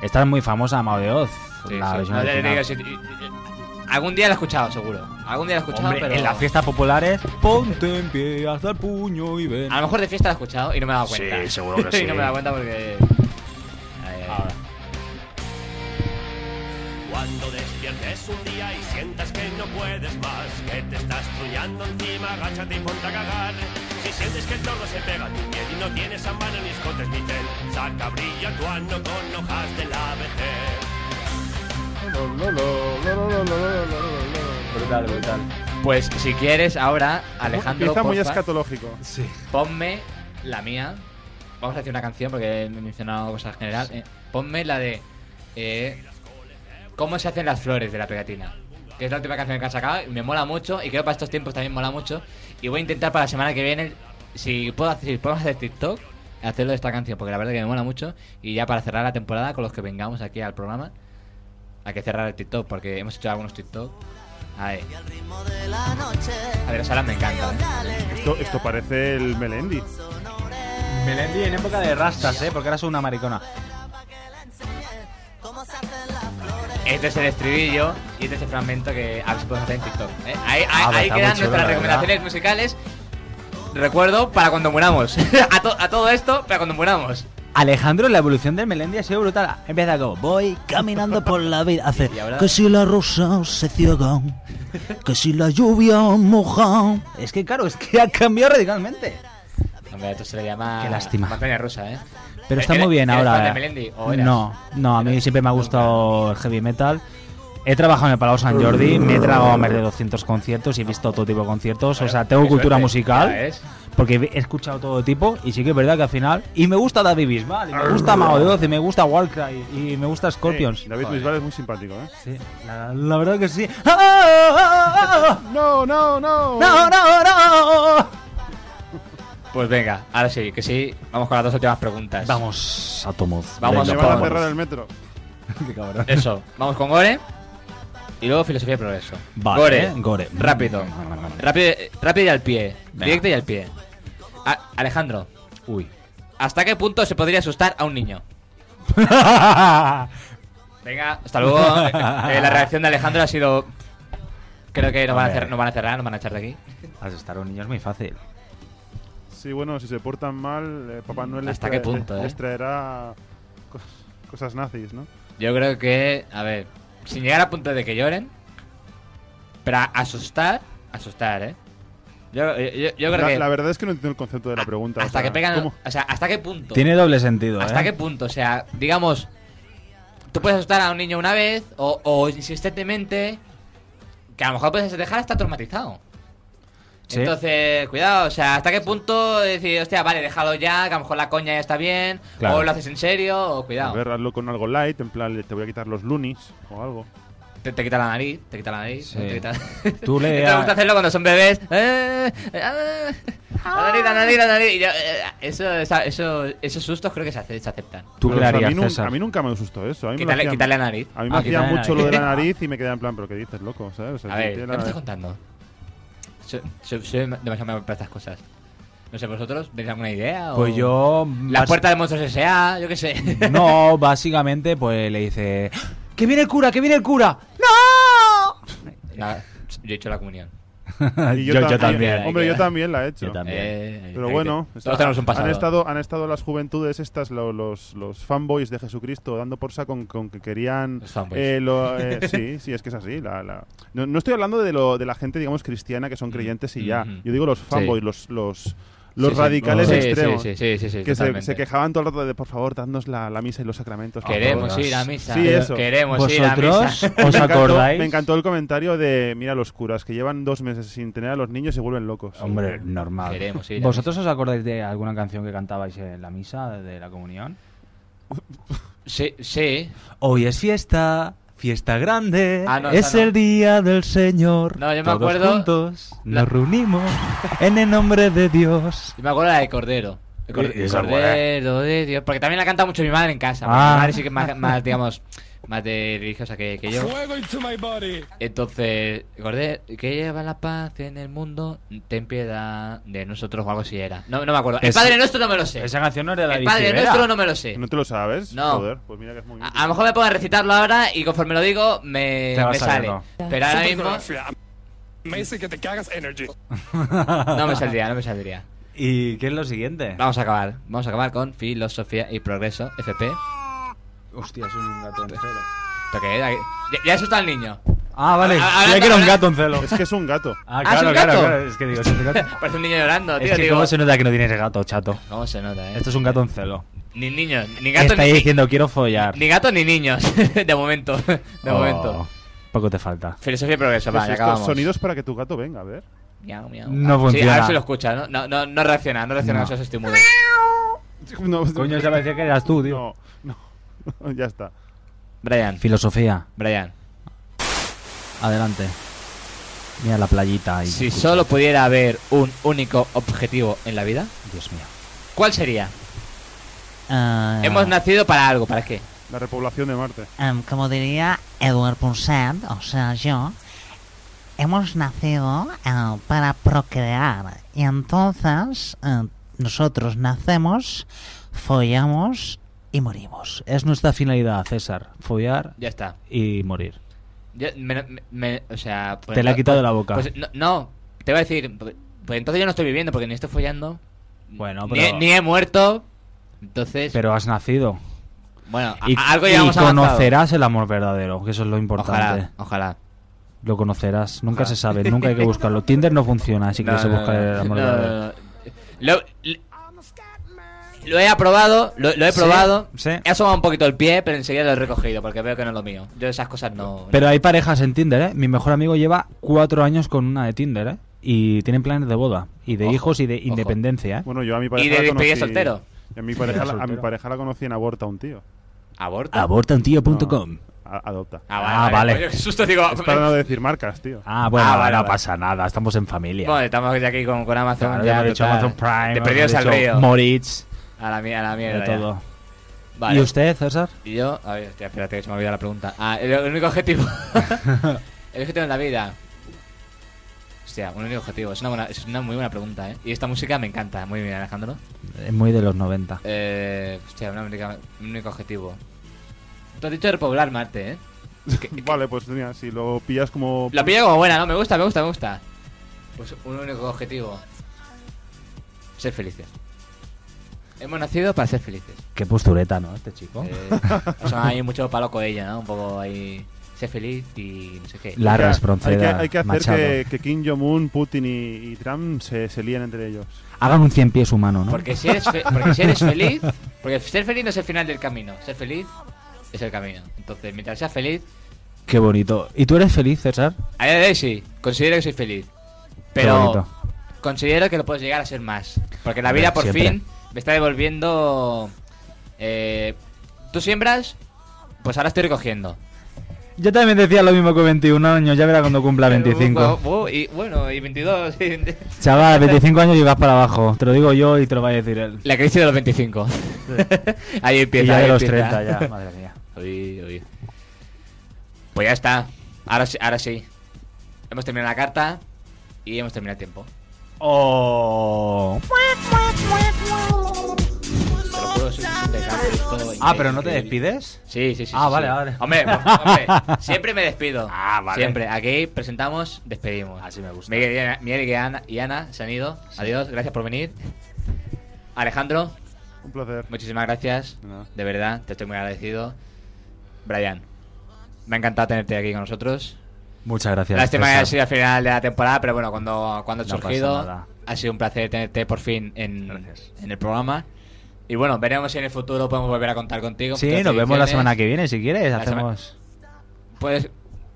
Esta es muy famosa, Amado de Oz. la
Sí,
versión
no, ya te
original.
digo, sí, y- y- algún día la he escuchado, seguro. Algún día la he escuchado,
Hombre,
pero.
en las fiestas populares. Ponte en pie hasta el puño y ven.
A lo mejor de fiesta la he escuchado y no me he dado cuenta.
Sí, seguro que sí.
y no me he dado cuenta porque. Ahí, ahí.
Cuando despiertes un día y sientas que no puedes más, que te estás truñando encima, agáchate y ponte a cagar. Si sientes que el todo se pega a tu piel y no tienes mano ni escotes ni tel, saca brillo actuando con hojas de la vejez.
Brutal, brutal. Pues si quieres, ahora, Alejandro.
Empieza muy
porfa,
escatológico. Sí.
Ponme la mía. Vamos a decir una canción porque me he mencionado cosas en general. Eh, ponme la de. eh, ¿Cómo se hacen las flores de la pegatina? Que es la última canción que han sacado. y Me mola mucho. Y creo que para estos tiempos también mola mucho. Y voy a intentar para la semana que viene. Si puedo hacer, si podemos hacer TikTok, hacerlo de esta canción. Porque la verdad que me mola mucho. Y ya para cerrar la temporada con los que vengamos aquí al programa. Hay que cerrar el TikTok porque hemos hecho algunos TikTok. A ver. A ver, los alas me encantan. ¿eh?
Esto, esto parece el Melendi.
Melendi en época de rastas, ¿eh? Porque ahora soy una maricona.
Este es el estribillo y este es el fragmento que a ver si podemos hacer en TikTok. ¿eh? Ahí, ahí-
Ah, pues
ahí
está muy
quedan
chulo,
nuestras
la
recomendaciones musicales. Recuerdo para cuando muramos. a, to- a todo esto, para cuando muramos.
Alejandro, la evolución del Melendi ha sido brutal. Empieza como, voy caminando por la vida. Hace,
ahora-
Que si la rosa se ciega, que si la lluvia moja.
Es que claro, es que ha cambiado radicalmente.
Hombre, esto se le llama.
Qué lástima.
Montaña rusa, ¿eh?
Pero está
¿Eres-
muy bien
eres
ahora.
fan de
eh.
Melendi, o eras?
no, no, a mí siempre me ha gustado el heavy metal. He trabajado en el Palau San Jordi, me he tragado más de 200 conciertos y he visto todo tipo de conciertos. O sea, tengo
qué
cultura
suerte,
musical.
ya ves.
Porque he escuchado todo tipo y sí que es verdad que al final... Y me gusta David Bisbal, y me gusta Mago de Oz, y me gusta Warcry, y me gusta Scorpions.
Eh, David
Joder.
Bisbal es muy simpático, ¿eh?
Sí. La, la verdad que sí. ¡Ah, No,
no, no.
ah, No, no, no.
Pues venga, ahora sí, que sí. Vamos con las dos últimas preguntas. Vamos.
Átomos.
Vamos
Me
con-
van a cerrar el metro.
Qué cabrón.
Eso, vamos con Gore. Y luego filosofía de progreso.
Vale,
gore,
eh, Gore.
Rápido. rápido. Rápido y al pie.
Venga.
Directo y al pie. A- Alejandro.
Uy.
¿Hasta qué punto se podría asustar a un niño? Venga, hasta luego. Eh, la reacción de Alejandro ha sido. Creo que nos van, a
Hombre.
cerrar, nos van a cerrar, nos van a echar de aquí.
Asustar a un niño es muy fácil.
Sí, bueno, si se portan mal, eh, Papá Noel les
¿Hasta qué
trae-
punto,
les-
eh?
les traerá cos- cosas nazis, ¿no?
Yo creo que. A ver. Sin llegar a punto de que lloren. Pero asustar. Asustar, eh. Yo, yo- yo- yo creo
la,
que.
la verdad es que no entiendo el concepto de la pregunta.
hasta
o sea,
que pegan.
¿cómo?
O sea, ¿hasta qué punto?
Tiene doble sentido,
¿Hasta
¿eh?
qué punto? O sea, digamos, tú puedes asustar a un niño una vez o, o insistentemente, que a lo mejor puedes dejar hasta traumatizado.
Sí.
Entonces, cuidado, o sea, ¿hasta qué punto decir, hostia, vale, déjalo ya, que a lo mejor la coña ya está bien,
Claro.
o lo haces en serio, o
A
cuidado.
ver, hazlo con algo light, en plan, te voy a quitar los lunis o algo.
Te, te quita la nariz, te quita la nariz. Te quita...
Tú le-
Te gusta hacerlo cuando son bebés. Eh, eh, ah, la nariz, la nariz, la nariz. y yo, eh, eso, esa- eso, esos sustos creo que se, ace- se aceptan.
¿Tú
Pero
qué
eso, a,
harías,
mí nun-
César?
a mí nunca me asustó eso. A mí me lo
Quítale-
hacían-
quítale la nariz.
A mí me
Ah,
hacía
quítale la
mucho lo de la
nariz.
nariz y me quedaba en plan, pero ¿qué dices, loco? ¿Sabes? O sea,
A
si
ver, ¿qué
tiene
me
la-
estás contando? Soy, soy- soy demasiado malo para estas cosas. No sé, ¿vosotros tenéis alguna idea? o-
Pues yo,
La
bas-
puerta de Monstruos S.A., yo qué sé.
No, básicamente, pues le dice. ¡Que viene el cura! ¡Que viene el cura!
Nada, yo he hecho la comunión.
Y yo, también. Hombre, yo también la he hecho.
Yo también. Eh,
Pero
ahí
bueno,
te- todos tenemos un pasado.
Han estado, han estado las juventudes estas, lo- los, los fanboys de Jesucristo, dando por saco con, con que querían...
fanboys.
eh, lo- eh, sí, sí, es que es así. la- la- No, no estoy hablando de, lo, de la gente, digamos, cristiana, que son creyentes y ya.
ujú.
Yo digo los fanboys,
Mm, Sí.
los... los
Sí,
los
sí.
radicales
Sí, sí,
extremos
sí, sí, sí, sí,
que se,
totalmente.
se quejaban todo el rato de por favor dadnos la, la misa y los sacramentos por
Queremos
favor".
ir a misa.
sí, eso.
Queremos ir a ¿Vosotros misa. os
Me encantó-
acordáis?
me encantó el comentario de mira los curas que llevan dos meses sin tener a los niños y vuelven locos
Hombre, normal.
Queremos ir a
¿Vosotros os acordáis de alguna canción que cantabais en la misa de la comunión?
Sí, sí.
Hoy es fiesta, fiesta grande.
Ah, no,
es
esa no.
el día del Señor.
No, yo me
Todos
acuerdo-
juntos
La-
nos reunimos en el nombre de Dios.
Yo me acuerdo la de Cordero. El cor-
Y esa
Cordero de Dios. Porque también la canta mucho mi madre en casa.
Ah.
Mi madre sí que es más, más, digamos, más de religiosa que, que yo. Entonces, Cordero, que lleva la paz en el mundo, ten piedad de nosotros o algo así era. No, no me acuerdo. El
Esa-
Padre Nuestro no me lo sé.
Esa canción no era de
El
David
Padre
Rivera.
Nuestro no me lo sé.
¿No te lo sabes?
No.
Joder, pues mira que es muy
A, a lo mejor me pongo a recitarlo ahora y conforme lo digo, me,
Te vas
me
a
sale.
verlo.
Pero ahora mismo
Supercoreografía. Me dice que te cagas energy.
no me saldría, no me saldría.
¿Y qué es lo siguiente?
Vamos a acabar. Vamos a acabar con Filosofía y Progreso, FP.
Hostia, es un gato en celo.
¿Esto qué era? eh, Ya, ya asustó al niño.
Ah, vale.
Ah, ah,
Creía
ah,
que era un
ah,
gato en celo.
Es que es un gato.
Ah,
¿Ah, es
claro,
un
claro,
gato?
claro. Es que digo, es un gato.
Parece un niño llorando, tío.
Es que
digo,
cómo se nota que no tienes gato, chato.
¿Cómo se nota, eh?
Esto es un gato en celo.
Ni niños, ni gato
Está
ni,
diciendo quiero follar.
ni gato ni niños. de momento, de
Oh,
momento.
Poco te falta.
Filosofía y Progreso,
¿Qué es
va, ya
esto?
acabamos.
Sonidos para que tu gato venga, a ver.
Miau, miau.
No
Ah, Sí,
funciona.
a ver si lo escucha, ¿no? No, no, no reacciona, no reacciona a
No.
esos estímulos.
No,
Coño, ya parecía que eras tú, tío.
no, no. ya está.
Brian,
Filosofía,
Brian.
adelante. Mira la playita ahí.
Si solo pudiera haber un único objetivo en la vida,
Dios mío.
¿cuál sería?
Ah.
Hemos nacido para algo, ¿para qué?
La repoblación de Marte.
Em, como diría Edward Punset, o sea, yo, hemos nacido eh, para procrear. Y entonces eh, nosotros nacemos, follamos y morimos.
Es nuestra finalidad, César. Follar
Ya está.
y morir.
Yo- me- me- me- o sea, pues
Te la he
entonces-
quitado de la boca.
pues no, no, te voy a decir, pues pues entonces yo no estoy viviendo porque ni estoy follando,
Bueno,
ni, he-
pero,
ni he muerto. Entonces,
pero has nacido.
bueno, a-
Y,
a- algo
y
llevamos avanzado.
conocerás el amor verdadero, que eso es lo importante.
Ojalá, ojalá.
Lo conocerás, nunca
Ojalá.
se sabe, nunca hay que buscarlo. Tinder no funciona, así que
No,
eso
no,
busca
no,
el
no,
amor
no,
verdadero.
no, no. Lo, lo- lo he aprobado, lo, lo he
Sí,
probado.
sí.
He asomado un poquito el pie, pero enseguida lo he recogido porque veo que no es lo mío. Yo esas cosas no.
Pero hay parejas en Tinder, ¿eh? Mi mejor amigo lleva cuatro años con una de Tinder, ¿eh? Y tienen planes de boda, y de
Ojo,
hijos y de independencia, ¿eh?
Bueno, yo a mi pareja.
de
la
despedida
conocí-
soltero?
A mi, pareja,
Despedida
la- a mi
soltero.
pareja la conocí en Aborta un tío.
¿Aborta?
Abortantío.com.
A- adopta.
Ah,
Ah, vale.
coño, qué susto, digo.
Es para no decir marcas, tío.
Ah, bueno,
Ah, vale,
no
vale.
pasa nada, estamos en familia.
Bueno, estamos ya aquí con, con Amazon.
Claro,
ya,
hemos dicho
total.
Amazon Prime,
De
hemos
perdidos al
dicho
río.
Moritz,
A la, mi- a la mierda.
de
ya.
todo.
Vale.
¿Y usted, César?
Y yo, a ver, hostia, espérate que se me ha olvidado la pregunta. Ah, el, el único objetivo. el objetivo en la vida. Hostia, un único objetivo. Es una, buena- es una muy buena pregunta, ¿eh? Y esta música me encanta. Muy bien, Alejandro.
Es muy de los 90.
Eh, hostia, una única- un único objetivo. Tú has dicho repoblar Marte, ¿eh?
vale, pues mira, si lo pillas como.
La pilla como buena, ¿no? Me gusta, me gusta, me gusta. Pues un único objetivo. Ser felices. Hemos nacido para ser felices.
Qué postureta, ¿no? Este chico.
Eh, son ahí mucho palo con ella, ¿no? Un poco ahí... sé feliz y no sé qué.
Larras,
Hay que,
Bronceda,
hay que hacer
Machado.
que, que Kim Jong-un, Putin y, y Trump se, se líen entre ellos.
Hagan un cien pies humano, ¿no?
Porque si, eres fe- porque si eres feliz, porque ser feliz no es el final del camino, ser feliz es el camino. Entonces, mientras seas feliz,
Qué bonito. ¿Y tú eres feliz, César?
a día de hoy sí, considero que soy feliz.
bonito.
Pero considero que lo puedes llegar a ser más. Porque la vida
Hombre,
por
siempre.
fin me está devolviendo... eh, Tú siembras, pues ahora estoy recogiendo.
Yo también decía lo mismo con 21 años, ya verá cuando cumpla 25.
Uh, uh, y, bueno, y 22. y-
Chaval, 25 años y vas para abajo. Te lo digo yo y te lo va a decir él.
La crisis de los 25. ahí empieza.
Y ya
ahí
de los
empieza.
30 ya, madre mía.
Uy, uy. Pues ya está. Ahora, sí- ahora sí. Hemos terminado la carta y hemos terminado el tiempo.
Oh.
Te lo juro, soy un desastre, estoy
Ah, pero ¿no te
increíble.
despides?
Sí, sí, sí.
Ah,
sí,
vale,
sí.
vale.
Hombre, pues, hombre, siempre me despido. Ah,
vale.
Siempre. Aquí presentamos, despedimos. Así me gusta. Miguel y Ana, Miguel y Ana, y Ana se han ido. Adiós, gracias por venir. Alejandro.
Un placer.
Muchísimas gracias.
De nada.
De verdad, te estoy muy agradecido. Brian, me ha encantado tenerte aquí con nosotros.
Muchas gracias.
Lástima que
César.
haya sido al final de la temporada, pero bueno, cuando, cuando ha
No pasa
surgido,
nada.
ha sido un placer tenerte por fin en, en el programa. Y bueno, veremos si en el futuro podemos volver a contar contigo.
Sí,
Futuras
nos vemos la
ediciones.
semana que viene si quieres.
La sema-
Hacemos.
Puedes.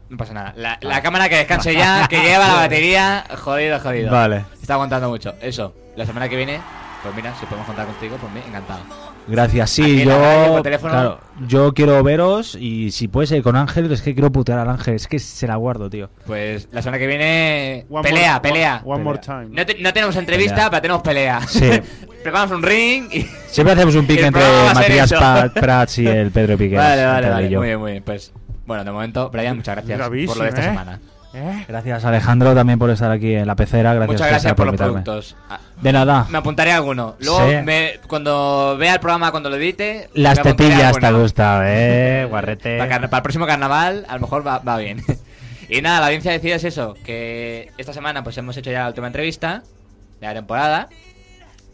No pasa nada. La, la cámara que descanse ya, que lleva la batería. Jodido, jodido.
Vale.
Está aguantando mucho. Eso, la semana que viene, pues mira, si podemos contar contigo, pues me encantado.
Gracias,
Aquí
sí,
en la radio,
yo.
por teléfono.
claro, yo quiero veros y si puede ser con Ángel, es que quiero putear al Ángel, es que se la guardo, tío.
Pues la semana que viene.
One
pelea,
more-
pelea.
one- one more time.
No, te- no tenemos entrevista,
Pelea.
pero tenemos pelea.
Sí.
Preparamos un ring y.
Siempre hacemos un pique
El
entre
programa va a ser
Matías
eso.
Pa- Prats y el Pedro Piqueras.
Vale, vale,
entre él
vale.
y yo.
Muy bien, muy bien. Pues bueno, de momento, Brian, muchas gracias por lo
Gravísimo,
de esta
¿eh?
semana.
Gracias, Alejandro, también por estar aquí en la pecera. Gracias,
Muchas
César,
gracias por los
invitarme.
productos. Ah,
De nada.
Me apuntaré a alguno. Luego,
Sí.
me- cuando vea el programa, cuando lo edite.
Las
me apuntaré a
tetillas
alguno.
te gustan, eh, guarrete.
Para, carna- para el próximo carnaval, a lo mejor va, va bien. y nada, la audiencia decide es eso: que esta semana pues hemos hecho ya la última entrevista de la temporada.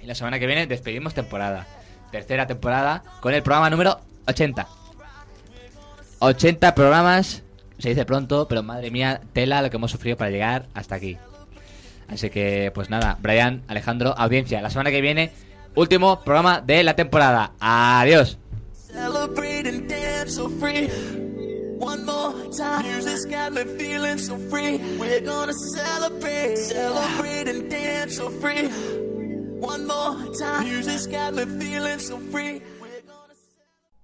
Y la semana que viene despedimos temporada. Tercera temporada con el programa número 80. 80 programas, se dice pronto, pero madre mía, tela lo que hemos sufrido para llegar hasta aquí. Así que, pues nada, Brian, Alejandro, audiencia, la semana que viene, último programa de la temporada. Adiós.
Celebrate and dance so free. One more time. Here's this got me feeling so free. We're gonna celebrate. Celebrate and dance so free. One more time. Here's this got me feeling so free.